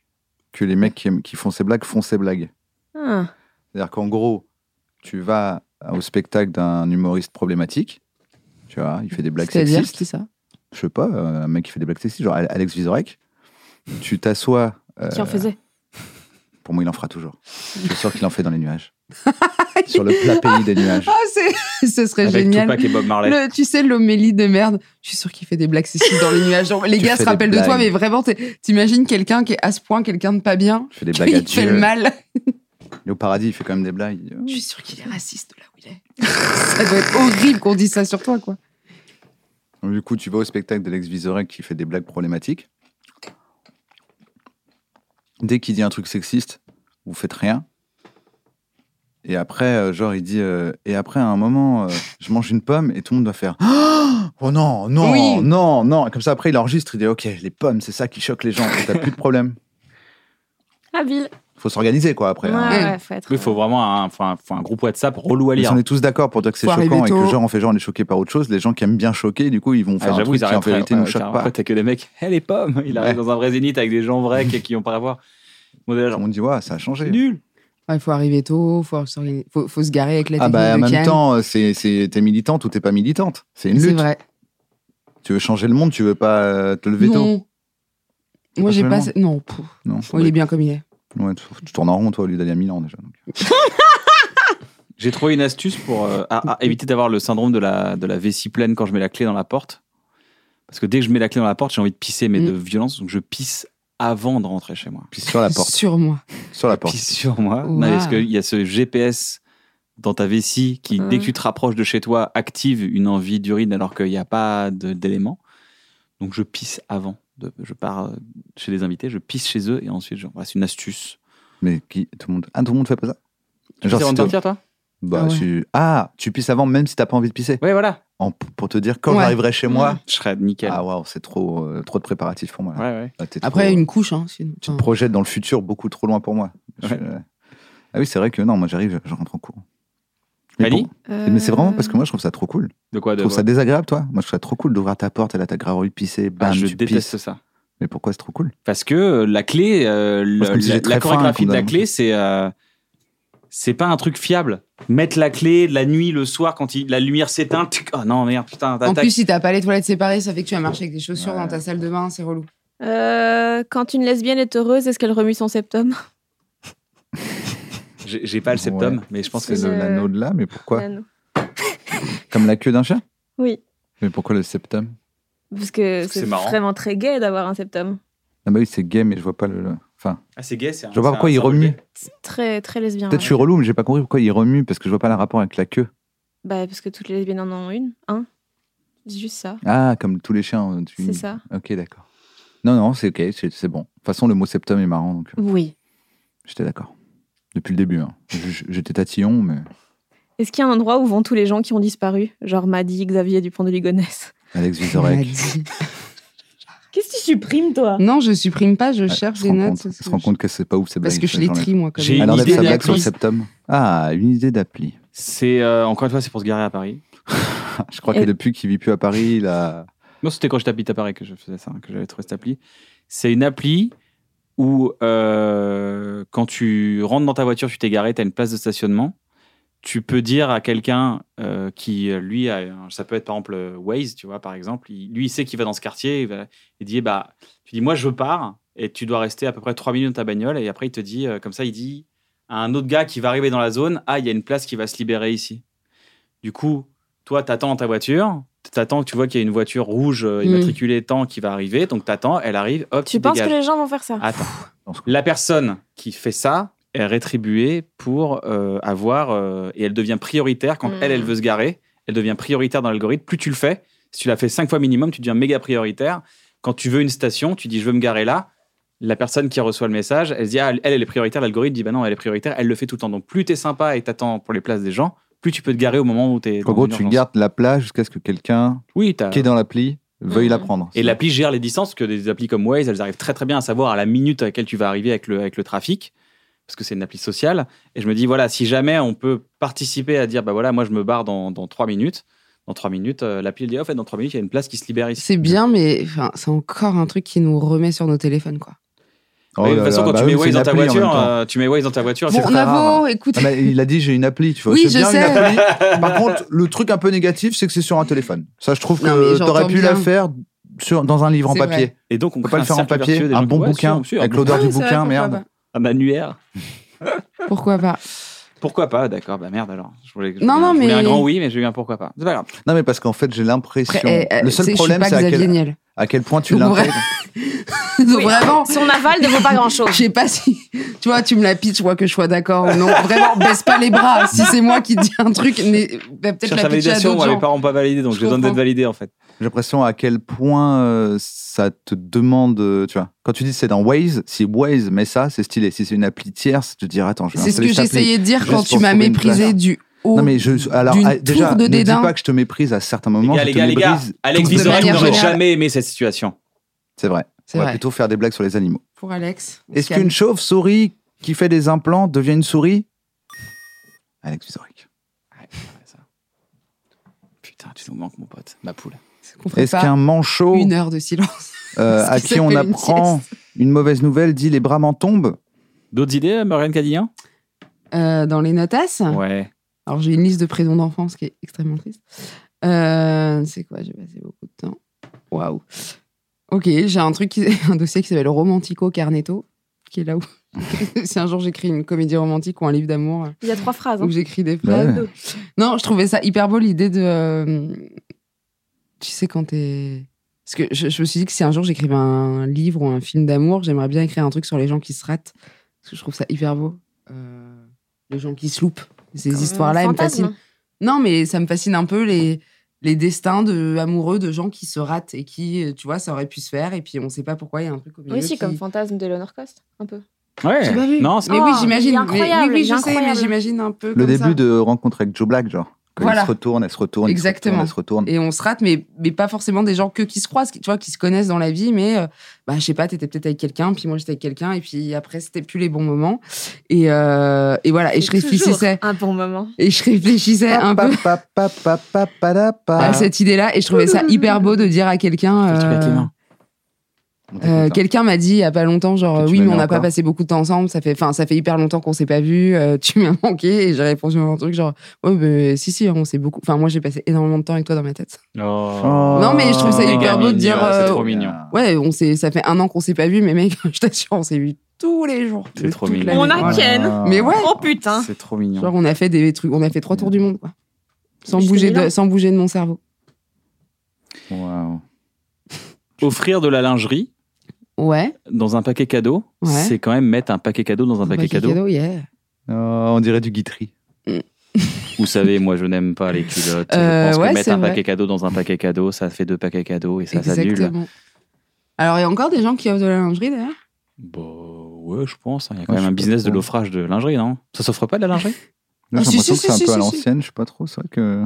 que les mecs qui, aiment- qui font ces blagues font ces blagues.
Ah.
C'est-à-dire qu'en gros, tu vas au spectacle d'un humoriste problématique, tu vois, il fait des blagues
C'est-à-dire,
sexistes.
c'est ça.
je sais pas, euh, un mec qui fait des blagues sexy, genre Al- Alex Vizorek, tu t'assois. euh,
Qui en faisait
Pour moi, il en fera toujours. Je suis sûr qu'il en fait dans les nuages. Sur le plat pays des nuages.
Ah, c'est- ce serait
Avec
génial.
Tupac et Bob Marley.
Le- tu sais, l'homélie de merde. Je suis sûre qu'il fait des blagues sexistes dans les nuages. Genre, les
Tu
gars
fais
se
des
rappellent de toi,
blagues.
mais vraiment, t'es- t'imagines quelqu'un qui est à ce point, quelqu'un de pas bien.
Je fais des blagues à
Il fait le
Dieu.
mal.
Il est au paradis, il fait quand même des blagues.
Je suis sûre qu'il est raciste là où il est. ça doit être horrible qu'on dise ça sur toi, quoi.
Donc, du coup, tu vas au spectacle d'Alex Vizorek qui fait des blagues problématiques. Dès qu'il dit un truc sexiste, vous faites rien. Et après, euh, genre, il dit. euh, et après, à un moment, euh, je mange une pomme et tout le monde doit faire. Ah Oh non, non,
Oui.
non, non. Comme ça, après, il enregistre. Il dit Ok, les pommes, c'est ça qui choque les gens. Et T'as plus de problème.
Habile.
Faut s'organiser, quoi, après.
Ouais,
hein.
ouais, faut être. euh,
Il faut vraiment un, faut un, faut un groupe WhatsApp relou à
Mais si
lire.
on est tous d'accord pour dire que c'est
Faut arriver
choquant et que
tôt.
genre on fait genre on est choqué par autre chose, les gens qui aiment bien choquer, du coup ils vont
Ah,
faire un
J'avoue,
truc
ils
qui en
arrêtent.
vérité nous choque pas.
Après, t'as que des mecs. Hé, les pommes Il arrive
Ouais.
dans un vrai zénith avec des gens vrais qui, qui ont pas à voir. On est là, genre,
On dit ouais, ça a
c'est
changé.
nul.
Il faut arriver tôt, faut, s'organiser- faut, faut se garer avec la
Ah
technique
bah en
de
même
Kian.
temps, euh, c'est c'est- t'es militante ou t'es pas militante. C'est une
C'est
lutte.
vrai.
Tu veux changer le monde, tu veux pas euh, te lever tôt.
Non. Moi, j'ai pas.
Personnellement.
Non. pouf.
Non.
Oh, il est bien comme il est.
Ouais, tu, tu tournes en rond toi au lieu d'aller à Milan déjà. donc.
J'ai trouvé une astuce pour euh, à- à éviter d'avoir le syndrome de la, de la vessie pleine quand je mets la clé dans la porte. Parce que dès que je mets la clé dans la porte, j'ai envie de pisser, mais
Mm.
de violence. Donc je pisse avant de rentrer chez moi.
Puis sur la porte,
Sur moi.
sur la porte.
Pisse sur moi.
Wow.
Non, parce qu'il y a ce GPS dans ta vessie qui, dès que tu te rapproches de chez toi, active une envie d'urine alors qu'il n'y a pas de- d'éléments. Donc je pisse avant. de- je pars euh, chez les invités, je pisse chez eux et ensuite, genre, voilà, c'est une astuce.
Mais qui tout le monde Ah tout le monde fait pas ça
Tu
Genre,
pisses avant
si
de partir,
t'es-
toi
bah,
Ah ouais.
tu... ah, tu pisses avant même si t'as pas envie de pisser.
Ouais, voilà.
En- pour te dire quand
Ouais.
j'arriverai chez moi.
Je serais nickel.
Ah waouh, c'est trop, euh, trop de préparatifs pour moi. là.
ouais, ouais.
Ah, t'es
Après,
trop-
une couche. Hein, sinon.
tu te
Enfin,
projettes dans le futur beaucoup trop loin pour moi. Je-
Ouais.
euh, Ah oui, c'est vrai que non, moi j'arrive, je rentre en cours. Mais,
Fanny
bon,
euh,
mais c'est vraiment parce que moi je trouve ça trop cool.
De quoi
Je
de
trouve ça désagréable, toi. Moi je trouve ça trop cool d'ouvrir ta porte, elle a ta grave envie de pisser, bam,
Ah, Je
tu
déteste
pisses.
ça.
Mais pourquoi c'est trop cool
Parce que euh, la clé, euh, le-
Parce que j'ai
la,
très
la
faim,
chorégraphie de la
qu'on a-
clé, c'est euh, c'est pas un truc fiable. Mettre la clé la nuit, le soir, quand il- la lumière s'éteint, tic, oh non merde, putain,
En
t'attaques.
plus, si t'as pas les toilettes séparées, ça fait que tu vas marcher avec des chaussures
Ouais.
dans ta salle de bain, c'est relou.
Euh, quand une lesbienne est heureuse, est-ce qu'elle remue son septum
J'ai j'ai pas le septum,
Ouais.
mais je pense que
C'est
C'est
le-
le-
le-
l'anneau de là, mais pourquoi
Nan.
Comme la queue d'un chien
Oui.
Mais pourquoi le septum
Parce que
Parce que
c'est
c'est marrant.
vraiment très gay d'avoir un septum.
Ah bah oui, c'est gay, mais je vois pas le. le- Enfin,
Ah, c'est gay, c'est un-
je vois
c'est
pas pourquoi
un-
il
c'est un
remue.
gay.
Très, très lesbien.
Peut-être je suis relou, mais j'ai pas compris pourquoi il remue, parce que je vois pas le rapport avec la queue.
Bah, parce que toutes les lesbiennes en ont une. Hein C'est juste ça.
Ah, comme tous les chiens. tu-
C'est ça.
Ok, d'accord. Non, non, c'est ok, c'est c'est bon. De toute façon, le mot septum est marrant, donc. euh,
Oui.
J'étais d'accord. Depuis le début. hein. J- J'étais tatillon, mais
Est-ce qu'il y a un endroit où vont tous les gens qui ont disparu Genre Maddy, Xavier Dupont de Ligonnès.
Alex Vizorek.
Maladie.
Qu'est-ce que tu supprimes, toi
Non, je supprime pas, je cherche
se
des
rend
notes.
Ah, compte-
parce
elle se
que
rend
je-
compte que bah, c'est pas ouf cette
Parce
blague,
que je
cette
les
journée.
trie, moi, comme
J'ai
même.
Elle
Une
enlève
idée
sa blague sur le
d'appli.
septum. Ah, une idée d'appli.
C'est euh, encore une fois, c'est pour se garer à Paris.
Je crois
Et-
que depuis qu'il vit plus à Paris, il a.
Non, c'était quand je t'habite à Paris que je faisais ça, hein, que j'avais trouvé cette appli. C'est une appli où euh, quand tu rentres dans ta voiture, tu t'es garé, tu as une place de stationnement. Tu peux dire à quelqu'un euh, qui, euh, lui, a un- ça peut être par exemple euh, Waze, tu vois, par exemple, il- lui, il sait qu'il va dans ce quartier, il, va- il dit, eh bah, tu dis, moi, je pars, et tu dois rester à peu près 3 minutes dans ta bagnole, et après, il te dit, euh, comme ça, il dit à un autre gars qui va arriver dans la zone, ah, il y a une place qui va se libérer ici. Du coup, toi, t'attends ta voiture, t'attends, tu vois qu'il y a une voiture rouge euh,
Mm.
immatriculée tant qui va arriver, donc t'attends, elle arrive, hop,
Hmm. Tu penses
dégages.
que les gens vont faire ça
Attends.
dans ce-
La personne qui fait ça est rétribuée pour euh, avoir. euh, et elle devient prioritaire quand
Mm.
elle, elle veut se garer. Elle devient prioritaire dans l'algorithme. Plus tu le fais, si tu l'as fait cinq fois minimum, tu deviens méga prioritaire. Quand tu veux une station, tu dis je veux me garer là. La personne qui reçoit le message, elle se dit ah, elle, elle est prioritaire. L'algorithme dit bah non, elle est prioritaire. Elle le fait tout le temps. Donc plus t'es sympa et t'attends pour les places des gens, plus tu peux te garer au moment où t'es.
En
dans
gros,
une
tu
urgence.
gardes la plage jusqu'à ce que quelqu'un
Oui, t'as-
qui est dans l'appli veuille
Mhm.
la prendre.
Mm.
Et l'appli gère les distances, parce que des applis comme Waze, elles arrivent très très bien à savoir à la minute à laquelle tu vas arriver avec le, avec le trafic, parce que c'est une appli sociale. Et je me dis, voilà, si jamais on peut participer à dire, bah voilà, moi je me barre dans, dans 3 minutes, dans 3 minutes, euh, l'appli elle dit, Ah, en fait, dans 3 minutes, il y a une place qui se libère ici.
C'est bien, mais enfin, c'est encore un truc qui nous remet sur nos téléphones, quoi.
Oh
Mais de
là
toute façon,
là,
quand
bah
tu mets
oui, c'est
Waze
une
dans ta
appli en même
voiture,
temps.
euh, tu mets Waze dans ta voiture,
Bon,
c'est-
Bon,
très rare,
Navo,
hein.
écoute.
Ah, mais il a dit j'ai une appli, tu vois.
Oui,
c'est
je
bien, une
sais.
appli. Par contre, le truc un peu négatif, c'est que c'est sur un téléphone. Ça, je trouve
Non, mais
que
j'entends
t'aurais pu la
bien.
faire sur, dans un livre en
C'est
papier.
vrai.
et donc on
On peut
crée
pas le
un
faire en
cercle
papier,
vertueux des
un
gens
bon
qui- Ouais,
bouquin,
sûr, sûr,
avec
un
l'odeur
Ah
du
oui, c'est vrai,
bouquin,
pourquoi
merde.
un annuaire.
pas. Pourquoi pas
Pourquoi pas D'accord, bah merde alors. Je voulais, je
Non,
voulais- je
non,
voulais
mais-
un grand oui, mais j'ai eu un pourquoi pas. C'est pas grave.
Non, mais parce qu'en fait, j'ai l'impression.
Après, eh, eh,
Le seul
c'est-
problème,
je suis
c'est
pas
à
Xavier
quel,
Niel.
à quel point tu
Donc,
l'intègres.
Donc,
Oui.
vraiment,
Son aval ne vaut pas grand-chose.
je sais pas si. Tu vois, tu me la pitches, moi, que je sois d'accord ou non. Vraiment, baisse pas les bras. Si c'est moi qui dis un truc, mais va peut-être
Cherche la
la pitcher à
validation,
d'autres
moi,
gens.
mes parents n'ont pas validé, donc
Je
j'ai besoin d'être
comprends.
validé en fait.
J'ai l'impression à quel point euh, ça te demande. euh, Tu vois, quand tu dis c'est dans Waze, si Waze met ça, c'est stylé. Si c'est une appli tierce, tu te diras attends, je vais
C'est ce que
installer cette appli.
j'essayais de dire
juste
quand
pour
tu m'as
trouver une place.
méprisé du haut.
Non, mais je. Alors,
d'une
ah, déjà,
tour de
ne
dédain.
dis pas que je te méprise à certains moments.
les gars,
je
les
te
gars, les gars,
méprise
Alex
tous les
Vizorek
Vizorek
jours.
manière
n'aurait
générale.
jamais aimé cette situation.
C'est vrai.
C'est
On va
vrai.
plutôt faire des blagues sur les animaux.
Pour Alex. on se
Est-ce
calme.
qu'une chauve-souris qui fait des implants devient une souris Alex Vizorek.
Putain, tu nous manques, mon pote, ma poule.
Est-ce qu'on ferait
Est-ce
pas
qu'un manchot
une heure de silence
euh,
Est-ce
à
que ça
qui on
fait une
apprend une mauvaise nouvelle dit les bras m'en tombent
D'autres idées, Marianne Cadillan
euh, dans les notasses
Ouais.
Alors, j'ai une liste de prénoms d'enfance qui est extrêmement triste. Euh, c'est quoi J'ai passé beaucoup de temps. Waouh. Ok, j'ai un truc, qui- un dossier qui s'appelle Romantico Carnetto, qui est là où. si un jour j'écris une comédie romantique ou un livre d'amour euh,
Il y a trois phrases. hein.
où j'écris des phrases.
Bah Ouais.
Non, je trouvais ça hyper beau l'idée de. euh, tu sais, quand t'es. Parce que je, je me suis dit que si un jour j'écrivais un livre ou un film d'amour, j'aimerais bien écrire un truc sur les gens qui se ratent. Parce que je trouve ça hyper beau. Euh, les gens qui se loupent. Ces histoires-là, elles me
Fantasme.
fascinent. Non, mais ça me fascine un peu les, les destins de, amoureux de gens qui se ratent et qui, euh, tu vois, ça aurait pu se faire et puis on sait pas pourquoi il y a un truc au milieu.
Oui, si,
qui-
comme fantasme d'Eleanor Cost, un peu.
J'ai pas
Ouais.
vu.
Non, c'est
mais
Oh,
oui,
il est
j'imagine. Mais, oui,
incroyable,
oui,
il est
je sais, mais
incroyable.
j'imagine un peu.
Le
comme
début
ça.
de rencontre avec Joe Black, genre. Quand
Voilà.
il se retourne, elle se retourne,
Exactement.
elle se retourne, elle se retourne.
Et on se rate, mais, mais pas forcément des gens que qui se croisent, qui- tu vois, qui se connaissent dans la vie, mais euh, bah, je sais pas, t'étais peut-être avec quelqu'un, puis moi j'étais avec quelqu'un, et puis après c'était plus les bons moments. Et, euh, et voilà, et je
C'est toujours
réfléchissais,
Un bon moment.
et je réfléchissais un
Pa,
peu Ah,
pa, pa, pa, pa, pa, da, pa.
à cette idée-là, et je trouvais ça hyper beau de dire à quelqu'un.
Fais-le avec les
euh,
mains.
On
Euh,
t'écoute, hein.
quelqu'un m'a dit il y a pas longtemps genre
Que tu
oui mais
m'aimais
on n'a pas
encore
passé beaucoup de temps ensemble ça fait enfin ça fait hyper longtemps qu'on s'est pas vu euh, tu m'as manqué et j'ai répondu à un truc genre ouais mais si si on s'est beaucoup enfin moi j'ai passé énormément de temps avec toi dans ma tête
Oh.
Non, mais je trouve ça
Méga
hyper beau de
mignon,
dire,
C'est
euh,
trop mignon.
ouais on s'est ça fait un an qu'on s'est pas vu mais mec je t'assure on s'est vu tous les jours
C'est trop
toute
mignon.
l'année.
On a
Voilà.
Ken.
mais ouais
Oh putain
C'est trop mignon.
hein. genre on a fait des trucs on a fait trois tours du monde quoi sans
Mais c'était
bouger de,
énorme.
sans bouger de mon cerveau
Waouh.
Offrir de la lingerie
ouais
dans un paquet cadeau,
Ouais.
c'est quand même mettre un paquet cadeau dans un paquet cadeau.
Bah, yeah.
Oh, on dirait du guitry.
Vous savez, moi, je n'aime pas les culottes. je
Euh,
pense
ouais,
que mettre
c'est
un
vrai.
paquet cadeau dans un paquet cadeau, ça fait deux paquets cadeaux et ça s'annule.
exactement alors il y a encore des gens qui offrent de la lingerie d'ailleurs
Bah ouais, je pense. hein. Il y a quand
Ouais,
même
je
un
sais
business
pas
de
trop.
l'offrage de lingerie, non Ça s'offre pas de la lingerie
Là,
Ah,
J'ai
si,
l'impression que
si,
c'est
si,
un peu
si,
à
si.
l'ancienne, je sais pas trop, c'est vrai que.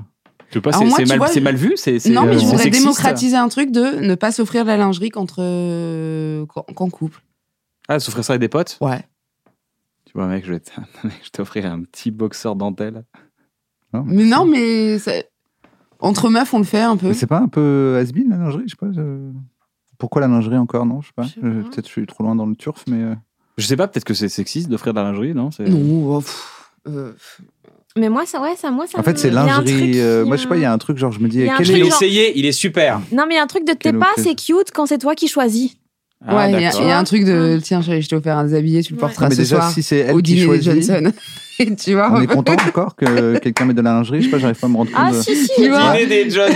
Tu veux pas,
Alors
c'est
moi,
c'est
tu
mal,
vois,
c'est mal vu c'est- c'est,
Non, mais
euh,
je voudrais
sexiste.
démocratiser un truc de ne pas s'offrir la lingerie contre euh, qu'en qu'en couple.
Ah, s'offrir ça avec des potes
Ouais.
Tu vois, mec, je vais t- mec, je vais t'offrir un petit boxeur dentelle.
Mais non, mais ça- entre meufs, on le fait un peu.
Mais c'est pas un peu has la lingerie, je sais pas. euh, Pourquoi la lingerie encore Non, je sais pas.
Je sais
Euh,
pas.
Peut-être je suis trop loin dans le turf, mais. euh,
Je sais pas, peut-être que c'est sexiste d'offrir de la lingerie, non C'est-
Non, oh, pff, euh,
Mais moi, ça, ouais, ça, moi, ça
En fait,
me-
c'est
il y a un truc
lingerie.
qui,
euh, Moi, je sais pas, il y a un truc, genre, je me dis,
il y a un
quel
truc,
est le-
genre-
essayé, il est super.
Non, mais il y a un truc de t'es
Quelle
pas
occasion.
assez cute quand c'est toi qui choisis.
Ah,
ouais, il y, a-
d'accord.
il y a un
Ouais.
truc de tiens, chérie, je t'ai offert un déshabillé, tu le
Ouais.
Non,
porteras
mais
ce
déjà,
soir
si c'est elle
au
qui
dîner des
choisit,
Johnson. Et tu vois,
on est content encore que quelqu'un mette de la lingerie. Je sais pas, j'arrive pas à me rendre compte.
Ah,
de-
si, si.
Tu vois,
des Jones.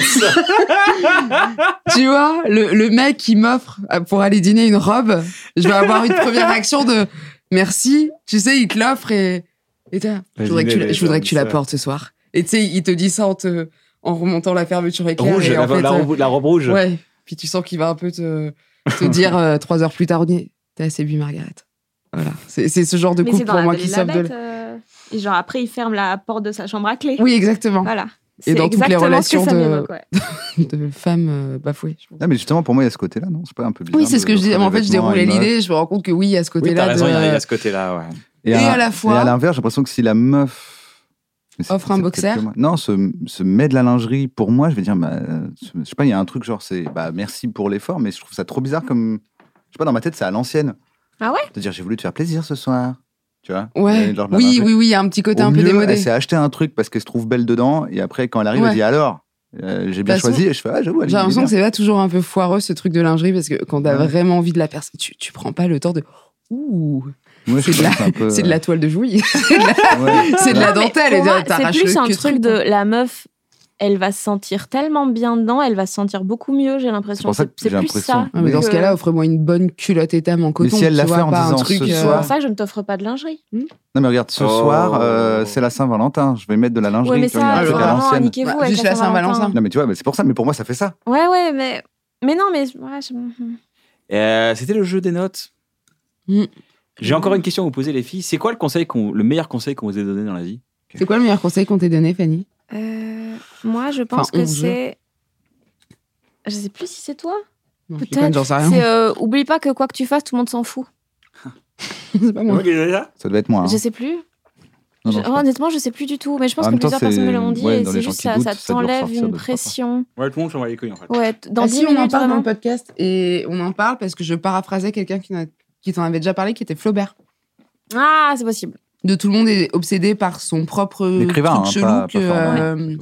tu vois le, le mec qui m'offre euh, pour aller dîner une robe, je vais avoir une première réaction de merci. Tu sais, il te l'offre et, et t'es là, je
Le
voudrais, que
dîner
tu, la-
des
je voudrais que tu la
Johnson.
portes ce soir. Et tu sais, il te dit ça en, te, en remontant la fermeture éclair.
Rouge,
et
la,
en fait,
la
euh,
robe, la robe rouge.
Ouais. Puis tu sens qu'il va un peu te, te dire euh, trois heures plus tard, on est- t'as assez bu, Margaret. Voilà. C'est c'est ce genre de
Mais c'est
couple
dans
pour
la
moi
Belle
qui
et la
sauve de.
Bête. euh, Et genre, après, il ferme la porte de sa chambre à clé.
Oui, exactement.
Voilà.
Et
C'est
dans toutes les
exactement
relations
ce que ça
de-
m'évoque, ouais.
De femmes euh, bafouées. je pense.
Non, Ah, mais justement, pour moi, il y a ce côté-là, non C'est pas un peu bizarre
Oui, c'est ce
de-
que je
d'offrir
disais.
des
Mais En fait, je
vêtements à
déroulais
une meuf
l'idée. Je me rends compte que oui, il y a ce
Oui,
côté-là.
t'as raison,
de,
il y a- il y
euh,
a ce côté-là, ouais.
Et,
Et
à,
à la fois-
Et à l'inverse, j'ai l'impression que si la meuf. Mais c'est-
Offre un
c'est peut-être
boxer
que moi. Non, se, se met de la lingerie, pour moi, je vais dire, bah, euh, je sais pas, il y a un truc genre, c'est bah, merci pour l'effort, mais je trouve ça trop bizarre comme. Je sais pas, dans ma tête, c'est à l'ancienne.
Ah ouais
De dire, j'ai voulu te faire plaisir ce soir. Tu vois
Ouais.
Et genre de la
Oui,
lingerie.
oui, oui, il y a un petit côté
Au
un peu
mieux,
démodé.
Elle s'est acheté un truc parce qu'elle se trouve belle dedans, et après, quand elle arrive,
Ouais.
elle dit alors, euh, j'ai bien
façon,
choisi, et je fais, ah, j'avoue, elle
J'ai
est
l'impression
bien.
que c'est pas toujours un peu foireux ce truc de lingerie parce que quand t'as
Ouais.
vraiment envie de la personne, tu, tu prends pas le temps de. Ouh,
Moi, je
c'est de
trouve
la-
que un peu-
c'est de la toile de jouy.
Ouais.
c'est de la
Non, mais
dentelle,
pour
et
moi,
t'arraches
C'est plus
le
un
cul de
truc
truc,
de
quoi.
la meuf, elle va se sentir tellement bien dedans, elle va se sentir beaucoup mieux, j'ai
C'est
l'impression.
pour ça que
C'est
j'ai
plus
l'impression.
ça.
Ah, mais dans ce
que-
cas-là, offre-moi une bonne culotte étame en coton.
si elle
tu
l'a
vois,
fait en
pas un
disant,
truc,
ce
C'est
euh,
pour
soir-
ça que je ne t'offre pas de lingerie.
Non, mais regarde, ce
Oh.
soir, euh, c'est la Saint-Valentin, je vais mettre de la lingerie.
Ouais, mais
tu vois, il y a
ça,
un
alors,
truc à
vraiment,
l'ancienne.
niquez-vous
Bah,
avec
juste
la
la Saint-Valentin.
Non, mais tu vois, mais c'est pour ça, mais pour moi, ça fait ça.
Ouais, ouais, mais. Mais non, mais. ouais, je-
Euh, C'était le jeu des notes.
Mm.
J'ai encore une question à vous poser, les filles. C'est quoi le, conseil qu'on- le meilleur conseil qu'on vous ait donné dans la vie
C'est quoi le meilleur conseil qu'on t'ait donné, Fanny
Euh, moi, je pense
Enfin,
que
on joue.
c'est. Je sais plus si c'est toi.
ben,
Non,
Peut-être.
je déconne, J'en sais rien.
C'est euh, oublie pas que quoi que tu fasses, tout le monde s'en fout.
C'est pas moi.
Ça doit être moi. hein.
Je sais plus.
Non, non,
Je-
je pense.
honnêtement, je sais plus du tout. Mais je pense
En
que
même temps,
plusieurs personnes me
c'est-
l'ont dit.
ouais,
et
dans
c'est
les gens
juste
qui
ça, ça
doutent, ça doit
t'enlève
ressortir
une
deux, trois fois.
pression.
Ouais, tout le monde s'en va les couilles, en fait.
Ouais, t- dans
Ah
10
si, on en
minutes, hein.
parle dans
vraiment.
le podcast et on en parle parce que je paraphrasais quelqu'un qui, n'a- qui t'en avait déjà parlé, qui était Flaubert.
Ah, c'est possible.
De tout le monde est obsédé par son propre
L'écrivain,
truc
hein,
chelou
pas- pas
que,
Flaubert.
euh,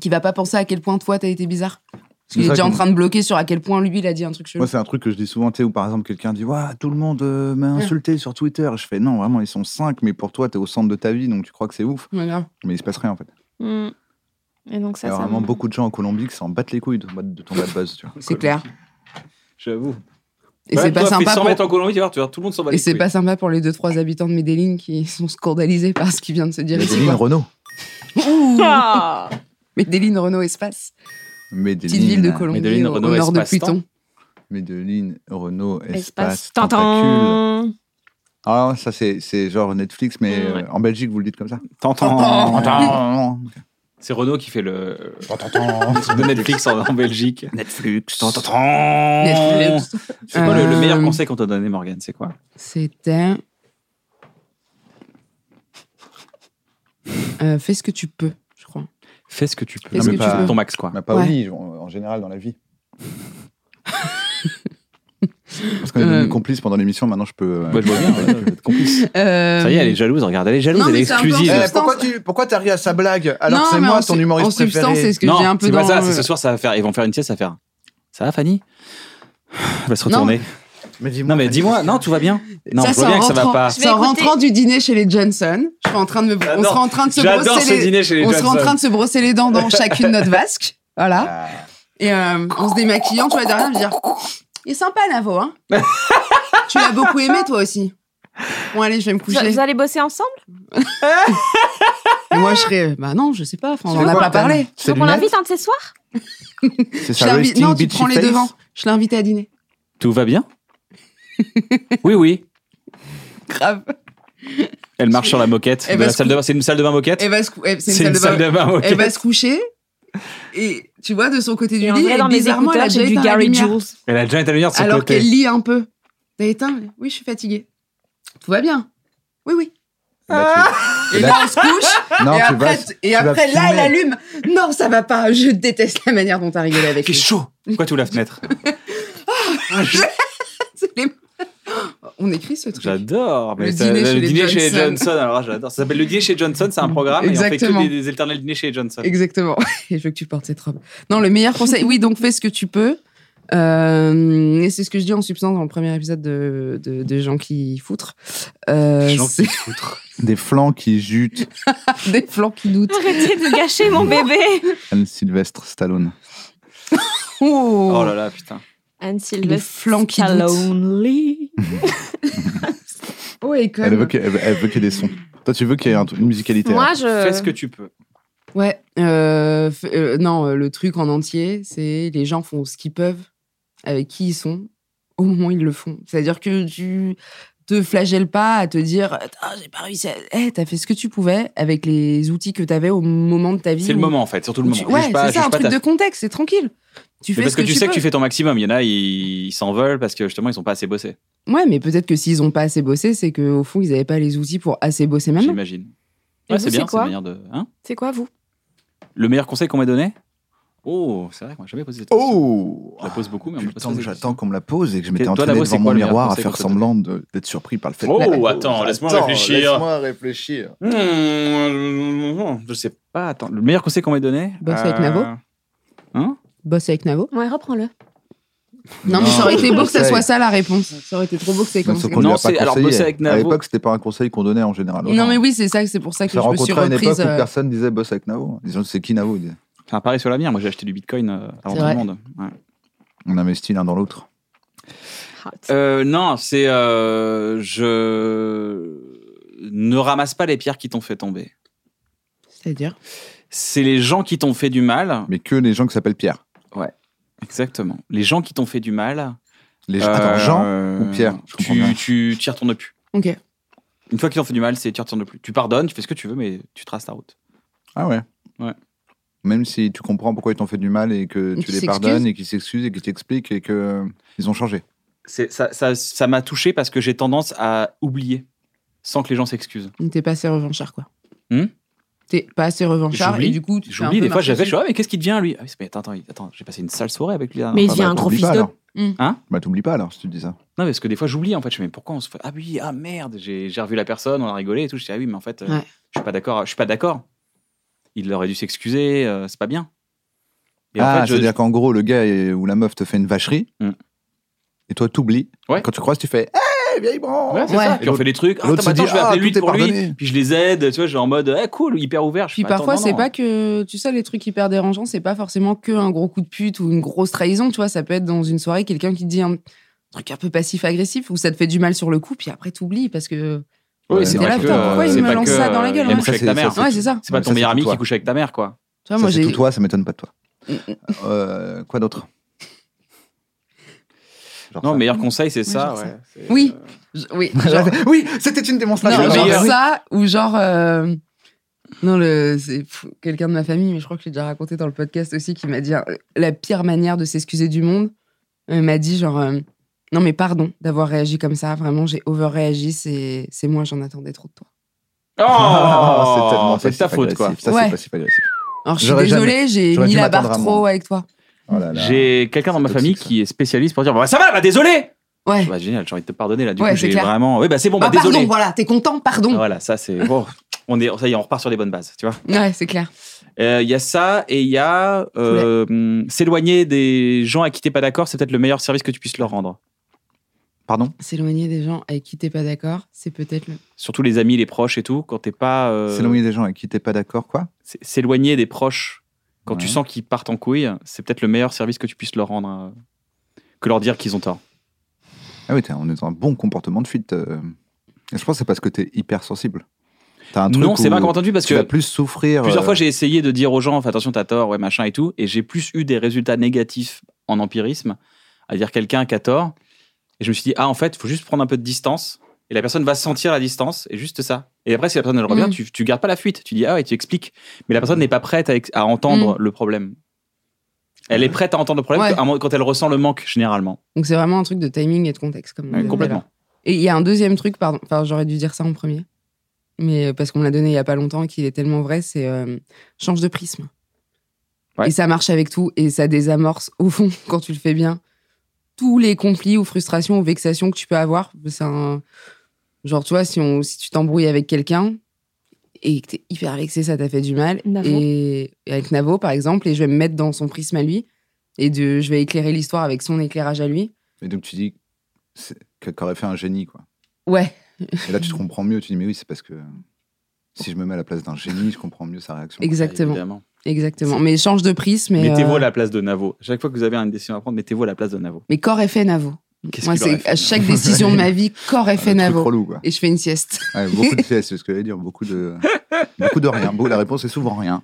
qui va pas penser à quel point toi t'as été bizarre. Parce
C'est
qu'il est
ça
déjà en
qu'on-
train de bloquer sur à quel point lui il a dit un truc chelou.
Moi, c'est un truc que je dis souvent, tu sais, où par exemple, quelqu'un dit Waouh, tout le monde euh,
Mm.
m'a insulté sur Twitter. Je fais Non, vraiment, ils sont cinq, mais pour toi, t'es au centre de ta vie, donc tu crois que c'est ouf.
Ouais, grave.
Mais il se passe rien, en fait.
Mm. Et donc ça,
il y a
ça
vraiment
me-
beaucoup de gens en Colombie qui s'en battent les couilles de, de ton bad buzz, tu vois.
C'est clair.
J'avoue.
Et c'est pas sympa pour...
en Colombie, tu vas voir, tu vas voir, tout le monde s'en va
Et
les
c'est
couilles.
pas sympa pour les deux trois habitants de Medellin qui sont scandalisés par ce qui vient de se dire ici.
Medellin,
quoi.
Renault.
Ah
Medellin, Renault, Espace.
Medellin.
Petite ville de Colombie
Medellin,
au, au
Renault,
nord de
Espace,
Pluton.
Medellin, Renault,
Espace.
espace. tentacule.
Tintin
Ah, ça, c'est c'est genre Netflix, mais
Mm,
euh,
ouais.
en Belgique, vous le dites comme ça.
T'entends C'est Renaud qui fait le. le truc de Netflix en, en Belgique.
Netflix.
T'entends
Netflix.
C'est quoi le, le meilleur
Euh,
conseil qu'on t'a donné, Morgane C'est quoi
C'était. Euh, fais ce que tu peux, je crois.
Fais ce que tu peux.
Fais ce
Non, mais que tu pas- peux.
Ton max, quoi.
Bah, pas
Ouais.
au lit, en en général, dans la vie. Parce qu'on est
Euh.
devenus complices pendant l'émission, maintenant je peux. euh,
Bah, je vois bien, ouais.
je peux être complice.
Ça y est, elle est jalouse, regarde, elle est jalouse,
Euh, Non,
elle
mais
est
c'est un peu
exclusive.
en
Eh,
substance.
pourquoi tu pourquoi t'as ri à sa blague alors
Non,
que c'est
mais
moi
en
ton
su-
humoriste
En substance, c'est
préféré
ce que j'ai un peu
c'est
dans
pas ça,
le-
c'est ce soir, ça va faire, ils vont faire une sieste, ça va faire. Ça va, Fanny Elle va se retourner.
Mais dis-moi.
Non, mais dis-moi, non, tout va bien. Non,
ça,
je
c'est
vois bien
en
que ça va
rentrant-
pas. Ah
C'est
vais
en
écouter.
rentrant du dîner chez les Johnson. Je serais en train de me, on
J'adore.
sera en train de se brosser les,
dîner chez
on sera en train de se brosser les dents dans chacune notre vasque. Voilà. Et euh, en se démaquillant, tu vois, derrière, me dire, il est sympa, Navo, hein. tu l'as beaucoup aimé, toi aussi. Bon, allez, je vais me
Vous
coucher.
vous allez bosser ensemble
Et moi, je serais, euh, bah non, je sais pas, enfin, on
C'est
en a
quoi,
pas
Tan
parlé.
Tu veux
C'est
qu'on
lunettes
l'invite un de ces soirs
C'est
Je
ça,
l'invite-
resting
non, tu
bitchy
prends les
face
devants. Je l'ai invité à dîner.
Tout va bien Oui, oui.
Grave.
Elle marche sur la moquette.
Elle
de
va
la
se
salle de bain. C'est une salle de bain moquette
Elle va se cou- elle- Eh ben, c'est
C'est une salle de bain
Elle va
moquette.
se coucher. Et tu vois, de son côté du
Et en
lit,
vrai,
et
dans mes
bizarrement, elle a
écouteurs,
déjà
j'ai du
éteint la
Gary
lumière.
Jules.
Elle a déjà été venir de son
Alors
côté.
qu'elle lit un peu. T'as éteint Oui, je suis fatiguée. Tout va bien. Oui, oui. Et
là-
là, on se couche.
Non,
et
tu vas-
après, t- et après
vas
là, elle
fumer.
allume. Non, ça va pas. Je déteste la manière dont t'as rigolé
Il
avec
fait
lui.
chaud. Pourquoi tu ouvres la fenêtre Ah, je-
C'est les- On écrit ce truc.
J'adore. mais
Le
ça-
dîner chez les
dîner chez les
Johnson.
Johnson. Alors ah, j'adore. Ça s'appelle le dîner chez Johnson. C'est un programme et on
Exactement.
fait que des, des éternels dîners chez Johnson.
Exactement. Et je veux que tu portes cette robe. Non, le meilleur conseil. Oui, donc fais ce que tu peux. Euh, et c'est ce que je dis en substance dans le premier épisode de, de, de gens qui foutrent. Euh,
Gens
c'est
qui se foutrent.
Des flancs qui jutent.
des flancs qui doutent.
Arrêtez de gâcher mon bébé
Anne-Sylvestre Stallone.
Oh,
Oh là là, putain.
Anne
Les flancs qui doutent.
lonely.
Oh, et comme-
Elle veut, que- elle veut- elle veut qu'il y ait des sons. Toi, tu veux qu'il y ait un truc- une musicalité. hein
Moi, je.
Fais ce que tu peux.
Ouais. euh, f- euh, non, euh, le truc en entier, c'est les gens font ce qu'ils peuvent avec qui ils sont au moment où ils le font. C'est-à-dire que tu te flagelles pas à te dire Attends, j'ai pas réussi. À... Eh, t'as fait ce que tu pouvais avec les outils que t'avais au moment de ta vie.
C'est le
où-
moment en fait, surtout le
où
moment.
tu-
Juge
Ouais,
pas-
c'est ça,
juge
un
pas
truc
ta-
de contexte, c'est tranquille. Tu
Mais
fais
parce
ce
que,
que,
tu sais
peux.
que tu fais ton maximum. Il y en a, ils ils s'en veulent parce que justement, ils sont pas assez bossés.
Ouais, mais peut-être que s'ils ont pas assez bossé, c'est qu'au fond, ils avaient pas les outils pour assez bosser maintenant.
J'imagine.
Et
Ouais,
vous,
c'est
c'est
bien, c'est
quoi
une manière de. hein
C'est quoi, vous
le meilleur conseil qu'on m'a donné Oh, c'est vrai qu'on m'a jamais posé cette question.
Oh
Je la pose beaucoup, mais on m'a pas
Putain,
posé cette
j'attends qu'on me la pose et que je m'étais
Toi,
entraîné
Davo,
devant
c'est
mon
quoi le meilleur
miroir à
conseil
faire
que t'as
semblant de- d'être surpris par le fait.
Oh,
de-
attends, laisse-moi réfléchir.
Laisse-moi réfléchir.
question. Hmm, Je sais pas, attends. Le meilleur conseil qu'on m'a donné euh,
Bosse Bah, avec Navo
Hein
Bosse avec Navo.
Ouais, reprends-le.
Non, mais ça aurait été beau que ça
Conseil.
soit ça la réponse. Ça aurait été trop beau que c'est comme ça.
Sauf qu'on lui
Non,
a pas
c'est- alors,
conseillé.
bosser avec
À
Navo.
l'époque, c'était pas un conseil qu'on donnait en général. aux
Non,
gens.
mais oui, c'est ça, c'est pour ça que
Je l'ai
je me suis
rencontré à une époque
reprise.
où
euh,
personne disait bosse avec Navo. Ils ont dit, c'est qui Navo Ils disaient,
C'est un pari sur l'avenir. Moi, j'ai acheté du bitcoin euh, avant
C'est
tout le
vrai.
monde. Ouais.
On investit l'un dans l'autre.
Hot.
Euh, non, c'est. euh, je. Ne ramasse pas les pierres qui t'ont fait tomber.
C'est-à-dire
C'est les gens qui t'ont fait du mal.
Mais que les gens qui s'appellent Pierre.
Exactement. Les gens qui t'ont fait du mal.
Les gens- Attends,
euh,
Jean ou Pierre Je comprends
Tu,
bien.
tu, tu y retournes plus.
Ok.
Une fois qu'ils t'ont fait du mal, c'est tu y retournes plus. Tu pardonnes, tu fais ce que tu veux, mais tu traces ta route.
Ah ouais
Ouais.
Même si tu comprends pourquoi ils t'ont fait du mal et que
Et
tu
qu'ils
les
s'excusent.
pardonnes et qu'ils s'excusent et qu'ils t'expliquent et que euh, ils ont changé.
C'est- Ça ça- ça m'a touché parce que j'ai tendance à oublier sans que les gens s'excusent.
Donc, T'es pas assez revanchard, quoi.
Hmm
T'es pas assez revanchard
J'oublie.
et du coup, tu fais un
J'oublie,
peu
des fois,
marcher
j'avais, je
dessus.
suis, ah, mais qu'est-ce qui devient, lui ah, oui, mais Attends, attends, il- attends j'ai passé une sale soirée avec lui. là.
Mais il
Ah
devient
bah,
un gros
t'oublies
fils
pas,
de.
alors.
Hmm.
Hein
Bah t'oublies pas alors si tu dis ça.
Non, mais parce que des fois, j'oublie, en fait. Je me dis, mais pourquoi on se fait. Ah oui, ah merde, j'ai j'ai revu la personne, on a rigolé et tout. Je dis, ah oui, mais en fait, euh,
Ouais.
je suis pas d'accord. Je suis pas d'accord. Il aurait dû s'excuser, euh, c'est pas bien. Et en
ah,
fait, je-
c'est-à-dire qu'en gros, le gars est- ou la meuf te fait une vacherie
Hmm.
et toi t'oublies.
Ouais.
Quand tu croises, tu fais Hey, vieille branche
Ouais, c'est
Ouais.
ça. Puis on fait des trucs. Ah,
l'autre
attends,
se
attends,
dit,
je vais
ah,
appeler
tout
lui
est
pour lui.
pardonné.
Puis je les aide. Tu vois, je suis en mode, eh, cool, hyper ouvert. Je
Puis
fais, attends,
parfois,
non,
c'est
non.
pas que. Tu sais, les trucs hyper dérangeants, c'est pas forcément que un gros coup de pute ou une grosse trahison. Tu vois, ça peut être dans une soirée quelqu'un qui te dit un truc un peu passif-agressif où ça te fait du mal sur le coup, puis après t'oublies parce que.
Oui,
Ouais,
c'est
non,
pas
là,
que,
putain, pourquoi
euh,
il
c'est
me
pas
lance
que,
ça dans la
euh,
gueule,
il a
ouais.
couché avec
Ça,
ta
c'est-
mère.
ça,
Ouais, c'est ça.
C'est pas
Mais
ton
ça,
meilleur
c'est
ami
toi.
qui couche avec ta mère, quoi.
Tu vois,
Ça,
moi,
c'est
j'ai. Hum,
tout toi, ça m'étonne pas de toi. Euh, quoi d'autre Genre
Non,
ça.
meilleur conseil, c'est ça.
genre ça.
ouais. C'est,
Oui.
euh,
Je- Oui. genre-
oui, c'était une
Non,
démonstration.
Le
genre
meilleur.
ça, ou genre. euh, Non, le... c'est pff, quelqu'un de ma famille, mais je crois que je l'ai déjà raconté dans le podcast aussi, qui m'a dit euh, la pire manière de s'excuser du monde. Elle m'a dit genre. euh, Non, mais pardon d'avoir réagi comme ça. Vraiment, j'ai over-réagi. C'est c'est moi, j'en attendais trop de toi.
Oh,
Ah, tellement
c'est de ta faute,
passif-agressif.
quoi.
Ça,
Ouais.
c'est passif-agressif.
Alors, je suis
J'aurais
désolée, j'ai
j'aurais
mis
dû
la
m'attendre
barre
à
trop
moi.
avec toi.
Oh là là.
J'ai quelqu'un dans ma
C'est
famille
toxique, ça.
qui est spécialiste pour dire bah, ça va, bah désolé.
Ouais.
Bah, génial, j'ai envie de te pardonner là. Du
Ouais,
coup,
c'est
j'ai
clair.
vraiment. Oui, bah c'est bon, bah,
Ah, pardon,
désolé.
voilà, t'es content,
Ah,
pardon.
Voilà, ça c'est. oh, on est, ça y est, on repart sur les bonnes bases, tu vois.
Ouais, c'est clair.
Euh, Il y a ça et il y a euh, hum, s'éloigner des gens à qui t'es pas d'accord, c'est peut-être le meilleur service que tu puisses leur rendre.
Pardon
S'éloigner des gens avec qui t'es pas d'accord, c'est peut-être le.
Surtout les amis, les proches et tout. Quand t'es pas euh,
S'éloigner des gens avec qui t'es pas d'accord, quoi
s- s'éloigner des proches quand tu
Ouais.
sens qu'ils partent en couille, c'est peut-être le meilleur service que tu puisses leur rendre euh, que leur dire qu'ils ont tort.
Ah oui, t'es- on est dans un bon comportement de fuite. euh. Et je pense que c'est parce que t'es hyper sensible. T'as un truc
non, c'est
où
pas entendu parce
tu
que
vas plus souffrir.
Plusieurs
euh,
fois, j'ai essayé de dire aux gens, Fais attention, t'as tort, ouais, machin et tout, et j'ai plus eu des résultats négatifs en empirisme à dire quelqu'un qui a tort. Et je me suis dit, ah, en fait, faut juste prendre un peu de distance Et la personne va sentir la distance, et juste ça. Et après, si la personne elle revient,
Mm.
tu, tu gardes pas la fuite. Tu dis, ah ouais, tu expliques. Mais la personne n'est pas prête à, ex- à entendre le problème. Elle est prête à entendre le problème
Mm. Ouais.
que- à un moment- quand elle ressent le manque, généralement.
Donc c'est vraiment un truc de timing et de contexte. Comme on disait tout à
complètement.
l'heure. Et il y a un deuxième truc, pardon, enfin j'aurais dû dire ça en premier, mais euh, parce qu'on me l'a donné il y a pas longtemps, et qu'il est tellement vrai, c'est euh, change de prisme.
Ouais.
Et ça marche avec tout, et ça désamorce au fond quand tu le fais bien tous les conflits ou frustrations ou vexations que tu peux avoir. C'est un genre tu vois si on si tu t'embrouilles avec quelqu'un et que t'es hyper vexé, ça t'a fait du mal.
Navo.
Et, et avec Navo par exemple, et je vais me mettre dans son prisme à lui et de je vais éclairer l'histoire avec son éclairage à lui.
Et donc tu dis c'est- que- qu'aurait fait un génie, quoi.
Ouais.
Et là, tu te comprends mieux. Tu dis, mais oui, c'est parce que si je me mets à la place d'un génie, je comprends mieux sa réaction.
Exactement,
Évidemment.
exactement. Mais change de prisme. Mais,
Mettez-vous
euh,
à la place de Navo. Chaque fois que vous avez une décision à prendre, mettez-vous à la place de Navo.
mais corps et fait Navo.
Qu'est-ce
Moi,
qu'il aurait
c'est
fait, Ah,
à
Navo
chaque décision de ma vie, corps et
Un
fait
Ah, truc
Navo.
relou, quoi.
Et je fais une sieste.
Ouais, beaucoup de c'est ce que j'allais dire. Beaucoup de, beaucoup de rien. Beau, la réponse est souvent rien.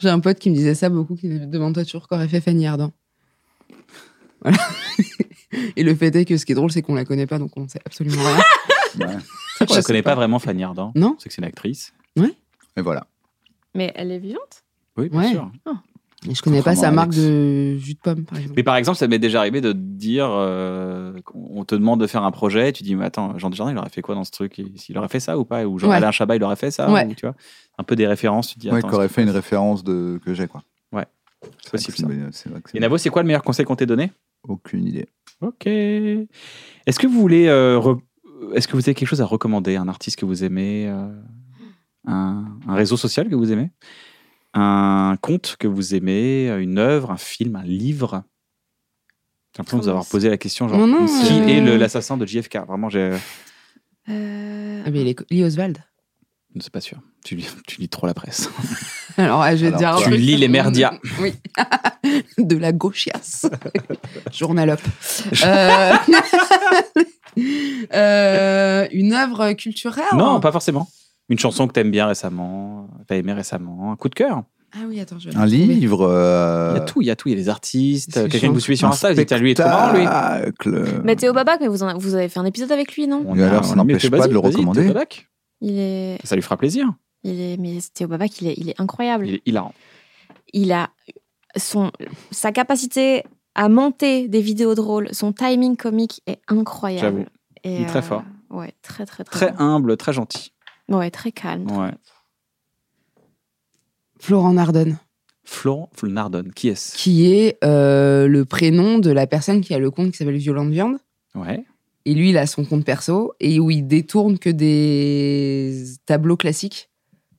J'ai un pote qui me disait ça beaucoup, qui me demande toi toujours corps et fait Fanny Ardant. Voilà. et le fait est que ce qui est drôle, c'est qu'on la connaît pas, donc on ne sait absolument rien.
Ouais.
C'est vrai qu'on
Je
la
sais
connaît
pas.
pas vraiment Fanny Ardant.
Non.
C'est que c'est une actrice.
Et voilà.
Mais elle est vivante
Oui, bien
Ouais.
sûr.
Et je connais pas sa marque de jus de pomme, par exemple.
Mais par exemple, ça m'est déjà arrivé de te dire euh, qu'on- on te demande de faire un projet, et tu dis mais attends, Jean Dujardin, il aurait fait quoi dans ce truc Il il aurait fait ça ou pas Ou Jean
Ouais.
Alain Chabat, il aurait fait ça
Ouais.
Ou, tu vois, un peu des références, tu te dis
Ouais,
attends,
qu'aurait
c'est
fait une référence de... que j'ai, quoi.
Ouais.
C'est
possible,
vrai que c'est- C'est vrai que
Et
c'est
Navo, c'est quoi le meilleur conseil qu'on t'ait donné
aucune idée.
Ok. Est-ce que vous voulez euh, re- est-ce que vous avez quelque chose à recommander Un artiste que vous aimez euh, un, un réseau social que vous aimez Un conte que vous aimez euh, Une œuvre Un film Un livre J'ai l'impression de vous avoir posé la question genre,
Non, non,
qui
euh,
est le- l'assassin de JFK Vraiment, j'ai-
Euh,
Ah, mais il est- Lee Oswald.
je ne suis pas sûr. Tu lis, tu lis trop la presse.
Alors, ah, je vais te
Alors,
dire.
tu
un truc.
lis les merdias.
Oui. de la gauchiasse. Journalope. Euh, euh, une œuvre culturelle hein.
non, pas forcément. Une chanson que t'aimes bien récemment, t'as aimé récemment, un coup de cœur.
Ah oui, attends, je vais la
Un
retrouver.
livre.
Il
euh,
y a tout, il y a tout. Il y a les artistes,
C'est
quelqu'un que vous suivez sur
un
Insta, vous dites, Ah, lui, il est trop marrant, lui.
spectacle.
Mais Théo Babac, mais vous, en- vous avez fait un épisode avec lui, non
On
Et
a-
alors, ça
on a- mais
n'empêche
t'es-
pas de
vas-y,
le
vas-y, t'es
recommander.
babac.
Il est,
Ça lui fera plaisir.
il est, mais Théo Babac, il est, il est incroyable.
Il est hilarant.
il a son, sa capacité à monter des vidéos drôles, son timing comique est
J'avoue.
incroyable. Et, euh,
Il est
euh,
très fort.
Ouais, très très très.
Très
bon.
humble, très gentil.
Ouais, très calme.
Ouais.
Florent Nardone,
Florent Fl- Nardone, qui est-ce
qui est euh, le prénom de la personne qui a le compte qui s'appelle Violente Viande.
Ouais.
Et lui, il a son compte perso et où il détourne que des tableaux classiques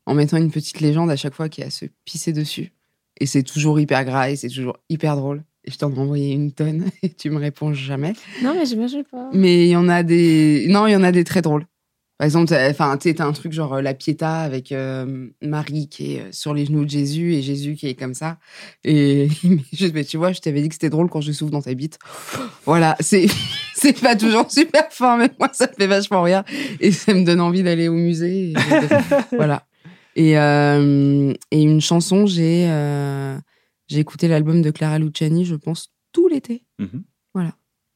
en mettant une petite légende à chaque fois qui a se pisser dessus. Et c'est toujours hyper gras et c'est toujours hyper drôle. Et je t'en ai envoyé une tonne et tu me réponds jamais.
Non, mais j'imagine pas.
Mais il y en a des. Non, il y en a des très drôles. Par exemple, t'as- enfin, tu sais, t'as un truc genre euh, la Pietà avec euh, Marie qui est euh, sur les genoux de Jésus et Jésus qui est comme ça. Et je, mais tu vois, je t'avais dit que c'était drôle quand je souffle dans ta bite. Voilà, c'est c'est pas toujours super fin, mais moi ça me fait vachement rire et ça me donne envie d'aller au musée. et de- voilà. Et, euh, et une chanson, j'ai euh, j'ai écouté l'album de Clara Luciani, je pense tout l'été.
Mhm.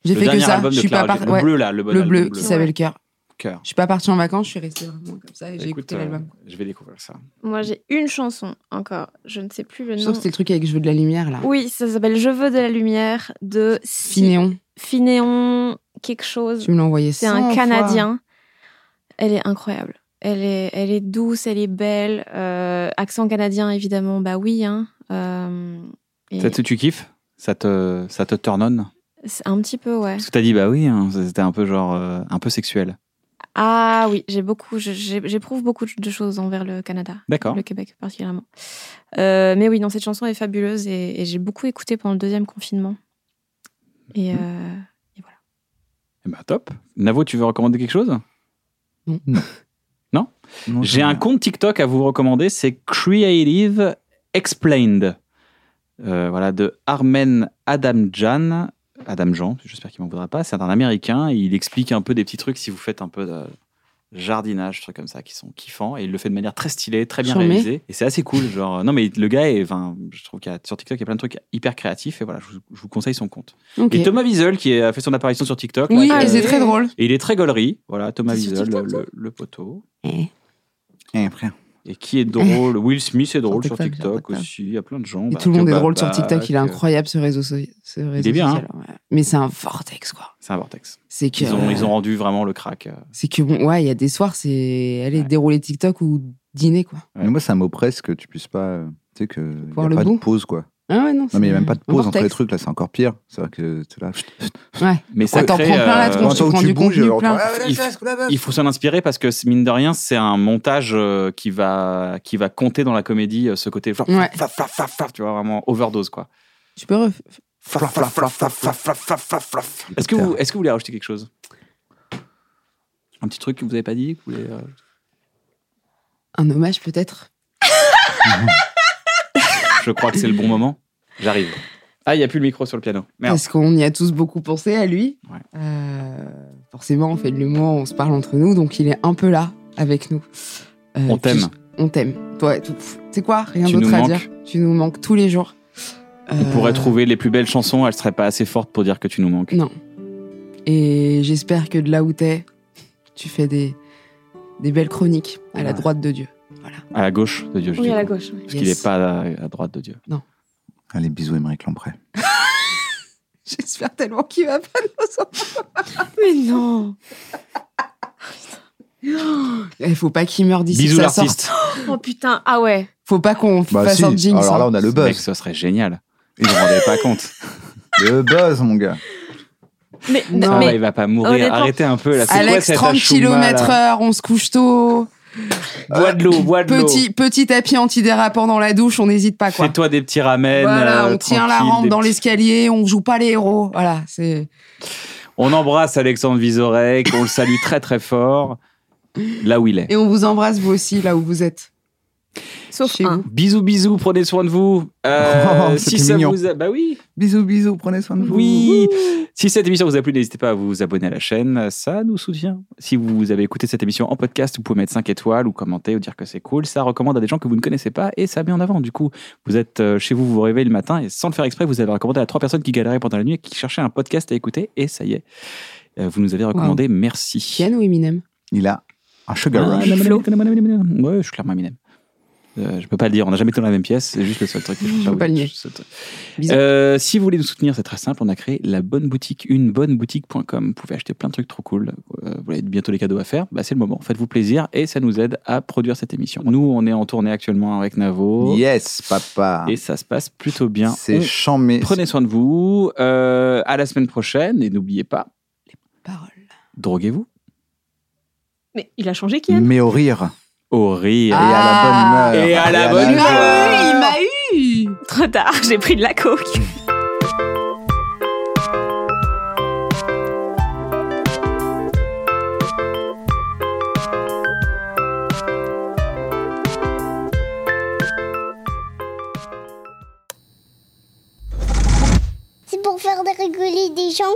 J'ai
le
fait que
dernier
ça.
album
je
de
suis
Clara
pas
Luciani.
par- ouais.
Le bleu, là, le bon
Le
album
bleu qui s'appelle Cœur.
Cœur.
Je suis pas partie en vacances, je suis restée vraiment comme ça et j'ai
Écoute,
écouté
euh,
l'album.
Je vais découvrir ça.
Moi, j'ai une chanson encore. Je ne sais plus le
Je
nom.
sens que c'est le truc avec Je veux de la lumière là.
Oui, ça s'appelle Je veux de la lumière de Si-
Finéon,
Finéon quelque chose.
tu me l'as envoyé.
C'est
100
un
fois.
Canadien. Elle est incroyable. Elle est, elle est douce, elle est belle. Euh, accent canadien, évidemment, bah oui. Hein. Euh, et
Ça, te- tu kiffes ça te, ça te turn on
c'est un petit peu, ouais.
Parce que t'as dit, bah oui, hein, c'était un peu genre, euh, un peu sexuel.
Ah oui, j'ai beaucoup, je- j'ai- j'éprouve beaucoup de choses envers le Canada,
D'accord.
le Québec particulièrement. Euh, mais oui, non, cette chanson est fabuleuse et, et j'ai beaucoup écouté pendant le deuxième confinement. Et euh,
Eh ben, top. Navo, tu veux recommander quelque chose J'ai un compte TikTok à vous recommander, c'est Creative Explained. Euh, voilà, de Armen Adamjan. Adam Jean, j'espère qu'il m'en voudra pas, c'est un Américain, il explique un peu des petits trucs si vous faites un peu de, jardinage, trucs comme ça, qui sont kiffants. Et il le fait de manière très stylée, très bien
Charmé.
réalisée. Et c'est assez cool. Genre, euh, non, mais le gars, est, enfin, je trouve qu'il y a, sur TikTok, il y a plein de trucs hyper créatifs. Et voilà, je vous, je vous conseille son compte.
Ok.
Et Thomas Wiesel, qui a fait son apparition sur TikTok. là,
Oui,
qui,
et
euh,
c'est très drôle.
et il est très gaulerie. Voilà, Thomas
C'est sur
Wiesel, le,
TikTok, ça
le- le poteau.
Eh.
Et après,
Et qui est drôle Will Smith est drôle sur
TikTok,
TikTok,
sur TikTok.
aussi. Il y a plein de gens.
Et
bah,
tout le monde est
Kebab
drôle sur
Back,
TikTok. Il est
euh,
incroyable ce réseau, so- ce réseau
bien,
social, ouais. Mais c'est un vortex, quoi.
C'est un vortex.
C'est que.
Ils ont, ils ont rendu vraiment le crack. euh,
C'est que, bon, ouais, il y a des soirs, c'est. Allez, dérouler TikTok ou dîner, quoi.
Ouais.
Mais moi, ça m'oppresse que tu puisses pas. euh, Tu sais, que. Il n'y
Voir
a
le
pas
bout.
de pause, quoi.
Ah ouais, non.
Non, mais il n'y a
c'est
même pas de
un
pause entre les
vortex.
trucs, là, c'est encore pire. C'est vrai que tu là.
Mais ça
Ouais, t'en
crée,
prends plein la tronche,
euh,
tu prends du contenu
alors,
plein.
ah, ouais,
Il- Il faut s'en inspirer parce que c'est- mine de rien, c'est un montage euh, qui va qui va compter dans la comédie euh, ce côté genre,
Ouais.
faf, faf, faf, faf, tu vois vraiment overdose quoi.
Tu peux ref-
Est-ce que vous est-ce que vous voulez rajouter quelque chose Un petit truc que vous avez pas dit que vous voulez, euh,
Un hommage, peut-être
Je crois que c'est le bon moment. J'arrive. Ah, il y a plus le micro sur le piano. Merde.
Parce qu'on y a tous beaucoup pensé à lui.
Ouais.
Euh, forcément, on fait de l'humour, on se parle entre nous, donc il est un peu là avec nous. Euh,
On
puis-
t'aime.
On t'aime. Toi, tu sais quoi Rien
Tu nous
d'autre à
manques.
dire. Tu nous manques tous les jours.
On
Euh, Mm.
pourrait trouver les plus belles chansons, elles seraient pas assez fortes pour dire que tu nous manques.
Non. Et j'espère que de là où t'es, tu fais des, des belles chroniques à la
Ouais.
droite de Dieu. Voilà.
À la gauche de Dieu, je
Oui,
dis.
à la gauche. oui.
Parce qu'il
Yes.
est pas à, à droite de Dieu.
Allez, bisous, Émeric Lamprey.
J'espère tellement qu'il va pas nous entendre.
Mais non
Il faut pas qu'il meure d'ici que
Bisous
ça sorte.
l'artiste.
Oh putain, ah ouais
Faut pas qu'on
Bah,
fasse
si.
un jinx.
Alors là,
hein.
on a le
Mec,
buzz.
ça serait génial.
Ils ne rendaient pas compte. Le buzz, mon gars.
Mais,
Non.
Ah
mais
ouais, il va pas mourir.
honnêtement,
Arrêtez un peu là. C'est quoi
Alex, euh,
cet
30
achuma,
km
là
heure, on se couche tôt.
Bois de l'eau, bois de l'eau.
Petit, petit tapis antidérapant dans la douche, on n'hésite pas, quoi.
Fais-toi des petits ramen.
Voilà,
euh,
on tient la
tranquille,
rampe
des
dans
petits-
l'escalier, on joue pas les héros. Voilà, c'est.
On embrasse Alexandre Vizorek, on le salue très très fort, là où il est.
Et on vous embrasse, vous aussi, là où vous êtes.
sauf
Chez
un.
vous.
Bisous, bisous, prenez soin de vous. Euh,
Oh,
si
c'était
ça
mignon.
vous a... Bah oui,
Bisous, bisous, prenez soin de vous.
oui. Si cette émission vous a plu, n'hésitez pas à vous abonner à la chaîne, ça nous soutient. Si vous avez écouté cette émission en podcast, vous pouvez mettre 5 étoiles ou commenter ou dire que c'est cool. Ça recommande à des gens que vous ne connaissez pas et ça met en avant. Du coup, vous êtes euh, chez vous, vous vous réveillez le matin et sans le faire exprès, vous avez recommandé à trois personnes qui galéraient pendant la nuit et qui cherchaient un podcast à écouter et ça y est. euh, Vous nous avez recommandé, merci.
Kian ou Eminem
Il a un sugar
Ah,
rush.
Ouais, je suis clairement Eminem. Euh, je peux pas le dire, on n'a jamais été dans la même pièce, c'est juste le seul truc. que
Je peux
oui,
pas le nier.
c'est seul truc.
Bizarre.
Euh, si vous voulez nous soutenir, c'est très simple, on a créé la bonne boutique, unebonneboutique.com. Vous pouvez acheter plein de trucs trop cool. Euh, vous avez bientôt les cadeaux à faire, bah, c'est le moment. Faites-vous plaisir et ça nous aide à produire cette émission. Nous, on est en tournée actuellement avec Navo
Yes, papa.
et ça se passe plutôt bien.
C'est
On-
chambé.
Prenez soin de vous. Euh, à la semaine prochaine et n'oubliez pas,
Parole.
droguez-vous
Mais il a changé Kian
Mais au rire.
au rire.
Et à la
Ah.
bonne humeur.
Et à la bonne
Ah,
humeur.
il m'a eu Trop tard, j'ai pris de la coke
C'est pour faire rigoler des gens.